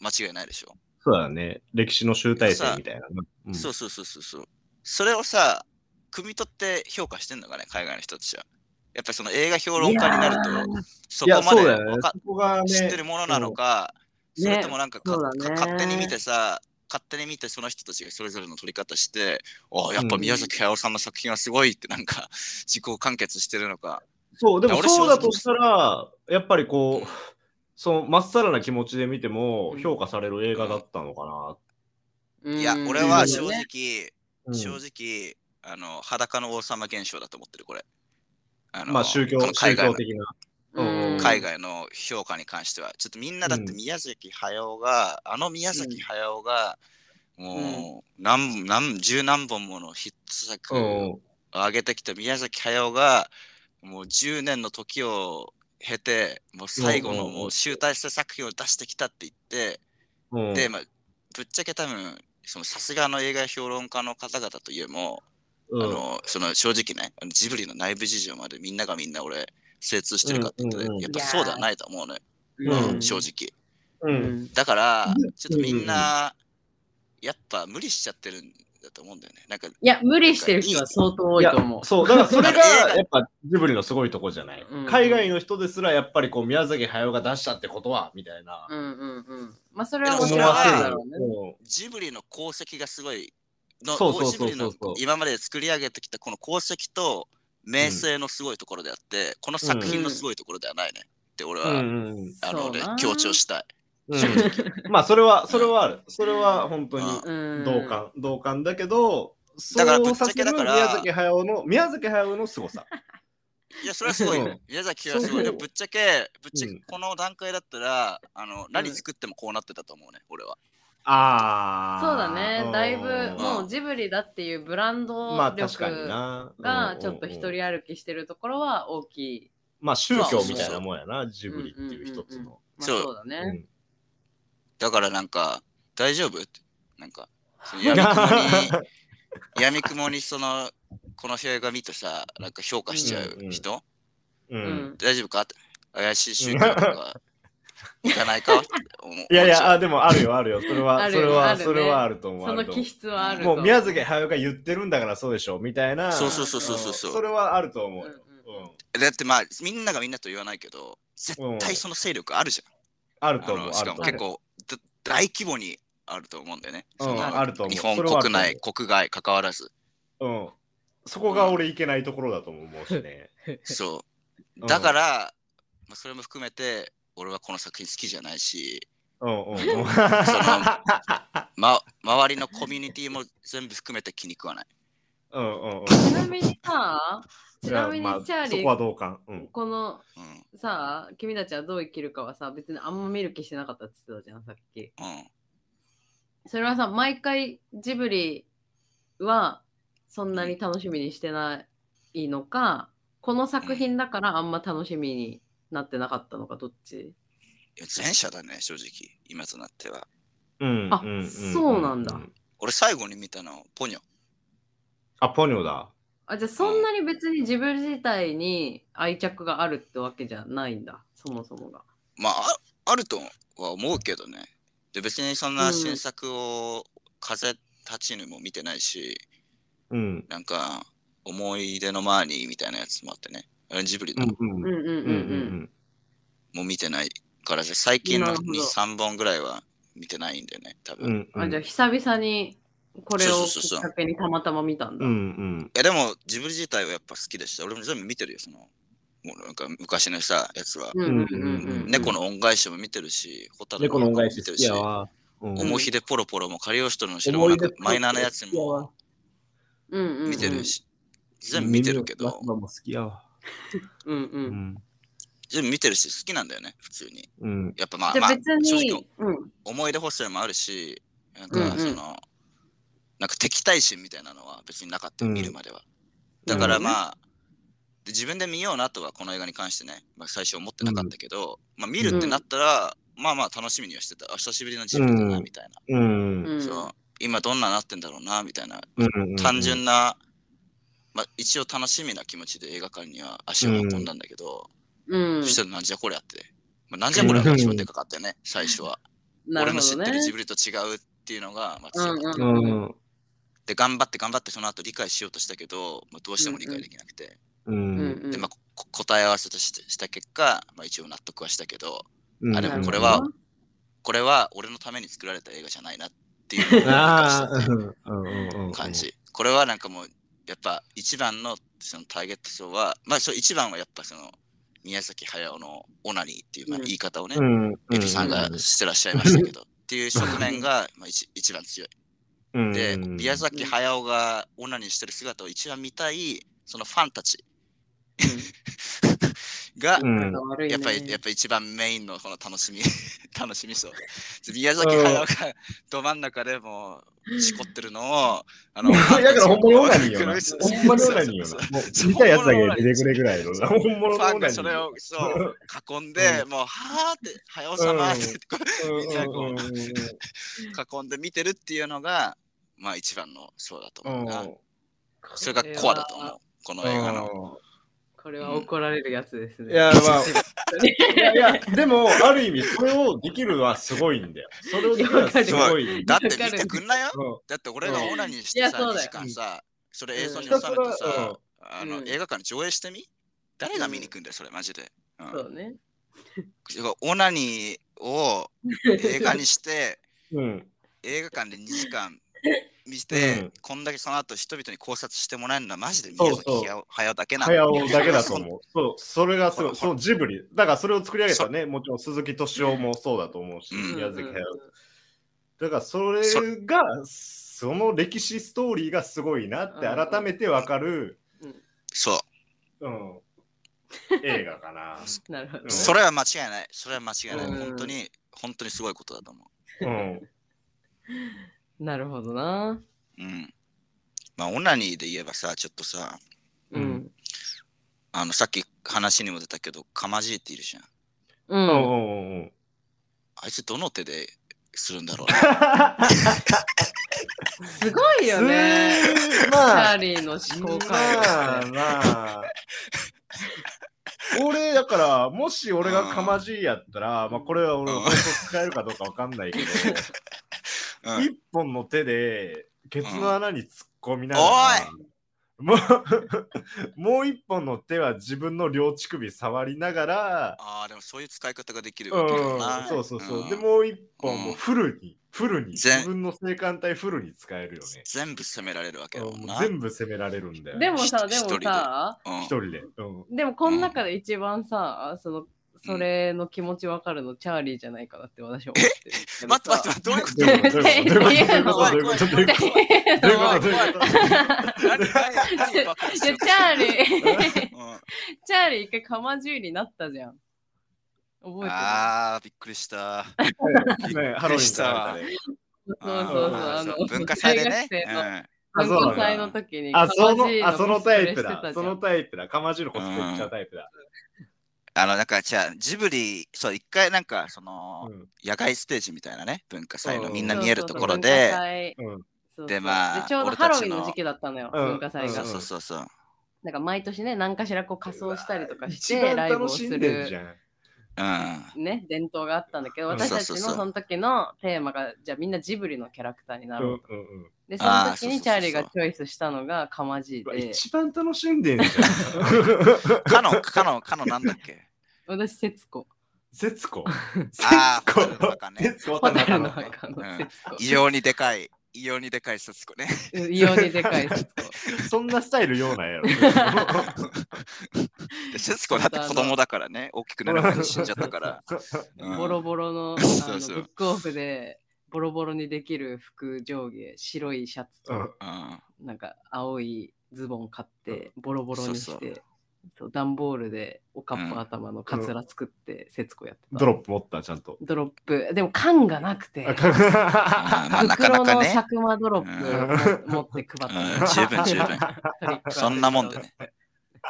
S3: 間違いないでしょ、
S2: そうだね。歴史の集大成みたいな。うん
S3: そうそうそうそうそう。それをさ、汲み取って評価してんのかね、海外の人たちは。やっぱりその映画評論家になる
S2: いや
S3: と、そ
S2: いや
S3: こまで
S2: そうだよね
S3: わか
S2: そこがね
S3: 知ってるものなのか、
S1: うん
S3: それともなんかか
S1: ね
S3: か
S1: そうだね
S3: 勝手に見てさ、勝手に見てその人たちがそれぞれの取り方して、あやっぱ宮崎駿さんの作品はすごいってなんか自己完結してるのか。
S2: そう、でも
S3: いや俺
S2: そうだと
S3: 正直
S2: したら、やっぱりこ
S3: うん
S2: う、そのまっさらな気持ちで見ても
S1: うん
S2: 評価される映画だったのかな。
S1: うん
S3: いや、俺は正
S1: うん
S3: 直、
S2: うん
S3: 正直、あの、裸の王様現象だと思ってる、これ。あ
S2: まあ宗教、
S3: この
S2: 宗
S3: 海外
S2: 教
S3: の
S2: 的な。
S1: うん
S3: 海外の評価に関しては、ちょっとみんなだって
S2: うん
S3: 宮崎駿が、あの宮崎駿が、もう何何十何本ものヒット作
S2: う
S3: を
S2: ん。
S3: 上げてきた宮崎駿が、もう10年の時を経て、もう最後の
S2: うん
S3: もう集大成作品を出してきたって言って、
S2: うん。
S3: で、まあ、ぶっちゃけ多分、そのさすがの映画評論家の方々といえも、
S2: うん
S3: あのその正直ね、あのジブリの内部事情までみんながみんな俺、精通してるかって言ったら、
S2: うんうんうん
S3: やっぱそうではないと思うのよ、
S2: うん
S3: 正直。
S2: う。
S1: うんん
S3: だから
S2: うん、
S3: ちょっとみんな、やっぱ無理しちゃってるんだと思うんだよね。なんか、
S1: いや、無理してる人は相当多いと思う
S2: や。そう、だからそれが
S3: 映画
S2: やっぱジブリのすごいとこじゃない
S1: うん。
S2: 海外の人ですらやっぱりこう宮崎駿が出したってことは、みたいな。
S1: うんうんうん。まあ、それはもち
S2: 思
S1: ろん
S2: わ
S1: あ
S2: せ
S1: る
S2: る
S1: だろうね。
S2: うん
S3: ジブリの功績がすごい、の
S2: そうそうそうそう
S3: ジブリの今まで作り上げてきたこの功績と名声のすごいところであって、この作品のすごいところではないねって俺は、
S2: うん
S3: あの
S1: そうな
S3: 俺強調したい。
S2: うんうんまあそれは、それはある。それは本当に
S3: うん
S1: うん
S2: 同。感、同感だけど、
S3: だから
S2: そ
S3: ぶ
S2: う
S3: っちゃ
S2: させ
S3: け
S2: る
S3: だから
S2: 宮崎駿の、宮崎駿の凄 さ。
S3: いや、それはすごいよ
S2: うん。
S3: 宮崎はすごい。
S2: そ
S3: で
S2: う
S3: もぶっちゃけ、ぶっちゃ
S2: う
S3: け
S2: ん
S3: この段階だったら、あの何作ってもこうなってたと思うね、俺は。
S2: あ
S1: そうだね。だいぶ、
S3: ん
S1: もうジブリだっていうブランド
S2: まあ確かに
S1: 力
S2: な。
S1: がちょっと一
S2: うんうんうん
S1: 人歩きしてるところは大きい。
S2: まあ宗教みたいなもんやな、ジブリっていう一つの。
S1: まあ、
S3: そう
S1: そうだ
S2: う
S1: ね。
S2: ん
S3: だからなんか、大丈夫って。なんか、 その闇雲に、闇雲にその、この映画見てさ、なんか評価しちゃう人、
S2: う。
S1: うんん。
S3: 大丈夫かって。怪しい宗教と か、いかないかって思う。
S2: いやいや、あでもあるよ、あるよ。それ
S1: あ
S2: は、
S1: るよ
S2: それ
S1: あ
S2: は、
S1: るね
S2: それはあると思う。
S1: そ
S2: あ
S1: の
S2: ると思
S1: 気質はあると。
S2: うもう宮崎駿が言ってるんだからそうでしょ、みたいな。
S3: そうそうそうそうそうそうん
S2: それはあると思う
S1: う
S2: よ。
S1: ん
S2: うん
S3: だってまあ、みんながみんなと言わないけど、絶対その勢力あるじ
S2: あ
S3: ゃ
S2: る
S3: ん。
S2: と
S3: あ
S2: 思う。
S3: の
S2: あ
S3: し
S2: る
S3: か
S2: と思
S3: も
S2: う
S3: 結構、だ大規模にあると思うんだよね。
S2: うん
S3: その
S2: あると思う
S3: 日本
S2: それはある
S3: 国
S2: と思う
S3: 内、国外関わらず。
S2: うん。そこが俺いけないところだとも思うし ね。
S3: そう。
S2: うん
S3: だから、まあ、それも含めて、俺はこの作品好きじゃないし、
S2: うんうんうん。
S3: ま、周りのコミュニティも全部含めて気に食わない。
S2: うんうんうん。
S1: ちなみにさ、ちなみに
S2: いやまあ
S1: チャーリー
S2: そこは同感。うん。
S1: この
S3: うん。
S1: さ、君たちはどう生きるかはさ、別にあんま見る気してなかったって言ってたじゃん、さっき。
S3: うん。
S1: それはさ、毎回ジブリはそんなに楽しみにしてないのか、この作品だからあんま楽しみになってなかったのか、どっち
S3: いや前者だね、正直。今となっては。
S2: うん
S1: あそうなんだ
S3: 俺、最後に見たの、ポニョ。
S2: あ、ポニョだ。
S1: あ、じゃあそんなに別にジブリ自体に愛着があるってわけじゃないんだ、そもそもが。
S3: まあ、ああるとは思うけどね。で、別にそん
S1: う
S3: なん新作を風立ちぬも見てないし、
S2: うん。
S3: なんか、思い出の前にみたいなやつもあってね。あれジブリ
S2: う
S3: の
S2: んう
S1: うん
S2: ん
S1: うんうん
S2: うん
S1: うん。
S3: もう見てないからさ、最近
S1: な
S3: の
S1: るほど
S3: 2、3本ぐらいは見てないんだよね、多
S2: う
S3: 分。い
S2: んう
S1: あじゃあ
S2: ん。
S1: 久々にこれを
S3: そうそう
S1: き
S3: そうそう
S1: っかけにたまたま見たんだ。
S2: うんうん。
S3: や、でも、ジブリ自体はやっぱ好きでした。俺も全部見てるよ、その、もうなんか昔のさ、やつは。
S1: うんうんうんうん
S2: うん
S3: 猫の恩返しも見てるし、ホタル
S2: 猫の恩返し
S3: も見て
S2: 好
S3: る
S2: き
S3: し
S2: や、わ。うん
S3: 思い出ポロポロも、カリオストロの城も、なんかマイナーなやつも
S1: うんうんうん
S3: 見てる。し、全部見てるけど
S2: ラス、バも好きやわ。
S1: うんう。
S2: うんん。
S3: 全部見てるし、好きなんだよね、普通に。
S2: うん。
S3: やっぱまあ、
S1: じゃ
S3: ま
S1: あ
S3: あ
S1: 別、
S3: 正
S1: に、
S3: 直、
S1: うん、
S3: 思い出補正もあるし、なん
S1: うん
S3: か
S1: うん
S3: その、なんか敵対心みたいなのは別になかったよ、
S2: うん
S3: 見るまでは。だから
S1: あ、
S3: まあ、で自分で見ようなとはこの映画に関してね、まあ、最初思ってなかったけど、まあ見るってなったら、まあまあ楽しみにはしてた。あ久しぶりの自分だな、
S2: うん
S3: みたいな。
S2: うん
S1: うん
S3: そう今どんななってんだろうな、みたいな。
S2: うん
S3: 単純な、まあ、一応楽しみな気持ちで映画館には足を運んだんだけど、
S1: うん
S3: そしたらなんじゃこりゃって。まあ、なんじゃこりゃが一番でかかったよね、最初は。
S1: なる
S3: 俺
S1: ほ
S3: の知っ
S1: ど
S3: てる
S1: ね
S3: ジブリと違うっていうのが、まあ、強かった。
S1: うん
S2: うんうん
S3: で、頑張って頑張ってその後理解しようとしたけど、まあ、どうしても理解できなくて。
S2: う
S1: うんん
S3: で、まあ、こ答え合わせとしてした結果、まあ、一応納得はしたけど、
S2: うん
S3: あで
S1: なるほど
S3: もこれはこれは俺のために作られた映画じゃないなっていうのを
S2: ああ、
S3: 理
S2: うんうんうんうん
S3: 解した感。じ。これはなんかもう、やっぱ一番のそのターゲット層は、まあ、そう一番はやっぱその宮崎駿のオナニーっていうまあ
S1: うん
S3: 言い方をね
S2: う、ん。うん
S3: エピさんがしてらっしゃいましたけど、っていう側面がまあ一一番強い。で、宮崎駿がオナニーしてる姿を一番見たい、そのファンたちが、
S2: うん
S1: なんか悪いね
S3: やっぱり、やっぱ一番メインのこの楽しみ、 楽しみそう。宮崎駿がど真ん中でもう、しこってるのを、あの、
S2: だから本物オナニーよな。
S3: そう
S2: ほんまにオナニーよ
S3: そう
S2: な。もう見たやつだけで出てくれぐらいのな。本
S3: フ
S2: 物のオナ
S3: ァ
S2: ニ
S3: ン
S2: ー
S3: が。それをそう囲んで、もう、はーって、早尾様ってこ
S2: うんうんうん
S3: う囲んで見てるっていうのが、まあ一番のそうだと
S2: う
S3: 思うんな。
S2: うん
S3: それがコアだと思う、この映画の。
S1: これは怒られるやつですね。
S2: いや、まあ、いやいや、でも、ある意味、それをできるのはすごいんだよ。それをできるのはすごい。うん
S3: だって見てくんなよだって俺がオナニーしてさ、
S1: うんいやそう
S3: 2
S1: だ
S3: 時
S1: よ
S3: 間さ、それ映像に
S2: ひ
S3: 収
S2: た
S3: め
S2: す
S3: て
S2: ら
S3: さ、あの
S1: うん
S3: 映画館に上映してみ誰が見に行くんだよ、それマジで。うん
S1: そうね。
S3: オナニーを映 画 にして、
S2: うん。
S3: 映画館で2時間見て、
S2: うん
S3: こんだけその後人々に考察してもらえるのはマジで
S2: そう
S3: 宮
S2: そう
S3: 崎駿駿だけな
S2: 早尾だけだと
S3: う。
S2: 思う。 そう、それがすごい。
S3: ほらほら
S2: そのジブリ。だからそれを作り上げたね、もちろん鈴木敏夫もそうだと思うし、
S3: うん
S2: 宮崎駿。だからそれが、その歴史ストーリーがすごいなって改めてわかる、
S3: そ う、
S2: うん、映画かな。
S1: なるほどね。
S3: それは間違いない。それは間違いない。
S1: うん
S3: 本当に、本当にすごいことだと思
S2: うん。
S1: なるほどな。
S3: う。うん。まあ、オナニーで言えばさ、ちょっとさ、
S1: う。
S2: うん
S3: あの、さっき話にも出たけど、かまじいっているじゃん。
S1: う。
S2: うんうんんうんうん。
S3: あいつどの手でするんだろう
S1: すごいよね。チ
S2: まあ
S1: ャー、リーの思考
S2: ま
S1: 回
S2: あ
S1: 路。
S2: まあ。俺、だから、もし俺がかまじいやったら、まあこれは俺、
S3: うん
S2: 放送使えるかどうかわかんないけど、
S3: な。うん
S2: 一本の手で、ケツの穴に突っ込みながら、もう、もう一本の手は自分の両乳首触りながら、
S3: ああ、でもそういう使い方ができる
S2: う
S3: わけだ
S2: ん
S3: な。、
S2: そうそうそう。
S3: ん
S2: で、もう一本
S3: うん
S2: もうフルに、フルに、
S3: 全
S2: 自分の性感帯フルに使えるよね。
S3: 全部責められるわけだも
S2: うんん
S3: な。
S2: 全部責められるんだよ。
S1: でもさ、
S3: ひ
S1: で
S3: 一人
S1: も
S3: で
S1: さ、
S3: うん
S2: 一人で。うん
S1: でもこの中で一番さ、その、それの気持ちわかるのチャーリーじゃないかなって私は思ってるんだけどさ。
S3: 待って待って、どういうこ
S2: どういうことどういうことどういうことどういうことどういうことどういうことどういうこと
S3: と何何 何爆発
S1: い
S3: し
S1: や、チ
S3: ようと
S1: ャーリー、
S3: うん
S1: チャーリー一回かまじゅうになったじゃん。覚えてる
S3: ああ、びっくりした。
S2: ねハロウィンさんみたいな
S1: そうそう
S3: あ
S1: そう。
S2: ー
S1: あの、
S3: 文化祭でね。
S1: 大学生の
S2: あそう
S1: 文
S2: なん
S1: 化
S2: だ
S1: 祭の時に、
S2: あ、そ
S1: かまじい
S2: の、あ、その
S1: コスプ
S2: タ
S1: レ
S2: イプ
S1: してた
S2: だ。
S1: じゃ
S2: そ
S1: ん
S2: のタイプだ。かまじるコスプレしちゃうタイプだ。
S3: うんあの、なんか、じゃあ、ジブリ、そう、一回、なんか、その
S2: う、ん
S3: 野外ステージみたいなね、文化祭
S2: う
S3: の
S2: ん
S3: みんな見えるところ
S1: そう
S3: で
S1: そう文化、祭
S2: うん
S1: そうそう
S3: でまあ
S1: ちょうどハロウィンの時期だったのよ、
S2: 俺たちの
S1: 文化祭
S2: ん
S1: が。
S3: そうそうそうそう。
S1: なんか毎年ね、何かしらこう仮装したりとかし
S2: 一
S1: て、ラ
S2: 番
S1: イブを
S2: 楽
S1: す
S2: しんでんじ
S1: る、
S2: ゃん。
S3: うん。
S1: ね、伝統があったんだけど、
S2: うん
S1: 私たち
S3: そう
S1: の
S3: そうそう
S1: その時のテーマが、じゃあみんなジブリのキャラクターにな
S2: うんう
S1: ろ
S2: ん
S1: う。
S2: うん
S1: で、そ
S3: あ
S1: の
S3: ー
S1: 時にチ
S3: そう
S1: ャー
S3: そうそうそう
S1: リーがチョイスしたのがかまじいう
S2: わ。
S1: で、
S2: 一番楽しんでんじゃん。
S3: かの、かの、かの、なんだっけ
S1: 私、節子。
S2: 節 子
S3: あー
S2: 節
S3: ホタルの
S2: 子
S3: 墓ね
S2: 節子
S1: ホ
S2: ホ
S1: タ
S2: タ
S1: ル
S2: ル
S1: の
S2: の
S1: 墓
S2: 墓
S1: の
S3: うん
S1: 節子。
S3: 異様にでかい、異様にでかい節子ね。
S1: 異様にでかい節子。
S2: そんなスタイルようなんやろ。
S3: で、節子だって子供だからね、大きくなる前に死んじゃったから。 うん
S1: ボロボロのあ
S3: そ
S1: の
S3: うそう
S1: ブックオフでボロボロにできる服上下白いシャツ
S2: うん
S1: と
S3: うん
S1: なんか青いズボン買ってボロボロにして
S3: そうそう
S1: そう段ボールでおかっぱ頭のカツラ作って節子やってた、
S2: ドロップ持った、ちゃんと。
S1: ドロップでも缶がなくて
S2: あか
S3: あーまあ、なかな
S1: 袋
S3: か
S1: の
S3: ね、
S1: 百魔ドロップを持って配って
S3: うん十分十分。
S1: トリックアウト
S3: そんなもんでね。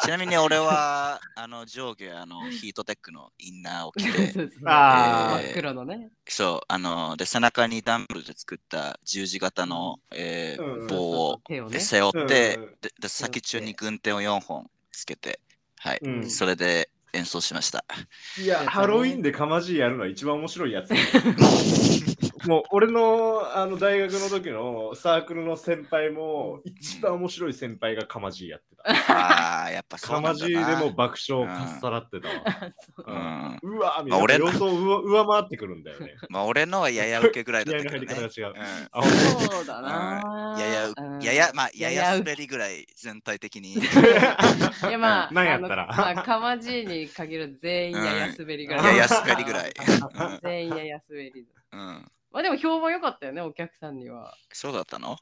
S3: ちなみに俺は、あの、上下、あの、ヒートテックのインナーを着 て、
S1: そうですね
S2: あ
S3: ー
S1: 真っ黒のね。
S3: そう、あの、で、背中にダンブルで作った十字型の、えー
S2: うんうん
S3: 棒を
S1: 手をね
S3: で。背負って、
S2: うんうん
S3: でで先中に軍手を4本つけて、はい、
S2: うん
S3: それで演奏しました。
S2: いや、ハロウィンでかまじいやるのは一番面白いやつ。もう俺のあの大学の時のサークルの先輩も一番面白い先輩がかまじいやってた。
S3: ああ、やっぱそ
S2: か
S3: うな
S2: ま
S3: んだ
S2: じいで
S3: な。
S2: も爆笑かっさらってたわ。
S1: そう
S3: うん。
S2: うわーみ
S3: まあ
S2: た
S3: 俺
S2: いな
S3: の
S2: 予想を上上回ってくるんだよ ね。
S3: まあ、俺のはやや受けぐらいだ
S2: 気
S3: っ
S2: 合
S3: た
S2: の入り
S3: けど
S2: 方が
S3: ね。
S2: 違う。
S3: うん
S2: あ、ほんと
S1: そうだな。
S3: やや
S1: うん
S3: やや、まあ、
S1: や
S3: や
S1: や
S3: や
S1: 受
S3: 滑りぐらい、全体 的に。
S1: いやまあ、
S2: なんやったら
S1: あのまあ、かまじいに限る全員やや滑りぐらい。
S2: うんやや
S3: 滑りぐらい
S1: 全員やや滑り。
S3: うん。
S1: まあでも評判良かったよね、お客さんには。
S3: そうだったの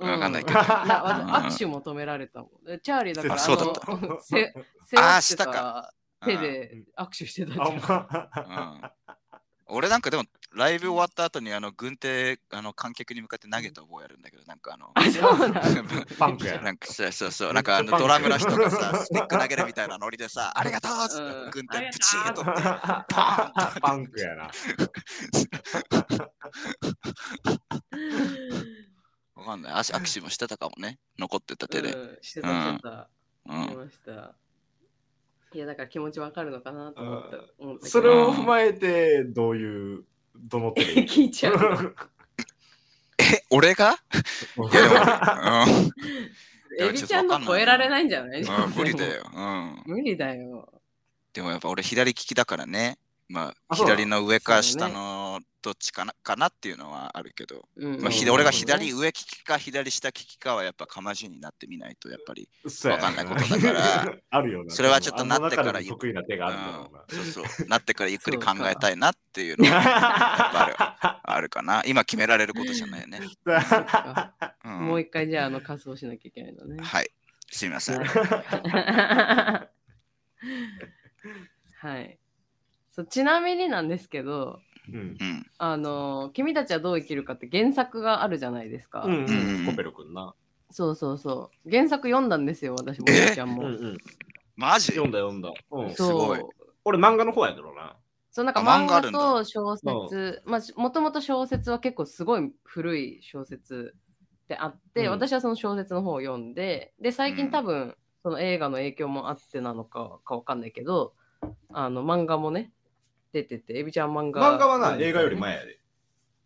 S1: うん
S3: わかんないけど。
S1: なわ
S3: うん
S1: ざ握手求められたもん。でチャーリーだから、
S3: あそうだっ
S1: あの
S2: た
S1: せ背
S3: あー
S1: 負っ
S3: してた
S1: た
S3: か
S1: 手で握手してたじゃ
S2: あ、
S1: ん。
S3: う
S2: ま
S3: ん。うん俺なんかでも、ライブ終わった後に、あの、軍手、あの、観客に向かって投げた覚えあるんだけど、なんかあの、
S1: あ、そうなんだ。
S2: パンクや
S3: なんかそうそうそう、
S2: め
S3: な
S2: っ
S3: ん
S2: ちゃ
S3: かあの
S2: パンク
S3: ドラムの人がさ、スティック投げるみたいなノリでさ、ありがとうっつっ
S1: うん
S3: て、軍手
S1: ありがとう
S3: プチーとって。
S2: あ。
S3: パーン
S2: パンクやな。
S3: わかんない。足握手もしてたかもね。残ってた手で。
S1: うんしてた、してた。
S3: う
S1: して
S3: ん。
S1: ました。いや、だから気持ちわかるのかなと思った
S2: うん。
S1: 思ったけど
S2: それを踏まえて、どういう、どの手で。
S1: 聞いちゃう。
S3: え、俺がい やでも、うんい
S1: エ
S3: や
S1: ビ
S3: ちょ
S1: ち
S3: っと
S1: ゃ
S3: わ
S1: ん
S3: か
S1: の
S3: んない
S1: 超えられないんじゃない
S3: うん。無理だ。よ。うん。
S1: 無理だよ。
S3: でもやっぱ俺左利きだからね。まあ、
S2: あそうなの
S3: 左の上か
S1: そう
S3: 下
S1: ね
S3: のどっちかなかなっていうのはあるけど、
S1: うん
S3: まあ、ひ
S2: うん
S3: 俺が左上利きか左下利きかはやっぱかまじになってみないとやっぱり、
S2: そうや
S3: わかんないことだから。
S2: あるよな。
S3: それはちょっとなってから
S2: あの中でも得意な手があるんだろうな。
S3: そうそう、なってからゆっくり考
S1: そうか
S3: えたいなっていうのはあるかな。今決められることじゃないよね。うん
S1: もう一回じゃあ、あの、仮装しなきゃいけないのね。
S3: はい。すみませ ん。
S1: はいそう。ちなみになんですけど、
S2: うん
S3: うん。
S1: あの、君たちはどう生きるかって原作があるじゃないですか。
S2: うん
S3: う
S2: うん
S3: ん
S2: コペロくんな。
S1: そうそうそう。原作読んだんですよ、私も、
S3: え
S1: みーちゃんも。
S2: ん。
S3: マジ
S2: 読んだ読んだ。うん
S3: すごい
S1: そう。
S2: 俺漫画の方やだろうな。
S1: そうなんか
S3: あ
S1: 漫
S3: 漫画
S1: 画
S3: あるんだ
S1: と小説、まあしもともと小説は結構すごい古い小説であって、
S2: うん
S1: 私はその小説の方を読んで、で、最
S3: う
S1: 近
S3: ん
S1: 多分、その映画の影響もあってなのかかわかんないけど、あの漫画もね、出てて、エビちゃん漫画。
S2: 漫画はな、映画より。前やで。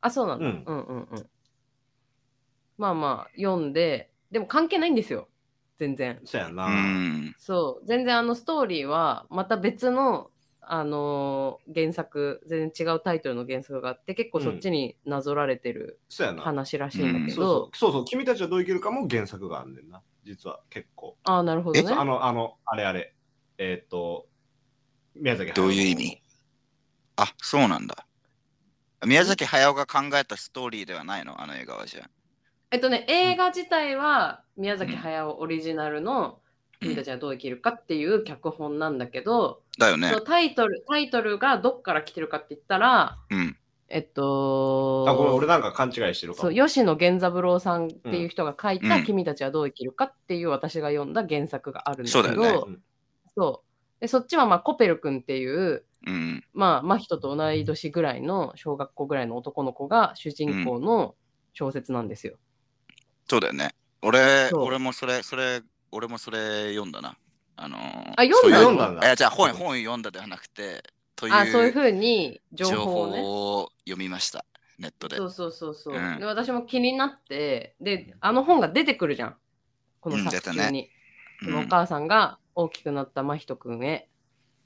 S1: あ、そうなんだ。う
S2: う
S1: んん、うん、うんうん。まあまあ、読んで、でも関係ないんですよ、全然。
S2: そうや
S3: う
S2: な。
S3: ん。
S1: そう全然あのストーリーはまた別の、あのー原作全然違うタイトルの原作があって結構そっちになぞられてる
S2: そうやな。
S1: 話らしいんだけ
S2: そ
S1: ど、
S2: うそうそうそう、君たちはどう生きるかも原作があんねんな。実は結構。
S1: ああなるほど
S2: そうあ
S1: ね
S2: の、あの、あれあれ。えーっと、宮崎駿
S3: どういう意味あ、そうなんだ。宮崎駿が考えたストーリーではないのあの映画はじゃあ。
S1: えっとね映画自体は宮崎駿オリジナルの「君たちはどう生きるか」っていう脚本なんだけど、
S3: だよね
S1: そ。のタイトルタイトルがどっから来てるかって言ったら
S3: うん。
S1: えっ
S2: あ、ごめん、
S1: と
S2: 俺なんか勘違いしてるか
S1: そ
S2: も
S1: う。吉野源三郎さんっていう人が書いた
S3: うん
S1: 「君たちはどう生きるか」っていう私が読んだ原作があるんだけ
S3: そ
S1: ど
S3: うだよね
S2: うん
S1: そうでそっちはまあコペル君っていう、
S3: うん。
S1: まあ、真人と同い年ぐらいの小学校ぐらいの男の子が主人公の小説なんですよ。
S3: そうだよね。俺、
S1: そう
S3: 俺もそれ、それ、俺もそれ読んだな。あのー、
S1: あ読んだ
S3: そ
S2: 読
S3: ういうん
S2: だんだ
S3: えじゃあ本、本読んだではなくて、とい
S1: あそういう
S3: う
S1: ふうに情
S3: 情
S1: 報をね。
S3: 報を読みました。ネットで。
S1: そうそうそうそう、
S3: うん
S1: で私も気になってであの本が出てくるじゃんこの
S3: うん
S1: 作
S3: 出
S1: 中
S3: た
S1: に、
S3: う
S1: そのお
S3: ん
S1: 母さんが大きくなった真人君へ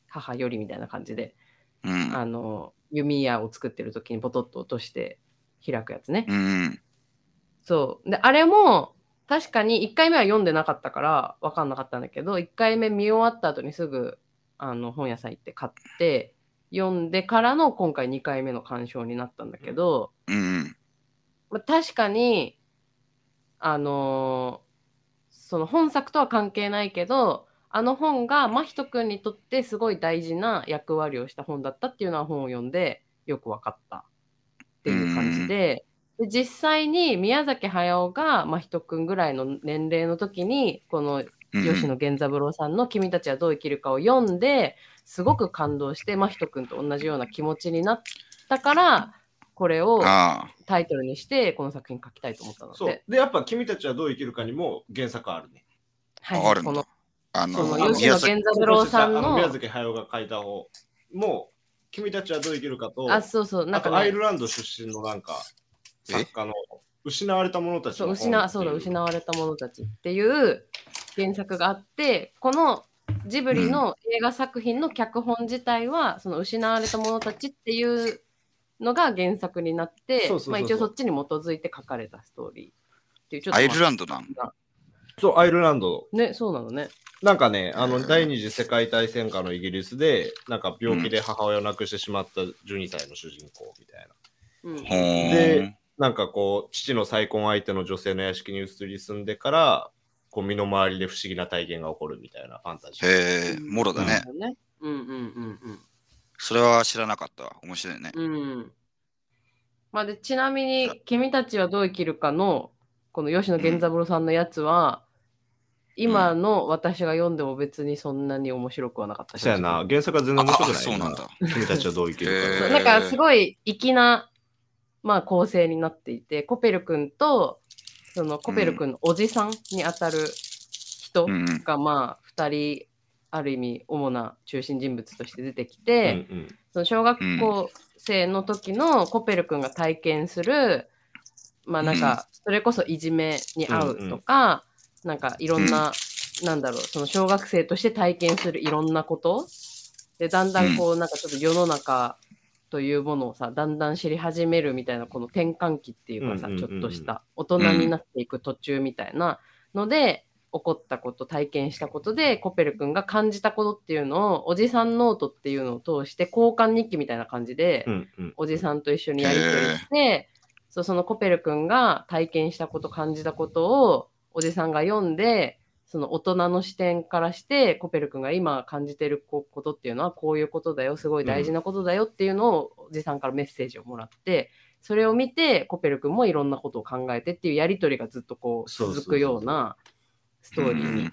S1: 母よりみたいな感じで、
S3: うん
S1: あの弓矢を作ってる時にボトッと落として開くやつね。
S3: うん。
S1: そう。で、あれも、確かに1回目は読んでなかったから分かんなかったんだけど、1回目見終わった後にすぐ、あの、本屋さん行って買って、読んでからの今回2回目の鑑賞になったんだけど、
S3: うん。
S1: まあ、確かに、あのーその本作とは関係ないけど、あの本が真人くんにとってすごい大事な役割をした本だったっていうのは本を読んでよく分かったっていう感じで、で実際に宮崎駿が真人くんぐらいの年齢の時にこの
S3: うんうん
S1: 吉野源三郎さんの「君たちはどう生きるか」を読んですごく感動して真人君と同じような気持ちになったからこれを
S3: あ
S1: タイトルにしてこの作品書きたいと思ったの
S2: そう
S1: で、。
S2: で、やっぱ君たちはどう生きるかにも原作あるね。
S3: あ、
S1: はい
S3: ある
S1: こ
S3: んだ
S1: の。そ
S3: あの、
S1: の
S2: あ
S3: あ
S2: の
S3: の
S1: 吉野
S3: 宮崎
S1: 源三郎さん
S2: あ
S1: の
S2: 宮崎駿が書いた方も、君たちはどう生きるかと、
S1: あそうそうな
S2: あ
S1: んか、
S2: と
S1: ね、
S2: アイルランド出身のなんか、
S3: え
S2: 作家の失われた者たち
S1: そ
S2: の
S1: う
S2: 本
S1: 失そうだ
S2: っていう
S1: 失われた者たちっていう原作があってこのジブリの映画作品の脚本自体は、その失われた者たちっていうのが原作になって
S2: そうそうそうそう
S1: まあ一応そっちに基づいて書かれたストーリーっていうちょっと
S3: アイルランドなん
S2: そう、アイルランド。
S1: ねそうなのね
S2: なんかね、あ
S3: う
S2: の、
S3: ん
S2: 第二次世界大戦下のイギリスで、なんか病気で母親を亡くしてしまった12歳の主人公みたいな。
S1: うん
S3: ほーん
S2: でなんかこう、父の再婚相手の女性の屋敷に移り住んでから、こう、身の回りで不思議な体験が起こるみたいなファンタジー。
S3: へえ、もろだね。
S1: うんうんうんうん
S3: それは知らなかったわ。面白いね。
S1: うん。まあ、でちなみに「君たちはどう生きるか」のこの吉野源三郎さんのやつは、今の私が読んでも別にそんなに面白くはなかった
S2: そうやな、原作は全然面白く
S3: あ
S2: ない。
S3: そうなんだ。。
S2: 君たちはどう生きるか。
S3: へ
S1: そう
S3: ー
S1: なんかすごい粋な、まあ、構成になっていてコペル君とそのコペル君のおじさんにあたる人
S3: うんうん。
S1: が、まあ2人ある意味主な中心人物として出てきて、
S2: うんうん
S1: その小学校生の時のコペル君が体験する、まあなんかそれこそいじめに遭うとか、なんかいろんな、なんだろうその小学生として体験するいろんなことでだんだんこうなんかちょっと世の中というものをさだんだん知り始めるみたいなこの転換期っていうかさ、
S2: うんうんうんうん
S1: ちょっとした大人になっていく途中みたいなので、起こったこと体験したことでコペル君が感じたことっていうのをおじさんノートっていうのを通して交換日記みたいな感じで、
S2: うんうん。
S1: おじさんと一緒にやり取りして、そうそのコペル君が体験したこと感じたことをおじさんが読んでその大人の視点からしてコペル君が今感じてるこことっていうのはこういうことだよすごい大事なことだよっていうのをおじさんからメッセージをもらってそれを見てコペル君もいろんなことを考えてっていうやり取りがずっとこう
S2: そうそうそう
S1: 続くようなストーリー
S3: う
S1: に
S3: ん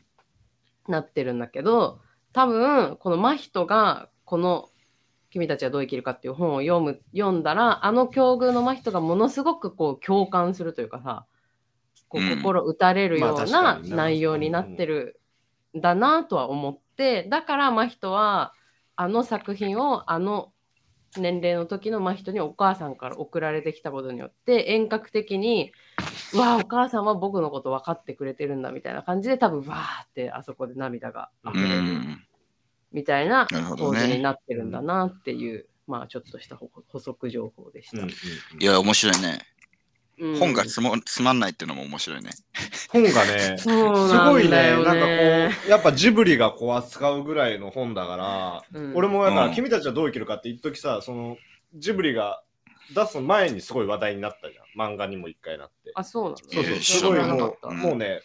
S1: なってるんだけど多分この真人がこの「君たちはどう生きるか」っていう本を読む読んだらあの境遇の真人がものすごくこう共感するというかさこ
S3: う
S1: うん心打たれるよ
S2: まあ
S1: う
S2: 確か
S1: な
S2: にな
S1: 内容になってるんだなとは思ってだから真人はあの作品をあの年齢の時の真人にお母さんから送られてきたことによって遠隔的に「うわあお母さんは僕のこと分かってくれてるんだ」みたいな感じで多分わーってあそこで涙が
S3: う
S1: 溢
S3: んう
S1: れる
S3: ん。
S1: みたいな
S3: なるほ
S1: 構
S3: ど
S1: 図に
S3: ね。
S1: なってるんだなっていう、まあちょっとした補補足情報でし
S2: うん
S1: た
S2: うんうん。
S3: いや、面白いね。
S1: うん
S3: 本がつもつまんないっていうのも面白いね。
S2: 本がね、
S1: す
S2: すご
S1: ご
S2: い
S1: い
S2: ね
S1: ね、
S2: なんかこう、やっぱジブリがこう扱うぐらいの本だから、
S1: うん
S2: 俺もだから、
S3: うん
S2: 君たちはどう生きるかって一時さ、そのジブリが出す前にすごい話題になったじゃん。漫画にも一回なって。
S1: あそうなの
S2: そうそう、
S3: えー
S2: すごい
S3: 知らなか
S2: も
S3: った
S2: う、もうね、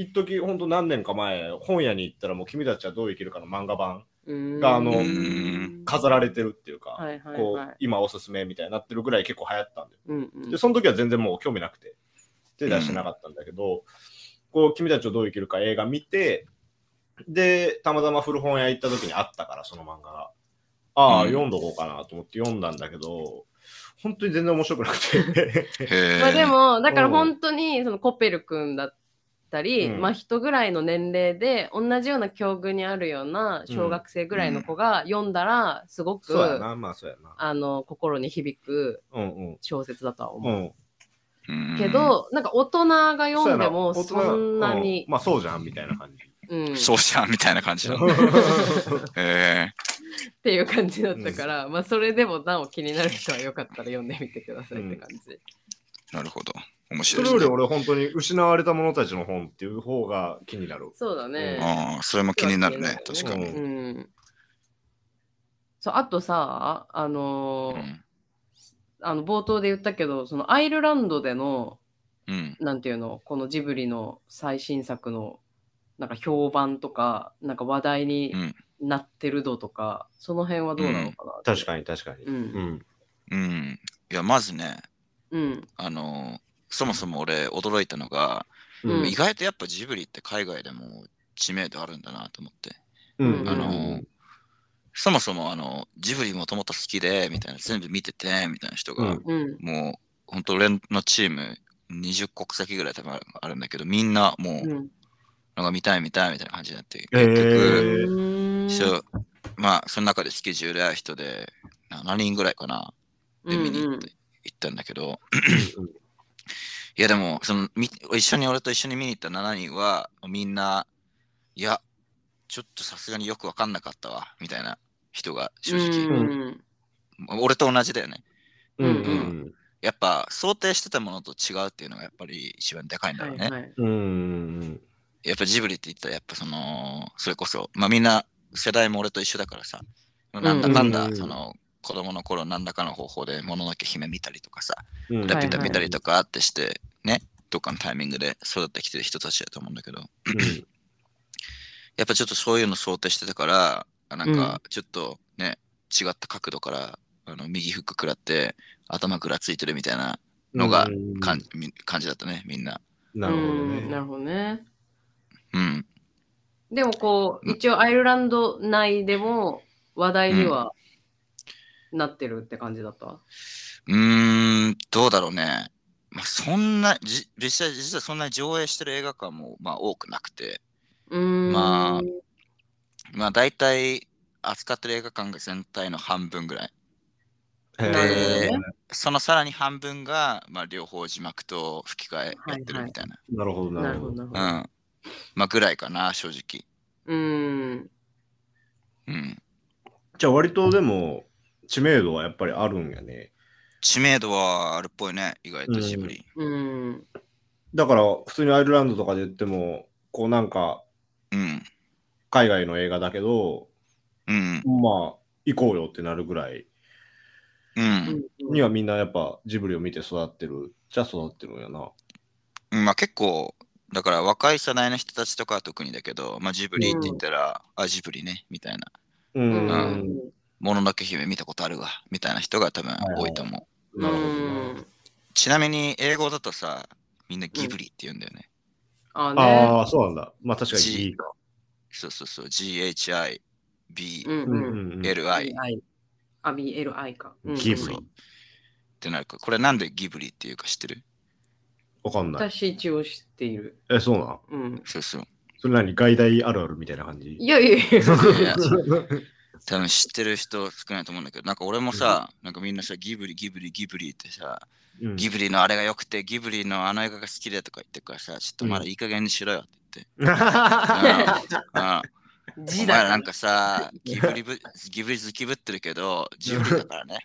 S2: 一時ほんと何年か前、本屋に行ったらもう君たちはどう生きるかの漫画版
S1: う
S2: があの
S1: うん
S2: 飾られてるっていうか、
S1: はいはい
S2: こ
S1: は
S2: う
S1: い、
S2: 今おすすめみたいになってるぐらい結構流行ったんだよ。
S1: うんうん
S2: で、その時は全然もう興味なくて、手出してなかったんだけど、こう、君たちをどう生きるか映画見て、で、たまたま古本屋行った時にあったから、その漫画が。ああ、
S3: うん
S2: 読んどこうかなと思って読んだんだけど、本当に全然面白くなく て。
S3: へえ。
S1: まあでもだから
S2: うん
S1: 本当にそのコペル君だったり、
S2: うん
S1: まあ人ぐらいの年齢で同じような境遇にあるような小学生ぐらいの子が読んだらすごく、
S2: そうやな、まあそうやな。
S1: あの心に響く
S2: うんうん。
S1: 小説だとは思う
S2: うん、
S3: うん
S1: け、ど、なんか大人が読んでも
S2: そうや
S1: そんな
S2: う
S1: に
S2: ん、まあそうじゃんみたいな感じ。
S1: うん、っ
S3: そうじゃんみたいな感じだ。へえ。
S1: ていう感じだったから、まあそれでもなお気になる人はよかったら読んでみてくださいって感じ。
S3: なるほど。面
S2: そ
S3: 白い
S2: れより
S3: ですね。
S2: 俺本当に失われた者たちの本っていう方が気になる。
S1: そうだね。
S3: ああ、それも気になるね。
S1: そ
S3: 確
S1: う
S3: かに。
S2: う
S1: うん。そうあとさあのー
S3: う
S1: あの冒頭で言ったけどそのアイルランドでの
S3: ん。うん。
S1: なんていうのこのジブリの最新作のなんか評判とかなんか話題に
S3: うん
S1: なってる度とか、その辺はどうなのかな、
S2: 確かに確かに。
S1: うん
S2: うん。
S3: うん。いや、まずね、
S1: うん
S3: あの、そもそも俺驚いたのが、
S1: うん
S3: 意外とやっぱジブリって海外でも知名度あるんだなと思って。
S2: うん
S1: うん
S3: あのーそもそもあのジブリもともと好きでみたいな全部見ててみたいな人が、
S2: うん
S1: うん。
S3: もう本当俺のチーム20国籍ぐらい多分あるんだけどみんなもう、
S1: うん。
S3: なんか見たい見たいみたいな感じになって
S2: へー
S3: 結局、
S2: ー
S1: うん
S3: そうまあその中でスケジュール合う人で7人ぐらいかなで見に行って行ったんだけど、いやでもそのみ一緒に俺と一緒に見に行った7人はみんないやちょっとさすがによく分かんなかったわみたいな人が正
S1: う
S3: 直、
S1: ん
S3: 俺と同じだよね
S2: うんうん
S3: やっぱ想定してたものと違うっていうのがやっぱり一番でかいんだ
S1: は
S3: ろう
S1: い
S3: ね、
S1: はい。
S2: うんうん
S3: やっぱジブリって言ったらやっぱそのそれこそまあみんな世代も俺と一緒だからさなんだかん
S2: うんうんう
S3: だ
S2: ん
S3: その子供の頃なんだかの方法でもののけ姫見たりとかさ
S2: うん
S3: ラピュ
S1: は
S3: タ
S1: いはい
S3: 見たりとかあってしてねどっかのタイミングで育ってきてる人たちだと思うんだけどやっぱちょっとそういうの想定してたからあなんかちょっとね違った角度からあの右フック食らって頭ぐらついてるみたいなのが感,、じ感じだったねみんな
S2: なるほど
S1: うんな
S2: ね
S1: るほどね。
S3: うん
S1: でもこう、
S3: うん
S1: 一応アイルランド内でも話題にはなってるって感じだった。
S3: うーん、どうだろうね。まあ、そんな、じ実際、実はそんなに上映してる映画館も、まあ、多くなくて、
S1: うーん。
S3: まあまあ、大体扱ってる映画館が全体の半分ぐらい。
S1: なるほど
S2: へ
S1: ね
S2: ー
S3: そのさらに半分が、まあ、両方字幕と吹き替えやって
S1: はいはい
S3: るみたいな。
S2: なるほど
S1: な
S2: な
S1: る
S2: る
S1: ほ
S2: ほ
S1: ど、
S2: ど
S1: なるほど。
S3: うん。まあ、ぐらいかな、正直。
S1: うーん。
S3: うん。
S2: じゃあ割とでも知名度はやっぱりあるんやね
S3: 知名度はあるっぽいね、意外とジブリ。
S1: うん。
S2: だから普通にアイルランドとかで言ってもこうなんか
S3: うん。
S2: 海外の映画だけど
S3: う
S2: まあ
S3: ん。
S2: 行こうよってなるぐらい
S3: うん。
S2: にはみんなやっぱジブリを見て育ってるじゃ育ってるんやな
S3: うんまあ、結構、だから若い世代の人たちとかは特にだけど、まあ、ジブリって言ったら、あ、ジブリね、みたいな。
S2: う
S1: うんん。
S3: うんもののけ姫見たことあるわ、みたいな人が多分多いと思う。
S1: う
S2: なるほど
S1: ん。
S3: ちなみに英語だとさ、みんなギブリって言うんだよね。
S1: あ
S2: な
S1: あね。
S2: ああそうなんだまあ確かにいいか
S3: そうそうそう、GHI、B
S1: う、ん
S2: うん
S1: うん。
S2: うんうん
S3: LI っ
S1: BI。あ、BLI か。うん
S2: ギブ
S3: そ
S2: リ
S3: うてなるから、これなんでギブリっていうか知ってる
S2: わかんない
S1: 私一応知っている。
S2: えそうなん
S1: うん。
S3: そうそう。
S2: それ何外大あるあるみたいな感じ
S1: いやいやいや。
S3: いや多分知ってる人少ないと思うんだけど、なんか俺もさ、なんかみんなさ、ギブリ、ギブリ、ギブリってさ、
S2: うん
S3: ギブリのあれが良くて、ギブリのあの映画が好きでとか言ってるからさ、ちょっとまだいい加減にしろよって言って。うん
S1: 字だ
S3: お前
S1: か
S3: な
S1: ら
S3: んかさ、ギブリぶギブリ好きぶってるけど、ジブリだからね。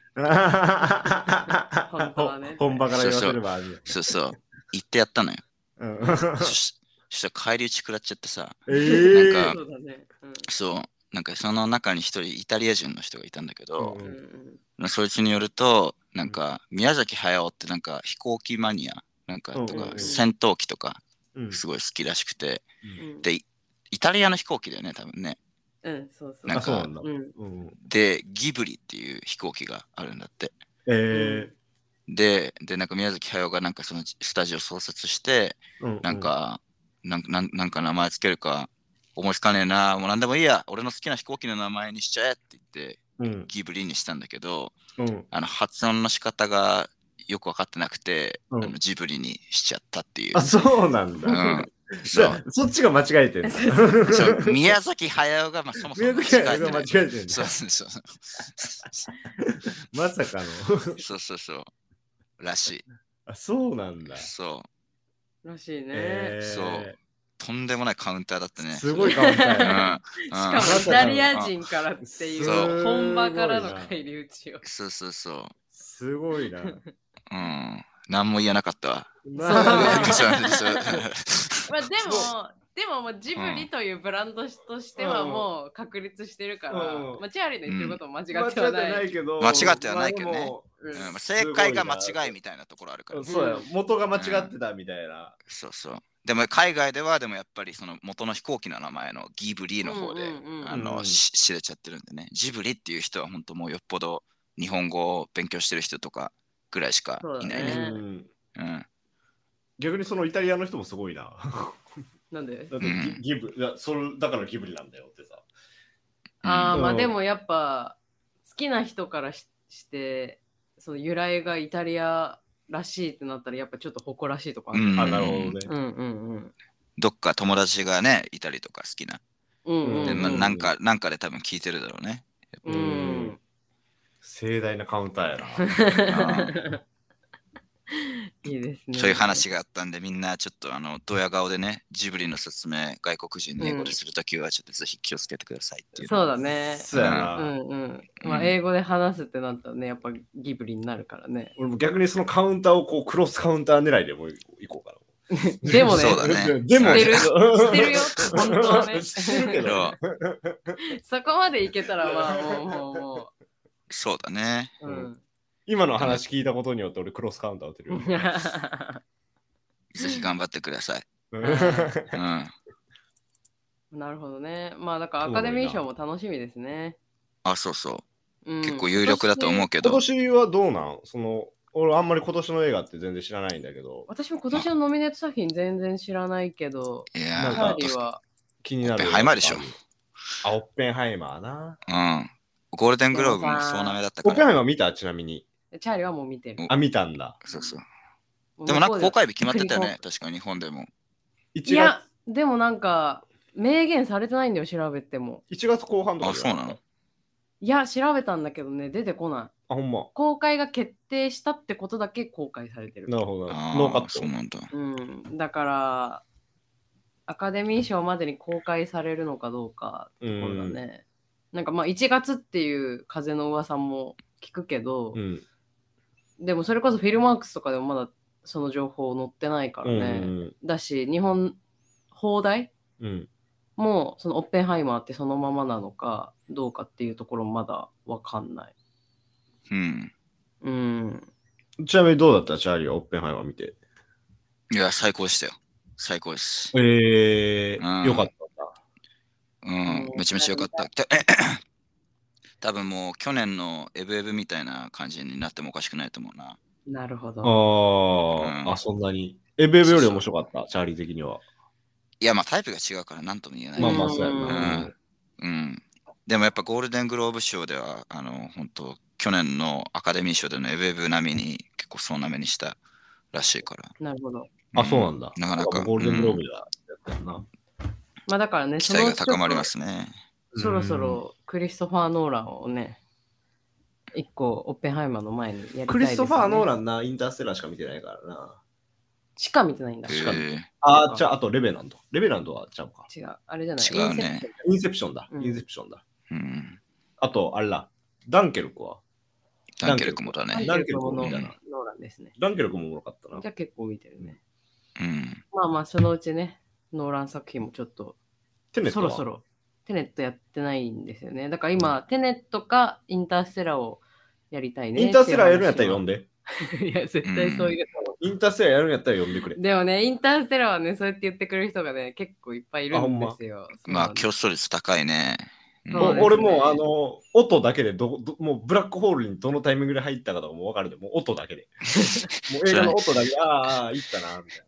S1: 本場はね
S2: 本場から言わせればあるよ
S3: そうそう。言ってやったのよ。
S2: うん
S3: そしそしたら帰り討ち食らっちゃってさ、
S2: えー
S3: なんか
S1: そうだね。うん
S3: そう、なんかその中に一人イタリア人の人がいたんだけど、
S1: うん
S3: そいつによると、なんか宮崎駿ってなんか飛行機マニアなんかと
S2: うん
S3: か
S2: うん、うん
S3: 戦闘機とか
S2: うん
S3: すごい好きらしくて、
S1: うん
S3: で、イイタリアの飛行機だよね、多分ね。
S1: うん、そうそう。
S3: なん
S2: あ
S3: か
S2: そうなんだ
S1: うん。
S2: うん
S3: で、ギブリっていう飛行機があるんだって。
S2: え
S3: で、で、なんか宮崎駿がなんかそのスタジオ創設して、
S2: ー
S3: なんか、なんなんなんか名前つけるか思いつかねえな、もうなんでもいいや、俺の好きな飛行機の名前にしちゃえって言って、
S2: うん
S3: ギブリにしたんだけど、
S2: うん
S3: あの発音の仕方がよく分かってなくて、
S2: うん
S3: あのジブリにしちゃったっていう
S2: あ。そうなん
S3: う
S2: だ
S3: ん、
S2: じ
S3: そ
S2: ゃ
S3: う
S2: あそっちが間違えてる
S3: そう宮崎駿が、まあ、そもそ
S2: 宮
S3: も間違
S2: 崎さん
S3: えて
S2: が間
S3: な
S2: 違
S3: い。
S2: えてるん
S3: そう
S2: だ
S3: そうそう。
S2: まさかの
S3: そうそうそう。らし
S2: あそうなん
S3: い。
S2: だ
S3: そう。
S1: らしい
S2: え
S1: ね。
S2: ー
S3: そうとんでもないカウンターだったね。
S2: すごい
S3: カウン
S2: カウンタ
S3: タ
S2: ー
S3: ー
S2: や。
S1: し
S3: う
S1: かもイタリア
S3: んうん
S1: 人からってい、
S3: そう
S2: う
S1: 本場からの返り討ちを。
S3: そうそうそう。
S2: すごいな
S3: うん。何も言えなかったわ。
S1: だね
S3: そうそう
S1: まあでも、でももうジブリというブランドとしてはもう確立してるから、
S2: うん
S1: まあチャーリーの言ってることも間違
S2: 間違
S1: っ
S2: ってて
S1: はな。
S2: ないいけど
S3: 間違ってはないけどね
S2: まあでも
S1: うん
S3: うん正解が間違いみたいなところあるから、ね、
S2: そうや元が間違ってたみたいな
S3: そうそうでも海外ではでもやっぱりその元の飛行機の名前のギブリーの方で、
S1: うんうんうん
S3: あ
S2: う
S3: の
S2: ん
S3: し知れちゃってるんでねジブリっていう人は本当もうよっぽど日本語を勉強してる人とかぐらいしかいないね
S1: そうだね
S2: うん
S3: うん
S2: 逆にそのイタリアの人もすごいな
S1: なんで
S2: だってギギブだそれだからギブリなんだよってさ。
S1: ああ、
S2: うん
S1: まあでもやっぱ好きな人からししてその由来がイタリアらしいってなったらやっぱちょっと誇らしいとかある、
S3: うん
S2: あ、なるほどね。
S1: うんうんうん
S3: どっか友達がね、いたりとか好きな。
S1: うんうんうん
S3: で
S2: う
S3: な
S2: う
S3: なんか、なんかで多分聞いてるだろうね。
S1: うん
S2: 盛大なカウンターやな。
S3: あ
S1: いいですね
S3: そういう話があったんで、みんなちょっとあの、ドヤ顔でね、ジブリの説明、外国人に英語でするときは、ちょっとぜひ気をつけてくださいっていう。
S1: そうだね
S2: そうやな。
S1: うんうんまあ英語で話すってなったらねやっぱギブリになるからね
S2: 俺も逆にそのカウンターをこうクロスカウンター狙いでもう行こうか
S1: でもね
S3: そうだね
S2: でも
S1: 知ってる知ってる よ本当は
S2: な。
S1: ね
S2: 知ってるけど。
S1: そこまでいけたらまあもうもうも
S3: そうだね。
S1: う、うん、
S2: 今の話聞いたことによって俺クロスカウンター打てるよ。
S3: ぜひ頑張ってください。うん。
S1: なるほどねまあだからアカデミー賞も楽しみですね、
S3: あ、そうそうう。
S1: ん、
S3: 結構有力だと思うけ
S2: 今
S3: ど。
S2: 年はどうなんその俺あんまり今年の映画って全然知らないんだけど
S1: 私も今年のノミネート作品全然知らないけど、
S3: い
S1: ハ
S3: や
S2: なん
S3: ー、
S2: か
S1: ーリーは、
S2: 気になる。
S3: オッペンハイマーでしょ
S2: あ、オッペンハイマーな。
S3: うん。ゴールデングローブもそうなめだった
S2: オ
S3: か
S2: ッペンハイ
S3: ら。
S2: マー見たちなみに。
S1: チャーリーはもう見てる。
S2: あ、見たんだ。
S3: そうそう。
S1: う
S3: でもなんか公開日決まってたよ
S1: 向
S3: ね。確か日本でも。
S2: 1
S1: い
S2: 月
S1: や、でもなんか、明言されてないんだよ、調べても。
S2: 1月後半とか
S3: あ、
S2: じゃ
S3: そう
S2: か
S3: なの
S1: いや、調べたんだけどね、出てこない。
S2: あ、ほんま。
S1: 公開が決定したってことだけ公開されてる。
S2: なるほど。
S3: あ
S2: ノーカ
S3: あ、
S2: ッ
S3: そう
S2: ト。
S3: なんだ。
S1: うん、だから、アカデミー賞までに公開されるのかどうか
S2: う
S1: これだ
S2: ん。
S1: ね。なんかまあ1月っていう風の噂も聞くけど、
S2: うん。
S1: でもそれこそフィルマークスとかでもまだその情報載ってないからね。
S2: うん
S1: だし、日本、放題
S2: うん。
S1: もそのオッペンハイマーってそのままなのかどうかっていうところまだわかんない。
S3: うん。
S1: うん。
S2: うんちなみにどうだったチャーリーはオッペンハイマー見て。
S3: いや、最高でしたよ。最高です。
S2: え
S3: うん
S2: ー、よかったんだ。
S3: うん
S1: う、ん
S3: めちゃめちゃ良かった。た 多分もう去年のエブエブみたいな感じになってもおかしくないと思うな。
S1: なるほど。
S2: あ
S3: うん
S2: ー、あ、そんなに。エブエブより面白かった、チャーリー的には。
S3: いや、まあタイプが違うから何とも言えない。
S2: まあまあ、そうや
S3: うん
S2: な。
S3: うん。でもやっぱゴールデングローブ賞では、あの、本当去年のアカデミー賞でのエブエブ並みに結構そうなめにしたらしいから。
S1: なるほど。
S2: あ、そうなんだ。
S3: なかなか
S2: ゴールデングローブだったよな。
S1: まあだからね、
S3: 期待が
S1: その
S3: 高まりますね。
S1: そろそろクリストファー・ノーランをね、一個オッペンハイマーの前にやりたいです、ね。
S2: クリストファー・ノーラ
S1: ン
S2: ンな、インターステラーしか見てないからな。
S1: しか見てないんだ。
S3: へ
S2: 確かに
S3: え
S2: あー、じゃあ、あとレベナント。レベナントはちゃうか。
S1: 違う。あれじゃない。
S3: 違うね
S1: インセプション
S2: インセプションだ。
S1: うん
S2: インセプションだ。
S3: うん。
S2: あと、あれだ。ダンケルクは。
S3: ダンケルクも
S1: ダ
S3: だ
S1: ン
S3: ね。
S1: ケ
S2: ダ
S1: ル
S2: ン
S1: ク
S2: ケルク
S1: もノ
S2: も
S1: ー
S2: 見
S1: ラ
S2: た
S1: ン
S2: な。
S1: ですね。
S2: ダンケルクもおもろかったな
S1: じ。ゃあ結構見てるね。
S3: うん。
S1: まあまあ、そのうちね、ノーラン作品もちょっと
S2: テネッ
S1: そ
S2: トは
S1: ろそ。ろテネットやってないんですよね。だから今、テネットかインターステラーをやりたいね。
S2: インターステラーやるんやったら呼ん
S1: で。
S2: で。
S1: いや、絶対そういう、
S2: インターステラーやるんやったら呼んでくれ。
S1: でもね、インターステラーはね、そうやって言ってくれる人がね、結構いっぱいいる
S2: あほ
S1: ん
S2: ん
S1: で
S2: ます
S1: よ。
S3: まあ競
S1: 日。
S3: 争率高いね。うん
S1: そうですね
S2: お俺もうあの音だけでどどもうブラックホールにどのタイミングで入ったかとかもう分かるでもう音だけ でもう映画の音だけであーあー行ったなみたい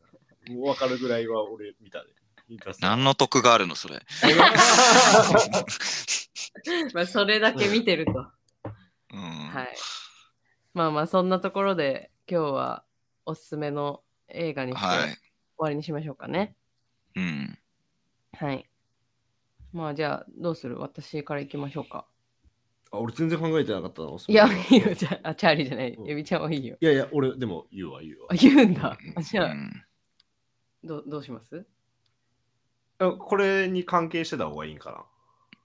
S2: なもう分かるぐらいは俺見たで見た
S3: 何の得がある のそれ。
S1: まあ、それだけ見てると。は
S3: う
S1: い。
S3: ん。
S1: まあまあ、そんなところで、今日はおすすめの映画にして
S3: は
S1: 終
S3: い。
S1: わりにしましょうかね。
S3: うん。
S1: はい。まあ、じゃあ、どうする私から行きましょうか。
S2: あ俺全然考えてなかったない
S1: や、いいよ、
S2: い
S1: じゃあ、あチャーリーじゃない、
S2: うん
S1: エビちゃんはいいよ。
S2: やいや俺でも言うわ言うわ
S1: あ言うんだ。あじゃ
S3: う
S1: あ、
S3: ん
S1: どうどうします
S2: あこれに関係してた方がいいんか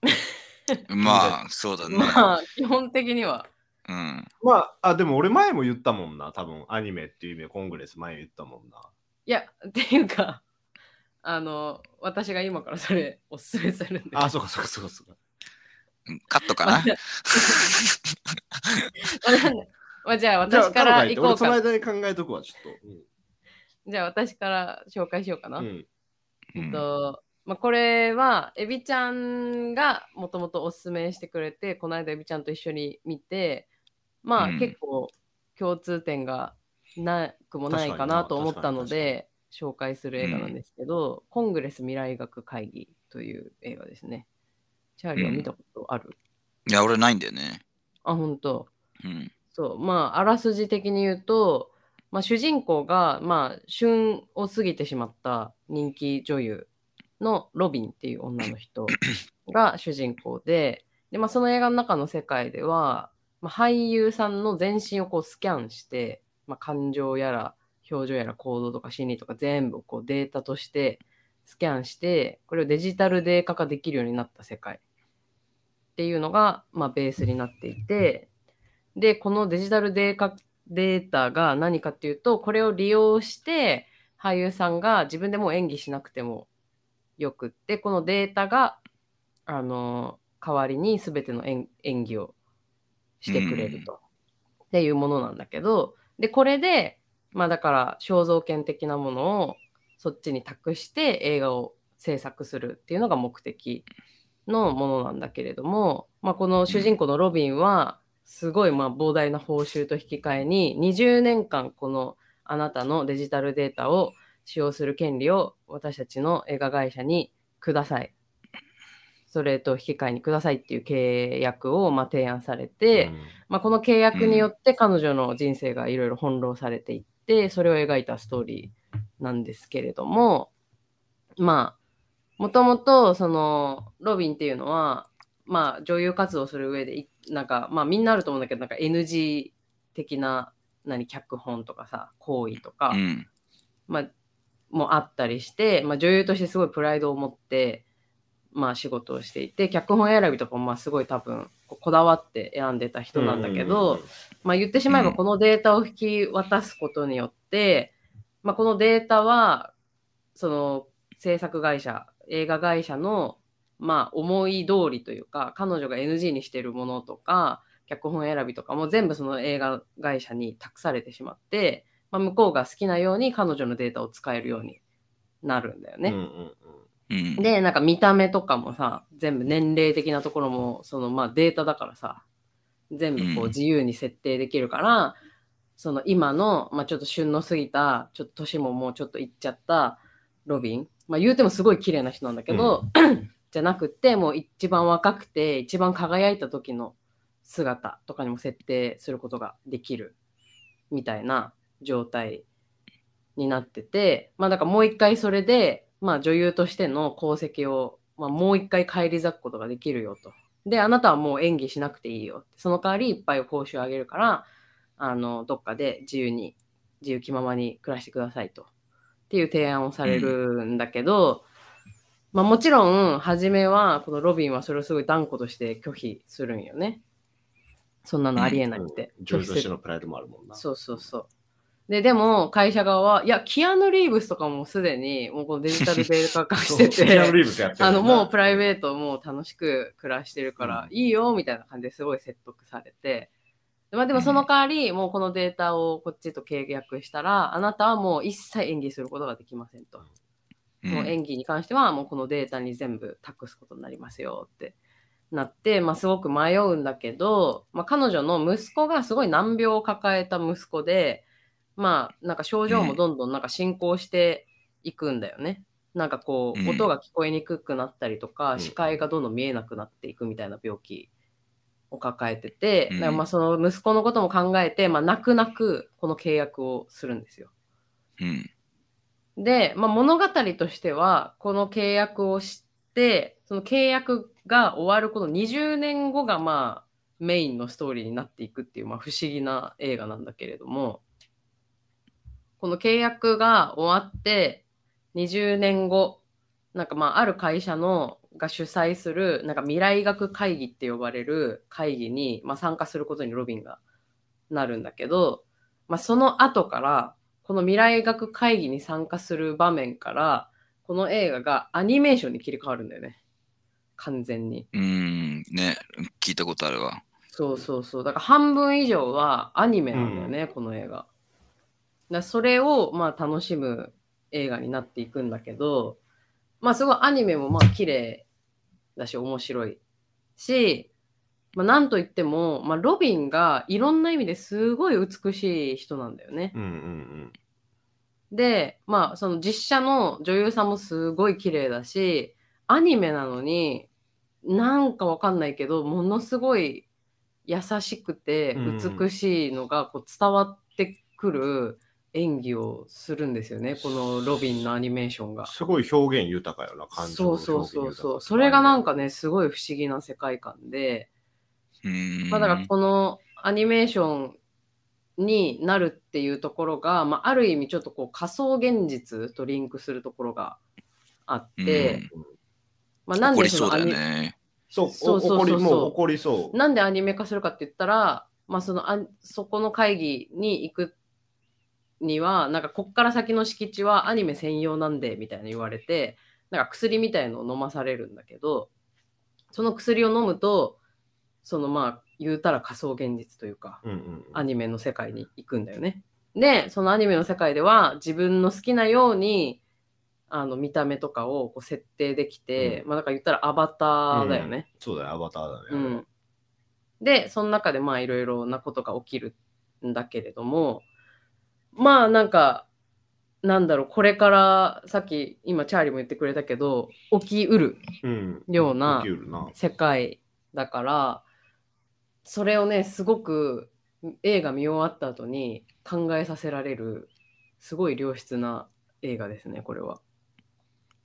S2: な
S3: まあ、そうだね。
S1: まあ、基本的には。
S3: うん。
S2: まああでも俺前も言ったもんな多分アニメっていう意味でコングレス前言ったもんない
S1: や、っていうか、あの、私が今からそれおすすめするんで。
S2: あそうかそうかそうかそうか
S3: カットか な
S1: まあなんでまあじゃあ、
S2: じゃあ
S1: 私から
S2: 彼女
S1: 行こう
S2: が言って俺
S1: か。
S2: その間に考えとくわちょっ
S1: じゃあ、私から紹介しようかな。
S2: と、うんうん
S3: う
S1: えっ
S3: ん
S1: とまあ、これは、エビちゃんがもともとおすすめしてくれて、この間エビちゃんと一緒に見て、まあ、
S3: うん
S1: 結構共通点がなくもない
S2: 確
S1: か
S2: かに
S1: な
S2: な
S1: と思ったので、紹介する映画なんですけど、コングレス未来学会議という映画ですね。チャーリーは見たことある、
S3: いや、俺ないんだよね。
S1: あ、本当
S3: うん。
S1: そう、まあ、あらすじ的に言うと、まあ、主人公が、まあ、旬を過ぎてしまった人気女優のロビンっていう女の人が主人公で、でまあ、その映画の中の世界では、まあ、俳優さんの全身をこうスキャンして、まあ、感情やら表情やら行動とか心理とか全部こうデータとしてスキャンして、これをデジタルデータ化できるようになった世界っていうのが、まあ、ベースになっていて、で、このデジタルデータデータが何かっていうと、これを利用して、俳優さんが自分でもう演技しなくてもよくって、このデータが、あの、代わりに全ての演演技をしてくれると。っていうものなんだけど、で、これで、まあだから肖像権的なものをそっちに託して映画を制作するっていうのが目的のものなんだけれども、まあ、この主人公のロビンはすごいまあ膨大な報酬と引き換えに20年間このあなたのデジタルデータを使用する権利を私たちの映画会社にください。それと引き換えにくださいっていう契約をまあ提案されて、
S2: うん
S1: まあ、この契約によって彼女の人生がいろいろ翻弄されていって、それを描いたストーリーなんですけれども、まあ、もともと、その、ロビンっていうのは、まあ、女優活動する上でい、なんか、まあ、みんなあると思うんだけど、なんか NG 的な、何、脚本とかさ、行為とか、
S3: うん。
S1: まあ、もあったりして、まあ、女優としてすごいプライドを持って、まあ、仕事をしていて脚本選びとかもまあすごい多分こうこだわって選んでた人なんだけど、、まあ、言ってしまえば
S3: うん
S1: このデータを引き渡すことによって、まあ、このデータはその制作会社映画会社のまあ思い通りというか彼女が NG にしてるものとか脚本選びとかも全部その映画会社に託されてしまって、まあ、向こうが好きなように彼女のデータを使えるようになるんだよ
S2: うん
S1: ね。
S2: うんうん
S3: うん。
S1: で、なんか見た目とかもさ、全部年齢的なところも、そのまあデータだからさ、全部こ
S3: う
S1: うん自由に設定できるから、その今の、まあちょっと旬の過ぎた、ちょっと年ももうちょっといっちゃったロビン、まあ言うてもすごい綺麗な人なんだけど、 じゃなくって、もう一番若くて、一番輝いた時の姿とかにも設定することができるみたいな状態になってて、まあだからもう一回それで、まあ女優としての功績を、まあもう一回返り咲くことができるよと。で、あなたはもう演技しなくていいよ。その代わりいっぱい報酬をあげるから、あの、どっかで自由に、自由気ままに暮らしてくださいと。っていう提案をされるんだけど、まあもちろん、初めは、このロビンはそれをすごい断固として拒否するんよね。そんなのありえないって。
S2: 女優
S1: 拒否
S2: と
S1: す
S2: して
S1: る
S2: のプライドもあるもんな。
S1: そうそうそう。で、でも、会社側は、いや、キアヌ・リーブスとかもすでに、もうこのデジタルデータ化
S2: そ
S1: して
S2: うキアヌ
S1: て、
S2: リーブスやってる
S1: あの、もうプライ
S2: ー
S1: ベートもう楽しく暮らしてるから、いいよ、みたいな感じですごい説得されて、でまあでもその代わり、もうこのデータをこっちと契約したら、あなたはもう一切演技することができませんと。
S3: うん
S1: もう演技に関してはもうこのデータに全部託すことになりますよってなって、まあ、すごく迷うんだけど、まあ、彼女の息子がすごい難病を抱えた息子でまあなんか症状もどんどんなんか進行していくんだよね。なんかこ
S3: うん
S1: う音が聞こえにくくなったりとか、
S2: ん
S1: 視界がどんどん見えなくなっていくみたいな病気を抱えてて、
S3: うん
S1: だからまあその息子のことも考えて、まあ、泣く泣くこの契約をするんですよ。
S3: うん。
S1: で、まあ、物語としては、この契約をして、その契約が終わるこの20年後が、まあ、メインのストーリーになっていくっていう、まあ、不思議な映画なんだけれども、この契約が終わって、20年後、なんかまあ、ある会社の、が主催する、なんか未来学会議って呼ばれる会議に、まあ、参加することにロビンがなるんだけど、まあ、その後から、この未来学会議に参加する場面から、この映画がアニメーションに切り替わるんだよね。完全に。
S3: うん。ね、聞いたことあるわ。
S1: そうそうそう。だから半分以上はアニメなんだよね、この映画。だからそれをまあ楽しむ映画になっていくんだけど、まあすごいアニメもまあ綺麗だし面白いし、まあなんといっても、まあロビンがいろんな意味ですごい美しい人なんだよね。
S2: うんうん
S1: で、まあ、その実写の女優さんもすごい綺麗だし、アニメなのに、なんかわかんないけど、ものすごい優しくて
S2: うん
S1: 美しいのがこう伝わってくる演技をするんですよね、このロビンのアニメーションが。
S2: すごい表現豊かよな感じ
S1: そうそうそうそう。それがなんかね、すごい不思議な世界観で、
S3: うん
S1: まあ、だからこのアニメーションになるっていうところが、まあ、ある意味ちょっとこう仮想現実とリンクするところがあって、
S3: うん
S1: まあ、なん
S3: 怒
S1: で
S3: り
S1: そ
S3: そ
S1: の
S3: うだ
S1: ア
S3: よ
S1: ニ、
S3: ね。
S2: そう
S1: そうそうそうそう
S2: お怒りもう怒りそう
S1: なんでアニメ化するかって言ったら、まあ、そのあそこの会議に行くにはなんかこっから先の敷地はアニメ専用なんでみたいな言われてなんか薬みたいのを飲まされるんだけどその薬を飲むとそのまあ言うたら仮想現実というか
S2: うんうん
S1: アニメの世界に行くんだよね。で、そのアニメの世界では自分の好きなようにあの見た目とかをこう設定できて、
S2: う
S1: まあだから言ったらアバターだよね。
S2: そうだねアバターだね、
S1: うんで、その中でまあいろいろなことが起きるんだけれども、まあなんか、なんだろう、これからさっき今チャーリーも言ってくれたけど、起きうる
S2: うん
S1: ような
S2: 起きうるな
S1: 世界だからそれをねすごく映画見終わった後に考えさせられるすごい良質な映画ですねこれは。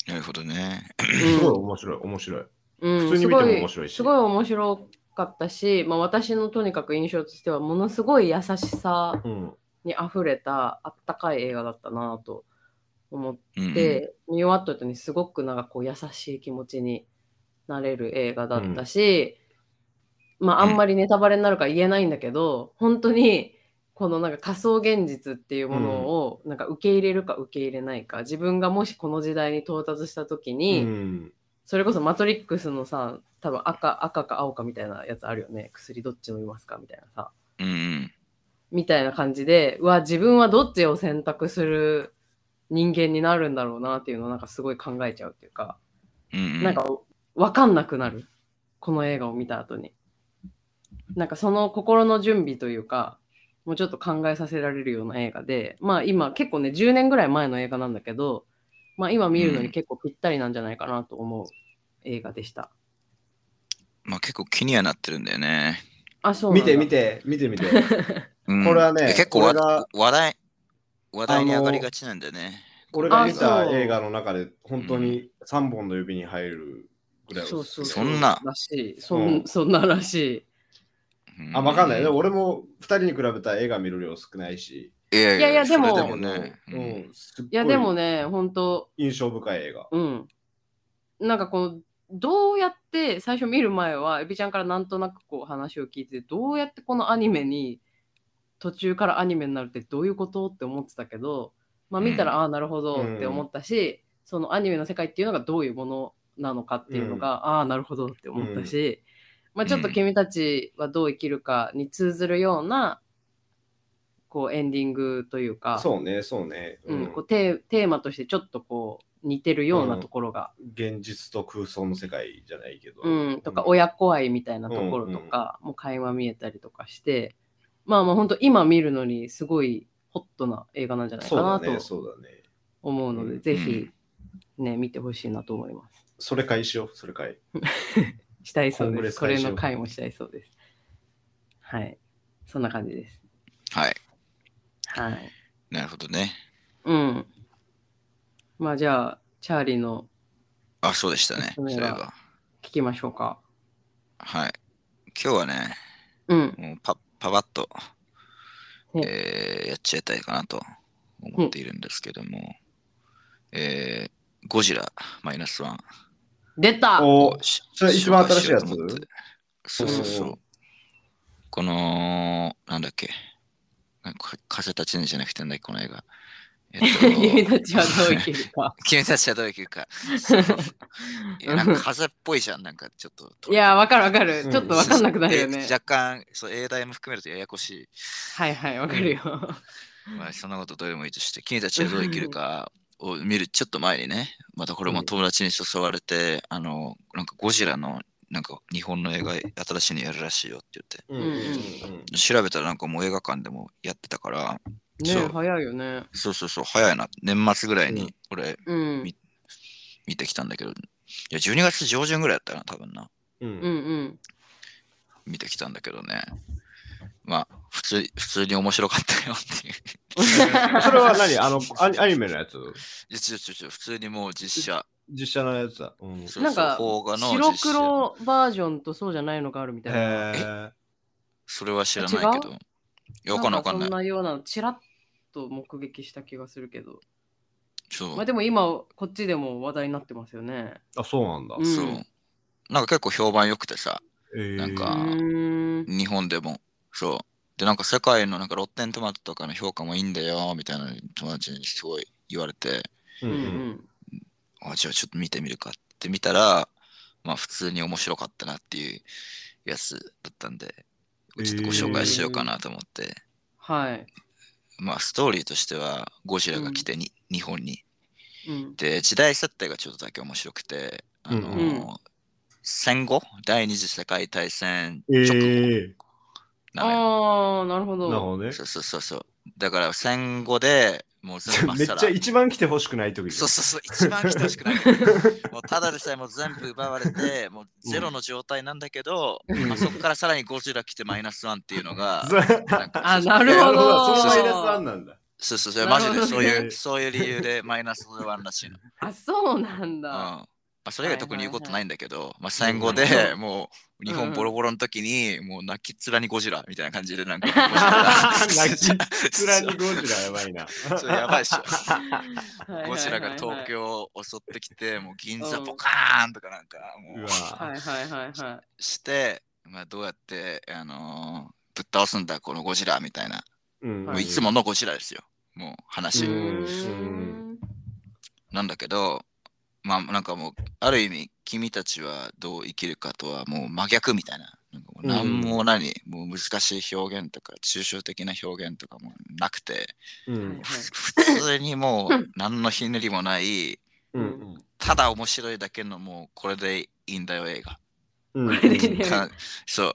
S3: なるほどね。
S2: すごい面白い面白い、
S1: うん
S2: 普通に見ても面白いし
S1: すごいすごい面白かったし、まあ、私のとにかく印象としてはものすごい優しさ
S2: うん、
S1: にあふれたあったかい映画だったなと思っ
S3: うん
S1: で、見終わった後にすごくなんかこう優しい気持ちになれる映画だったし、まああんまりネタバレになるから言えないんだけど、本当にこのなんか仮想現実っていうものをなんか受け入れるか受け入れないか、自分がもしこの時代に到達した時に、
S2: うん
S1: それこそマトリックスのさ多分赤赤か青かみたいなやつあるよね薬どっち飲みますかみたいなさ
S3: うんうん
S1: みたいな感じでうわ自分はどっちを選択する人間になるんだろうなっていうのをなんかすごい考えちゃうっていうか、
S3: うんうん
S1: なんか分かんなくなるこの映画を見た後になんかその心の準備というかもうちょっと考えさせられるような映画でまあ今結構ね10年ぐらい前の映画なんだけどまあ今見るのに結構ぴったりなんじゃないかなと思う映画でした、
S3: まあ結構気にはなってるんだよね。
S1: あそうなん
S2: 見
S1: だ
S2: て見て見て見 て
S3: うん
S2: これはね
S3: 結構わ
S2: これが
S3: 話題、話題に上がりがちなんだよね。
S2: 俺が見
S1: あ
S2: た
S1: そう
S2: 映画の中で本当に3本の指に入るぐらい
S1: そうそうう
S3: そんな
S1: らしいそん,、
S2: うん
S1: そんならし
S2: あ分かんないね
S3: ね。
S2: 俺も2人に比べたら映画見る量少ないし
S3: いや
S1: いやいやでも
S3: それ
S1: う
S3: ね。
S2: うん
S3: うん
S2: すっ
S1: い
S2: ご
S1: いやでもね本当
S2: 印象深い映画
S1: うんなんかこうどうやって最初見る前はエビちゃんからなんとなくこう話を聞いてどうやってこのアニメに途中からアニメになるってどういうことって思ってたけど、まあ、見たら、
S3: うん
S1: ああなるほどって思ったし、そのアニメの世界っていうのがどういうものなのかっていうのが、ああなるほどって思ったし、まあ、ちょっと君たちはどう生きるかに通ずるようなこうエンディングというか
S2: そうねそうね、
S1: う
S2: うんん
S1: こうテーテーマとしてちょっとこう似てるようなところが
S2: 現実と空想の世界じゃないけど、
S1: うん、とか親子愛みたいなところとか、もう会話見えたりとかして、まあまあ本当今見るのにすごいホットな映画なんじゃない
S2: そ
S1: か
S2: う
S1: な
S2: だ
S1: と
S2: ねそうだね
S1: 思うので、
S2: うん
S1: ぜひね、見てほしいなと思います。
S2: それ会しようそれ会
S1: したいそう
S2: コング
S1: で
S2: レ
S1: す。
S2: ス
S1: これ
S2: 会しよう
S1: の回もしたいそうです。はい。そんな感じです。
S3: はい。
S1: はい。
S3: なるほどね。
S1: うん。まあじゃあ、チャーリーの
S3: あ、そうでしたね。
S1: そ
S3: そうう
S1: い
S3: い
S1: え
S3: え
S1: ば
S3: ば。
S1: 聞きましょうか。
S3: はい。今日はね、
S1: うん。
S3: もうパパパッと、
S1: ね
S3: えーやっちゃいたいかなと思っているんですけども、えーゴジラマイナスワン
S1: 出た
S2: お
S3: をし
S2: それ一番
S3: 紹介しようと
S2: 新しいやつ
S3: 思ってそうそうそ
S2: おー
S3: う。この、なんだっけ、か風立ちぬじゃなくてなんだっけ、この映画。えっと
S1: 君たちはどう生きるか。
S3: 君たちはどう生きるか。 そういやなんか風っぽいじゃん、なんかちょっと。
S1: いや、わかるわかる。
S2: うん
S1: ちょっとわかんなくなるよ
S3: え
S1: ね。
S3: 若干、そう、英題も含めるとややこし
S1: はいはい、わかるよ。
S3: い。まあ、そんなことどうでもいいとして、君たちはどう生きるかを見るちょっと前にね、またこれも友達に誘われて、あの、なんかゴジラの、なんか日本の映画新しいのやるらしいよって言って。
S2: うんん
S1: うんうん
S3: 調べたらなんかもう映画館でもやってたから、
S1: ね
S3: そう
S1: 早いよね。
S3: そうそうそう、早いな。年末ぐらいに俺
S1: うん。
S3: み見てきたんだけど、いや、12月上旬ぐらいだったかな、多分な。
S2: う
S1: うん
S2: ん。
S1: うん。
S3: 見てきたんだけどね。まあ、普通普通に面白かったよっていう。
S2: それは何あのアニ、アニメのやつ
S3: いや、ちょちょちょ、普通にもう実写。
S2: 実写のやつだ。うん。へ
S3: そうそう
S1: なんか
S3: 邦画の
S1: 白
S3: 実写
S1: 黒バージョンとそうじゃないのがあるみたいな。
S2: え。
S3: それは知らないけど。いやわかんないわかん
S1: な
S3: なん
S1: かそん
S3: い。
S1: なようなのちらっと目撃した気がするけど。
S3: そう
S1: まあでも今こっちでも話題になってますよね。
S2: あ、そうなんだ
S1: う。ん
S3: そう。なんか結構評判良くてさ、
S2: えー
S3: なん
S1: う
S3: かあー
S1: ーん。
S3: 日本でも。そう。で、なんか世界のなんかロッテントマトとかの評価もいいんだよ、みたいなのに友達にすごい言われて、
S1: う
S2: う
S1: んんう
S2: うん
S1: ん。
S3: あ、じゃあちょっと見てみるかって見たら、まあ普通に面白かったなっていうやつだったんで、ちょっとご紹介しようかなと思って。
S1: はい。
S3: まあストーリーとしてはゴジラが来てに、日本に。
S1: うん。
S3: で、時代設定がちょっとだけ面白くて、あのー
S1: うんう
S3: 戦後第二次世界大戦
S2: え
S3: 直後
S2: ー
S3: なのよ
S1: ああ、なるほ
S2: なる
S1: ど。
S2: ほどね
S3: そ。うそうそうそう。だから戦後でもう全部まっ
S2: めっ
S3: さら。
S2: ちゃ一番来てほしくない時
S3: そうそうそう、一番来てほしくない。 もうただでさえもう全部奪われて、もうゼロの状態なんだけど、
S2: ん
S3: まあ、そこからさらにゴジラ来てマイナスワンっていう のが。んか
S1: あなるほど
S2: そのマイナスワンなんだ。
S3: そうそうそう、
S1: な
S3: マ
S1: る
S3: ジ
S1: ほどね
S3: でそういう、そういう理由でマイナスワンらしいの。うん
S1: あ、そうなんだ。
S3: まあ、それ以外特に言うことないんだけど、まあ、戦後
S1: うんうん
S3: で
S1: う
S3: もう日
S1: うんう
S3: 本
S1: ん
S3: ボロボロの時に、もう泣きっ面にゴジラみたいな感じ でなんか
S2: 泣きっ面にゴジラやばいな。
S3: そうやばいっしょ。
S1: はいはい
S3: ゴジラが
S1: はいは
S3: 東
S1: い。
S3: 京を襲ってきて、もう銀
S1: う
S3: 座
S1: ん
S3: ポカーンとかなんか
S2: う
S3: も
S2: わ
S3: う
S1: はいはいはいは
S3: して、まあ、どうやって、あのーぶっ倒すんだこのゴジラみたいな、
S2: うん
S3: もういつものゴジラですよ、もう
S1: い。
S3: 話、
S2: うん
S1: うん
S3: なんだけど、まあなんかもう、ある意味、君たちはどう生きるかとはもう真逆みたいな。なんかもう何も何、もう難しい表現とか、抽象的な表現とかもなくて、
S2: うん
S1: はい
S3: 普通にもう何のひねりもない、
S2: うん
S3: ただ面白いだけのもうこれでいいんだよ映画。
S2: うん
S1: これで ね
S3: かそう。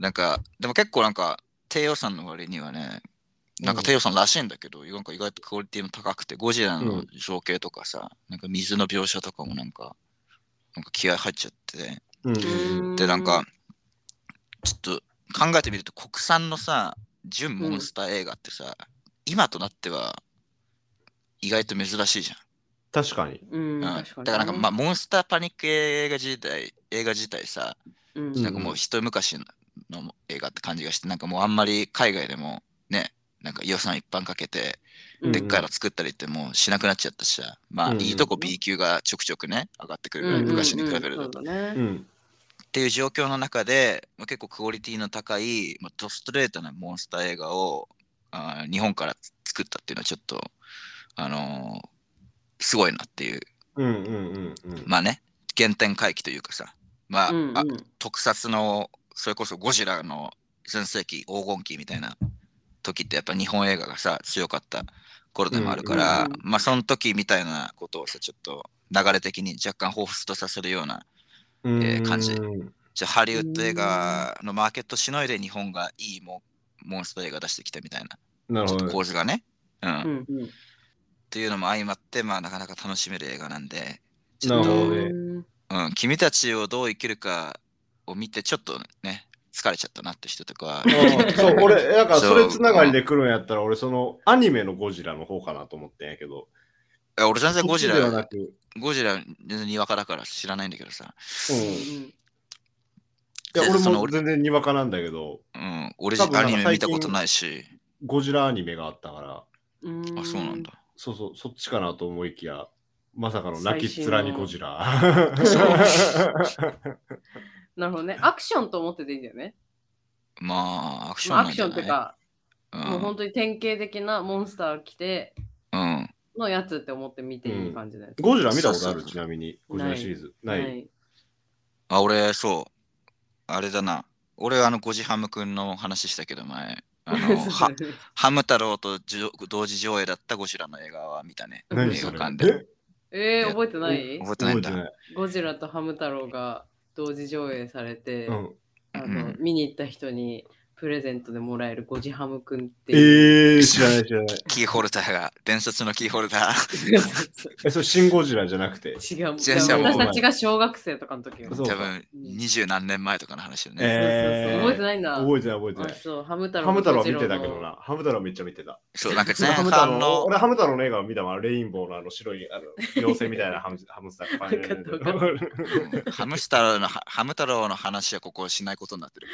S3: なんか、でも結構なんか、低予算の割にはね、なんか低予算らしいんだけど、なんか意外とクオリティも高くて、ゴジラの情景とかさ、なんか水の描写とかもなんか、なんか気合入っちゃってて、
S2: うん
S3: で、なんか、、ちょっと考えてみると、国産のさ、純モンスター映画ってさ、今となっては、意外と珍しいじゃん。
S2: 確かに。
S1: うん、
S3: うんだ
S1: 確
S3: か
S1: に
S3: らなんか、まあ、モンスターパニック映画自体、映画自体さ、
S1: うん
S3: なんかもう一昔の映画って感じがして、なんかもうあんまり海外でもね、なんか予算一般かけて、
S2: うん
S3: でっかいの作ったりってもうしなくなっちゃったしさ、まあ
S2: うん
S3: いいとこ B 級がちょくちょくね、上がってくるぐらい、
S2: うん
S3: 昔に比べると。っ
S1: そうだ
S2: う
S1: ね。
S2: ん。
S3: ていう状況の中で、まあ、結構クオリティの高い、まあ、ドストレートなモンスター映画をあー日本から作ったっていうのはちょっと、あのーすごいなっていう、
S2: うんうんうんうん。
S3: まあね、原点回帰というかさ、まあ、
S1: うんうん
S3: あ特撮のそれこそゴジラの全盛期黄金期みたいな時ってやっぱ日本映画がさ強かった頃でもあるから、
S1: うんうん
S3: まあその時みたいなことをさちょっと流れ的に若干彷彿とさせるようなえー感じ
S2: うん
S3: じゃあハリウッド映画のマーケットしのいで日本がいいモモンスター映画出してきたみたい
S2: なる
S3: なち
S2: ほ
S3: ょっと
S2: ど。
S3: 構図がね、うん
S1: う
S3: っ
S1: んうん
S3: ていうのも相まってまあなかなか楽しめる映画なんでち
S2: な
S3: ょっ
S2: る
S3: と
S2: ほどね
S1: うん
S3: うん、君たちをどう生きるかを見てちょっとね疲れちゃったなって人とか
S2: うんそう、俺、なんかそれつながりで来るんやったら、俺、そのアニメのゴジラの方かなと思ってんやけど。
S3: いや俺全然ゴジ
S2: そっちではな
S3: ラ、
S2: くうん。
S3: ゴジラにわかだから知らないんだけどさ、
S2: いや、
S3: で
S2: 俺
S3: その
S2: も全然にわかなんだけど、
S3: うん、俺
S2: 多分
S3: ア
S2: なんか
S3: ニメ
S2: 最
S3: 見た
S2: 近
S3: ことないし、
S2: ゴジラアニメがあったから、
S1: うん
S3: あ、そうなんだ。。
S2: そうそう、そっちかなと思いきや、まさかの泣きっ面にゴジラ。
S1: なるほどね。アクションと思ってていいんだよね。
S3: まあ、アクション
S1: まあア
S3: なん
S1: ク
S3: じ
S1: ショ
S3: ゃ
S1: ンっ
S3: な
S1: て
S3: い
S1: か、
S3: う
S1: もう本当に典型的なモンスター来て
S3: ん、うん。
S1: のやつって思って見ていい感じだよね。
S2: ゴジラ見たことあ
S3: そうそう
S2: るちなみに、ゴジラシリーズ。な。
S1: はいい。
S3: あ、俺、そう、あれだな。俺、あの、ゴジハムくんの話したけど前、あの、はハム太郎とじょ同時上映だったゴジラの映画は見たね。
S2: 何
S3: 映
S2: そ
S3: 画
S2: れ
S3: 館
S2: え
S3: で。
S1: えー、覚えてない
S3: 覚えてないんだ。
S2: い。
S1: ゴジラとハム太郎が同時上映されて、
S2: うん。
S1: あ
S3: う
S1: の
S3: ん
S1: 見に行った人に、プレゼントでもらえるゴジハムくんっていう。
S2: えー、知らない知らない。
S3: キーホルダーが、伝説のキーホルダー。
S2: え、それ、シン・ゴジラじゃなくて。
S1: 違う。
S3: 違う違う
S1: 私たちが小学生とかの時よ
S2: そう
S3: 多分、二十何年前とかの話よね。
S2: え
S1: そうそうそ
S2: ー、
S1: う覚えてないんだ
S2: 覚えてない覚えて な
S1: あ、
S2: い。
S1: そう、ハム太郎
S2: ハム太郎
S1: ジ
S2: 見
S1: ロ
S2: て
S1: ーの
S2: たけどな。ハム太郎めっちゃ見てた。
S3: そう、なんか前
S2: ハム太
S3: 半
S2: 郎
S3: の、
S2: 俺、ハム太郎の映画を見たわ。レインボーのあの白いあの妖精みたいなハムハムスターがパン
S1: わかったわかっ
S3: うんハムスターの、ハハム太郎の話はここしないことになってる。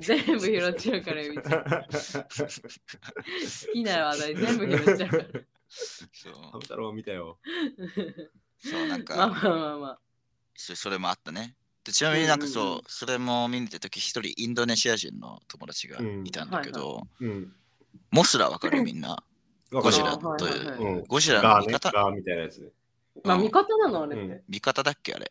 S1: 全部拾っちゃうから、うち好きな話題全部拾っちゃうから。
S3: そう
S2: ハム太郎見たよ。
S3: そう、な
S1: まあ
S3: んか、
S1: まあまあまあ。
S3: そそれもあったね。でちなみになんか
S1: うんうんう
S3: そ
S1: ん
S3: う、それも見に行った時、一人インドネシア人の友達がいたんだけど、
S2: うん。
S3: モスラわかるみんな。ゴジラとい。
S1: あーはいはいは
S2: いううん
S3: ゴジラの
S2: ガー
S3: 味
S2: ね。
S3: 方、
S2: ガーみたいなやつね。
S1: まあ、
S3: うん
S1: 味方なのあれって。
S2: う
S3: 味方だっけあれ。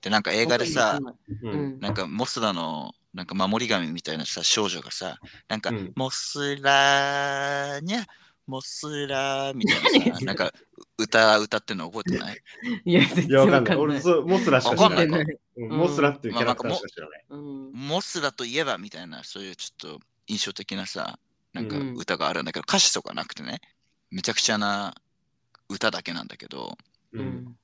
S3: で、なんか映画でさ、
S2: う。
S1: うんん、
S3: なんかモスラのなんか守り神みたいなさ少女がさ、なんか、
S2: うん
S3: モスラーにゃ、モスラーみたい な
S1: 何
S3: さ、なんか歌歌ってるの覚えてない
S1: いや、全
S2: いや、
S1: 然
S2: わか
S1: わ
S2: ん
S1: かんな
S2: ない。俺、
S1: い。
S2: そうモスラしか知
S3: わ
S2: ら
S3: かん
S2: な
S3: ないい。
S2: うん
S1: うん
S2: モスラっていうキャラクターしか知らない。
S1: うん
S3: モスラといえばみたいな、そういうちょっと印象的なさ、なんか
S1: うん
S3: 歌があるんだけど、歌詞とかなくてね、めちゃくちゃな歌だけなんだけど、
S1: う
S2: うん
S1: ん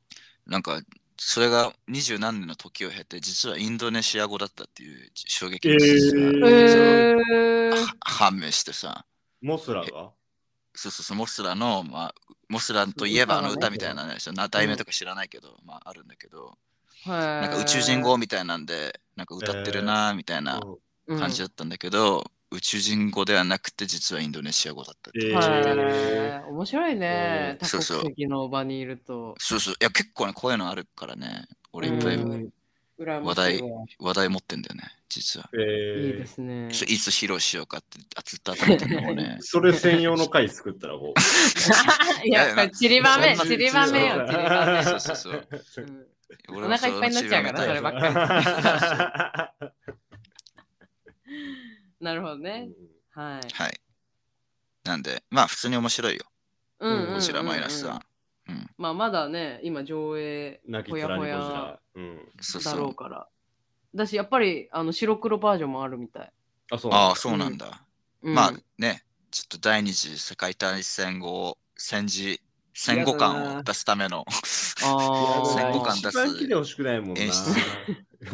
S3: なんか、それが二十何年の時を経て、実はインドネシア語だったっていう衝撃の事実
S2: え
S1: え
S3: が
S1: ー
S3: は判明してさ、
S2: モスラが
S3: そうそうそう、モスラの、まあ、モスラといえばあの歌みたいなね、そのな題名とか知らないけど、まああるんだけど、
S1: な
S3: なんか宇宙人語みたいなんで、なんか歌ってるなーみたいな感じだったんだけど、宇宙人語ではなくて、実はインドネシア語だったって。
S2: えー
S1: はい。面白いね。
S3: うん
S1: 多
S3: そうそう
S1: 国籍の場にいると。
S3: そうそう、いや、結構ね、こういうのあるからね、俺いっぱ
S1: う
S3: い
S1: ん羨ま
S3: 話
S1: し
S3: 題
S1: いわ
S3: 話題持ってんだよね、実は。
S1: いい
S2: え
S1: で
S2: ー。
S1: すね。
S3: そういつ披露しようかって、あずっと頭の中をね
S2: それ専用の回作ったらもう。
S1: いや、これちりば め、
S3: そんな
S1: ちりばめよ、ちりば
S3: そうそう そ
S1: め
S3: う。
S1: うん。
S3: 俺も
S1: お腹いっぱいになっちゃうから
S3: そ
S1: そ
S3: れ
S1: れ
S3: は
S1: ばっか なるほどね。はい。
S3: はい。なんで、まあ、普通に面白いよ、
S1: うんうんうんうん
S3: こちらマイナスさん。
S1: まあ、まだね、今上映
S2: 泣き
S1: ほ
S2: つ
S1: や
S2: らに
S1: ほ
S2: ゴジ
S1: や
S2: ラ。うん。
S3: そう
S1: だ
S3: そ
S1: ろ
S3: う
S1: う。から。だし、やっぱりあの白黒バージョンもあるみたい。
S2: あ、そうなん
S3: あ
S2: だ
S3: あ、。そうなんだ。
S1: うん
S3: まあね、ちょっと第二次世界大戦後、戦時、戦後感を出すための、
S1: あー
S3: 戦後感
S2: 一
S3: 出す
S2: 番来てほしくないもんな
S3: 演。うん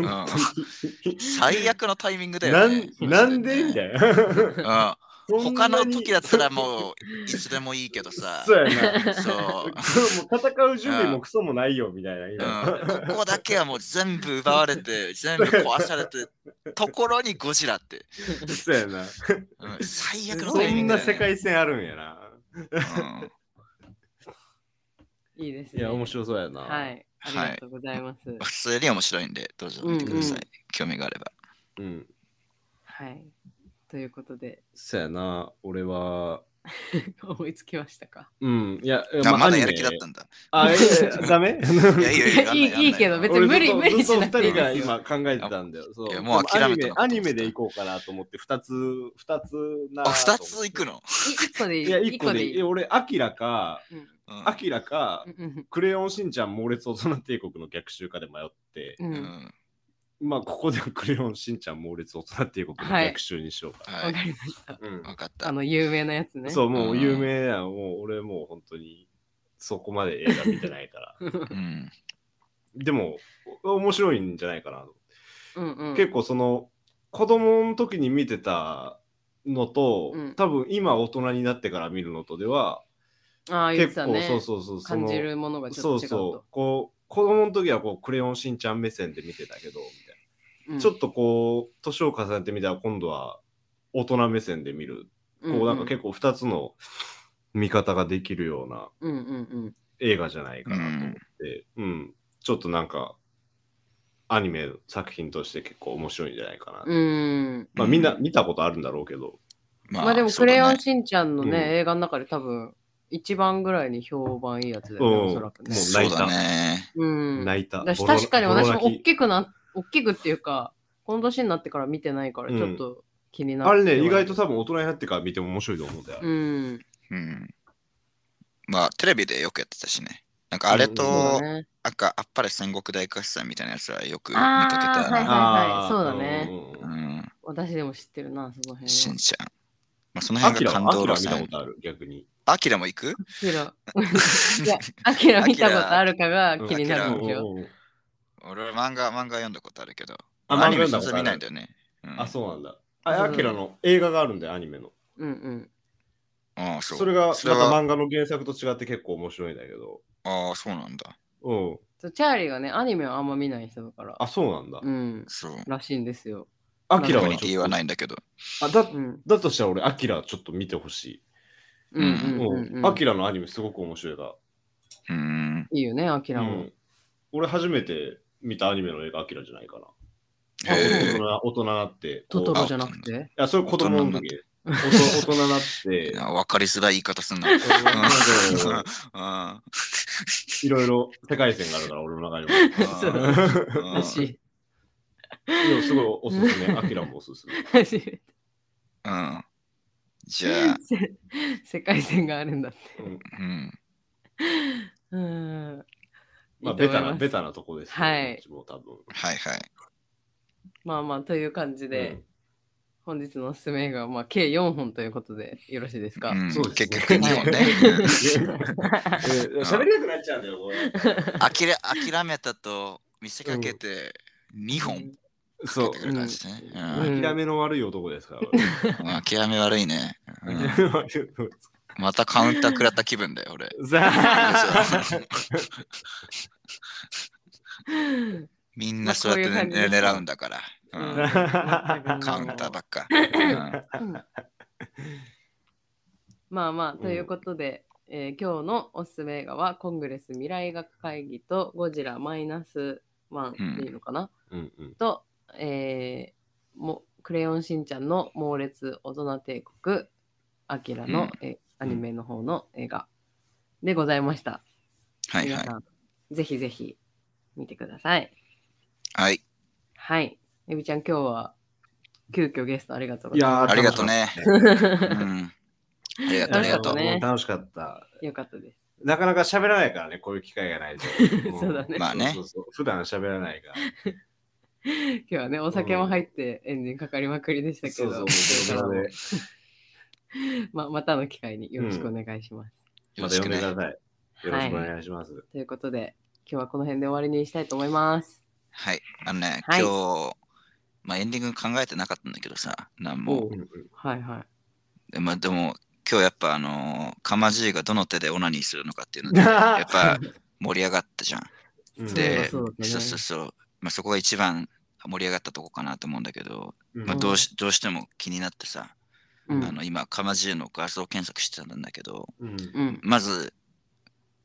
S2: 本当に
S3: 最悪のタイミングだ
S2: な
S3: よね
S2: ん。なんでみ
S3: みたい
S2: たいな。
S3: な。うん、他の時だったら
S2: う。
S3: もう、いつでもいいけどさ、
S2: そうやな。
S3: そう。
S2: もう戦う準備もクソもないよみたいな。
S3: うん
S2: 今、
S3: ここだけはもう全部奪われ て、全部壊されて、ところにゴジラって、
S2: そうやな。
S3: うん最悪の
S2: そ
S3: タイミン
S2: ん
S3: グ
S2: な
S3: だよね。
S2: 世界線あるんやな。
S3: うん
S1: いいです
S2: い
S1: ね。
S2: や、面白そうやな。
S1: はい。ありがとうございます。
S3: 普通に面白いんで、どうぞ見てください。
S1: うんうん
S3: 興味があれば。
S2: うん。
S1: はい。ということで、
S2: そうやな。俺は。
S1: 思いつきましたか。
S2: うん。いや、
S3: あ、ま
S2: ア
S3: だ
S2: ニメ
S3: やる気だったんだ。
S2: あ、えダメ
S3: いやいやいや。
S1: いい
S3: やんない
S1: いいけど
S3: やんない
S1: 別に無理
S2: 俺ず
S1: 無理
S2: っと
S1: しなくていい
S2: ずっと
S1: ですよ
S2: 二人が今考えてたんだよ。そう
S3: いやもう諦めたのか
S2: アニメアニメで行こうかなと思って、二つ、二つな。
S3: あ、二つ行くの。
S1: 1個でいい。
S2: いや、一個でいい。
S1: 一個
S2: 俺、アキラか、
S1: でいいうん
S3: うん
S2: アキラか、
S1: うん
S2: クレヨンしんちゃん猛烈大人帝国の逆襲かで迷って、
S1: うん
S3: う
S1: うんん。
S2: まあ、ここではクレヨンしんちゃん猛烈大人帝国の逆襲にしようか。
S1: わ
S3: は
S1: か
S3: い。
S1: りました。
S2: うん
S3: わかった。
S1: あの、有名なやつね。
S2: そう、もう
S3: うん
S2: 有名やん。もう俺もう本当に、そこまで映画見てないから。
S3: うん。
S2: でも、お面白いんじゃないかなと。
S1: うんうん。
S2: 結構その子供の時に見てたのと、
S1: うん
S2: 多分今大人になってから見るのとでは、
S1: ああ、言って
S2: 結
S1: た
S2: 構、
S1: ね。
S2: そうそうそうそ
S1: 感
S2: の
S1: じるものがち
S2: そ
S1: ょっ
S2: う
S1: と違う
S2: そう
S1: と。
S2: こう子供の時はこうクレヨンしんちゃん目線で見てたけどみたい
S1: うん
S2: な、ちょっとこう年を重ねてみたら今度は大人目線で見る、こうなんか結構2つの見方ができるような
S1: うんうんうん
S2: 映画じゃないかなと思って、うんちょっとなんかアニメ作品として結構面白いんじゃないかな、
S1: うん。うん。
S2: まあみんな見たことあるんだろうけど、
S1: まあでも、クレヨン
S3: そう
S1: しんちゃんのね、
S2: うん
S1: 映画の中で多分、一番ぐらいに評判いいやつだよね、
S2: うん
S1: おそらくね
S2: もう。泣いた
S3: だねそうだね。
S1: うん。
S2: 泣いた。
S1: だし
S2: ボロ
S1: 確かに私
S2: ボ
S1: も
S2: ロ泣
S1: 大
S2: き
S1: きくな、大きくっていうか、この年になってから見てないから、ちょっと気になっては
S2: あれ
S1: いる、
S2: ね、意外と多分大人になってから見ても面白いと思うんだよ。
S1: うん。
S3: うん。まあ、テレビでよくやってたしね。なんかあれ
S1: そ
S3: と
S1: うだ、ね
S3: なんかあっぱれ戦国大合戦みたいなやつはよく見
S1: あー
S3: かけた
S1: はい
S3: な。
S2: あー
S1: そうだね
S2: うんうんうん
S3: うん、
S1: 私でも知ってるな、その辺
S3: しん
S1: は。
S3: ちゃん。まあ、その
S2: ア
S3: 辺
S2: キ
S3: が
S2: ラ
S3: 感
S2: はアキ
S3: 動
S2: ラ
S3: 路
S2: は見たこ
S3: 線。
S2: とある、逆に。
S3: アキラも行
S1: ア
S3: く
S1: キ ラ、いやアキラ見たことあるかが気にな
S3: あ
S1: る
S2: うんん
S1: でし
S2: う
S1: ょ。
S2: んうん
S3: 俺は漫画、漫画読んだことあるけど。
S2: あ
S3: アニメ
S2: 漫画
S3: そ
S2: 読んだことある
S3: んな見ないんだよね。うん、
S2: あ、
S3: う。
S2: そうなんだ。
S1: うん
S2: あ、アキラの映画があるんだよ、アニメの。
S1: うんうん。
S3: ああ、そう。
S2: それが、ま
S3: そ
S2: た
S3: れは、
S2: 漫画の原作と違って結構面白いんだけど。
S3: ああ、そうなんだ。
S2: うん。
S1: そうチャーリーがね、アニメはあんま見ない人だから。
S2: あ、そうなんだ
S1: う。ん。
S3: そう。
S1: らしいんですよ。
S2: アキラ
S3: コミ
S2: は
S3: ュニテ
S2: ち
S3: ィ
S2: ょ
S3: は
S2: っ
S3: ないんだけど。
S2: と。あだ
S1: うん。
S2: だとしたら俺、アキラちょっと見てほし
S1: うん
S2: い。
S1: うんうん
S2: う。
S1: うんん
S2: ア。キラのアニメすごく面白いが。
S3: うーん。
S1: いいよね、アキラ
S2: う
S1: も。
S2: ん、俺、初めて見たアニメの映画、アキラじゃないかな。
S3: へ
S2: 大
S3: え。
S2: 人大人になって。
S1: トト
S2: こう
S1: ロ
S2: あ
S1: じゃなくて。
S2: いや、それ子供の時。大人大人になって。
S3: いやわかりづらい言い方すんな。 うん
S2: なんか
S3: あ
S2: いろいろ世界線があるから、俺の中に
S1: そうだ
S2: も。
S3: うん
S1: 私。
S2: いやすごいおすすめ。アキラもおすすめ。
S1: 初めて
S3: うん。じゃあ、
S1: 世界線があるんだって。
S3: うん。
S1: うん。
S2: まあ、
S1: いい
S2: ベ
S1: と思
S2: タ
S1: い
S2: な、
S1: ます
S2: ベタなとこですよ、
S1: はい
S2: こっちも多分。
S3: はいはい。
S1: まあまあ、という感じで、
S2: うん
S1: 本日のおすすめ映画は、まあ、計4本ということでよろしいですか、
S3: うん
S2: そうです
S3: 結
S2: ね
S3: 局日本ね。
S2: えー喋れなくなっちゃうんだよ、これ。
S3: あきら諦めたと見せかけて2本
S2: そう
S3: ってくる感じね。うん
S1: ん
S2: 諦めの悪い男ですから。
S3: うん諦め悪いね。う
S2: 俺
S3: ん
S2: 諦めの悪い男です
S3: またカウンター食らった気分だよ、俺。
S2: さあ
S3: みんなそうやって
S1: まあこういう感じで
S3: ね
S1: すか
S3: 狙うんだから。 うん
S1: うん
S3: カウンターばっか。うん
S1: うんまあまあ、ということで、えー今日のおすすめ映画は、コングレス未来学会議とゴジラマイナスワンでいいのかな、
S2: うんうん
S1: と、えーも、クレヨンしんちゃんの猛烈大人帝国、アキラの、
S3: うん
S1: えーアニメの方の映画でございました。
S3: はい
S1: 皆
S3: はい
S1: さ。ん、ぜひぜひ見てください。
S3: はい。
S1: はい。エビちゃん、今日は急遽ゲストありがとうご
S2: い
S1: ざい
S2: やー
S3: ありがとうね。
S1: ます。
S3: うんありがとう、ありがとう。
S1: ね
S2: 楽しかった。
S1: よかったです。。
S2: なかなか喋らないからね、こういう機会がないと
S1: そうだね
S2: ん
S3: まあ
S2: そ
S3: ね
S2: うそうそう普段喋らないから。
S1: 今日はね、お酒も入ってエンジンかかりまくりでしたけ
S2: そう
S1: ど、
S2: そう、
S1: これから
S2: こ
S1: も
S2: れで
S1: ままたの機会によろしくお願いします。
S3: よ
S2: ま
S3: ろ
S2: た
S3: し
S2: 呼
S3: く
S2: んで
S3: ね
S2: く。ださい。よろしくお
S1: はい。
S2: 願いします。
S1: ということで、今日はこの辺で終わりにしたいと思います。
S3: はい。あのね、
S1: はい
S3: 今日、まあエンディング考えてなかったんだけどさ、なんも。
S1: おうはいはい。
S3: でまあ、でも今日やっぱあのーかまじいがどの手でオナニーするのかっていうのでや
S2: や
S3: っぱ盛り上がっ たじゃん。で
S1: そうだね
S3: そうそうそう。まあ、そこが一番盛り上がったとこかなと思うんだけど、まあ、
S1: うん
S3: どうしどうしても気になってさ、
S1: うん
S3: あの今かまじいの画像検索してたんだけど
S2: うん
S1: うん
S3: まず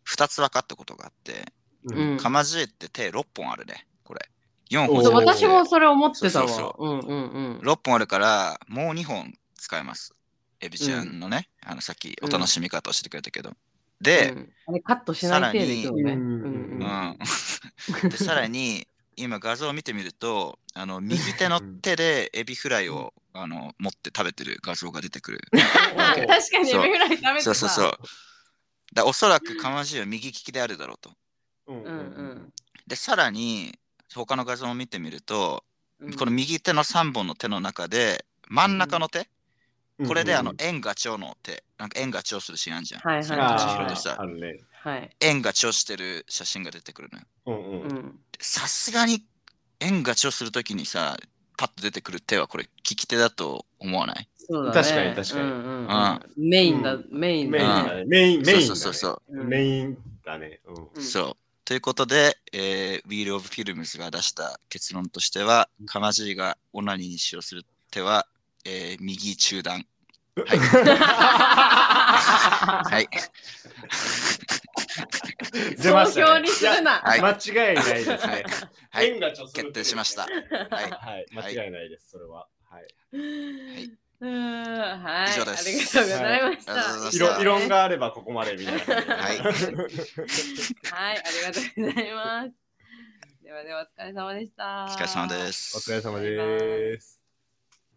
S3: 2つ分かったことがあって、
S1: う
S2: うん
S1: ん
S3: かまじいって手6本あるねこれ4本
S2: おー
S1: そう私もそれ思ってた
S3: そうそう
S1: わ。うんうんうん。
S3: 6本あるからもう2本使えますエビちゃんのね、あのさっきお楽しみ方をしてくれたけど、で、
S1: うんあれカットしない程度いくのね。
S2: さらに
S1: うんうんうん
S3: うんでさらに今画像を見てみるとあの右手の手でエビフライをあの持って食べてる画像が出てくる
S1: あ確かにエビ
S3: そう
S1: フライ食べてた。
S3: そうそうそうだおそらくかまじいは右利きであるだろうと
S2: うん
S1: うんうん
S3: でさらに他の画像を見てみると、
S1: うん。
S3: この右手の3本の手の中で真ん中の手、
S2: うん
S3: これであの円ガチョウの手なんか円ガチョウするシーンあるじゃん、
S1: はいはい
S3: 千と
S1: あー
S3: 千尋で
S2: あ
S3: さ
S2: あるね。
S1: はい。
S3: 円ガチョウしてる写真が出てくるのよ
S2: うん
S1: う
S2: う。
S1: んん。
S3: さすがに円ガチをするときにさ、パッと出てくる手はこれ利き手だと思わない
S1: そうだね。
S2: 確かに確かに
S1: うんうんうんメインだ、メイン
S2: メイン
S1: だ
S2: だ
S1: ね。
S2: ね。メイン、メインだね。
S3: そうそうそう
S1: うん
S2: メインだね。うん
S3: そう、
S1: うん
S3: そう。ということで、えー、Wheel of Films が出した結論としては、かまじいがオナニーに使用する手は、えー、右中段。はい。はい。
S2: 出まし
S1: 総
S2: た
S1: 評
S2: ね
S1: にするな。
S3: はい。
S2: 間違いないです
S3: はい
S2: ね。
S3: はい
S2: 円がちょっと
S3: 決定しました
S2: はいい。
S3: はい
S2: 間違いないです、それは。はい。
S1: うーんはい。
S3: 以上です
S1: ありがとうございました。
S3: はい
S2: 異
S3: 色
S2: 論異論があればここまでみたいな感じで。
S3: は
S1: は
S3: い
S1: い、ありがとうございます。ではではお疲れ様でした。
S3: お疲れ様です。
S2: お疲れ様です。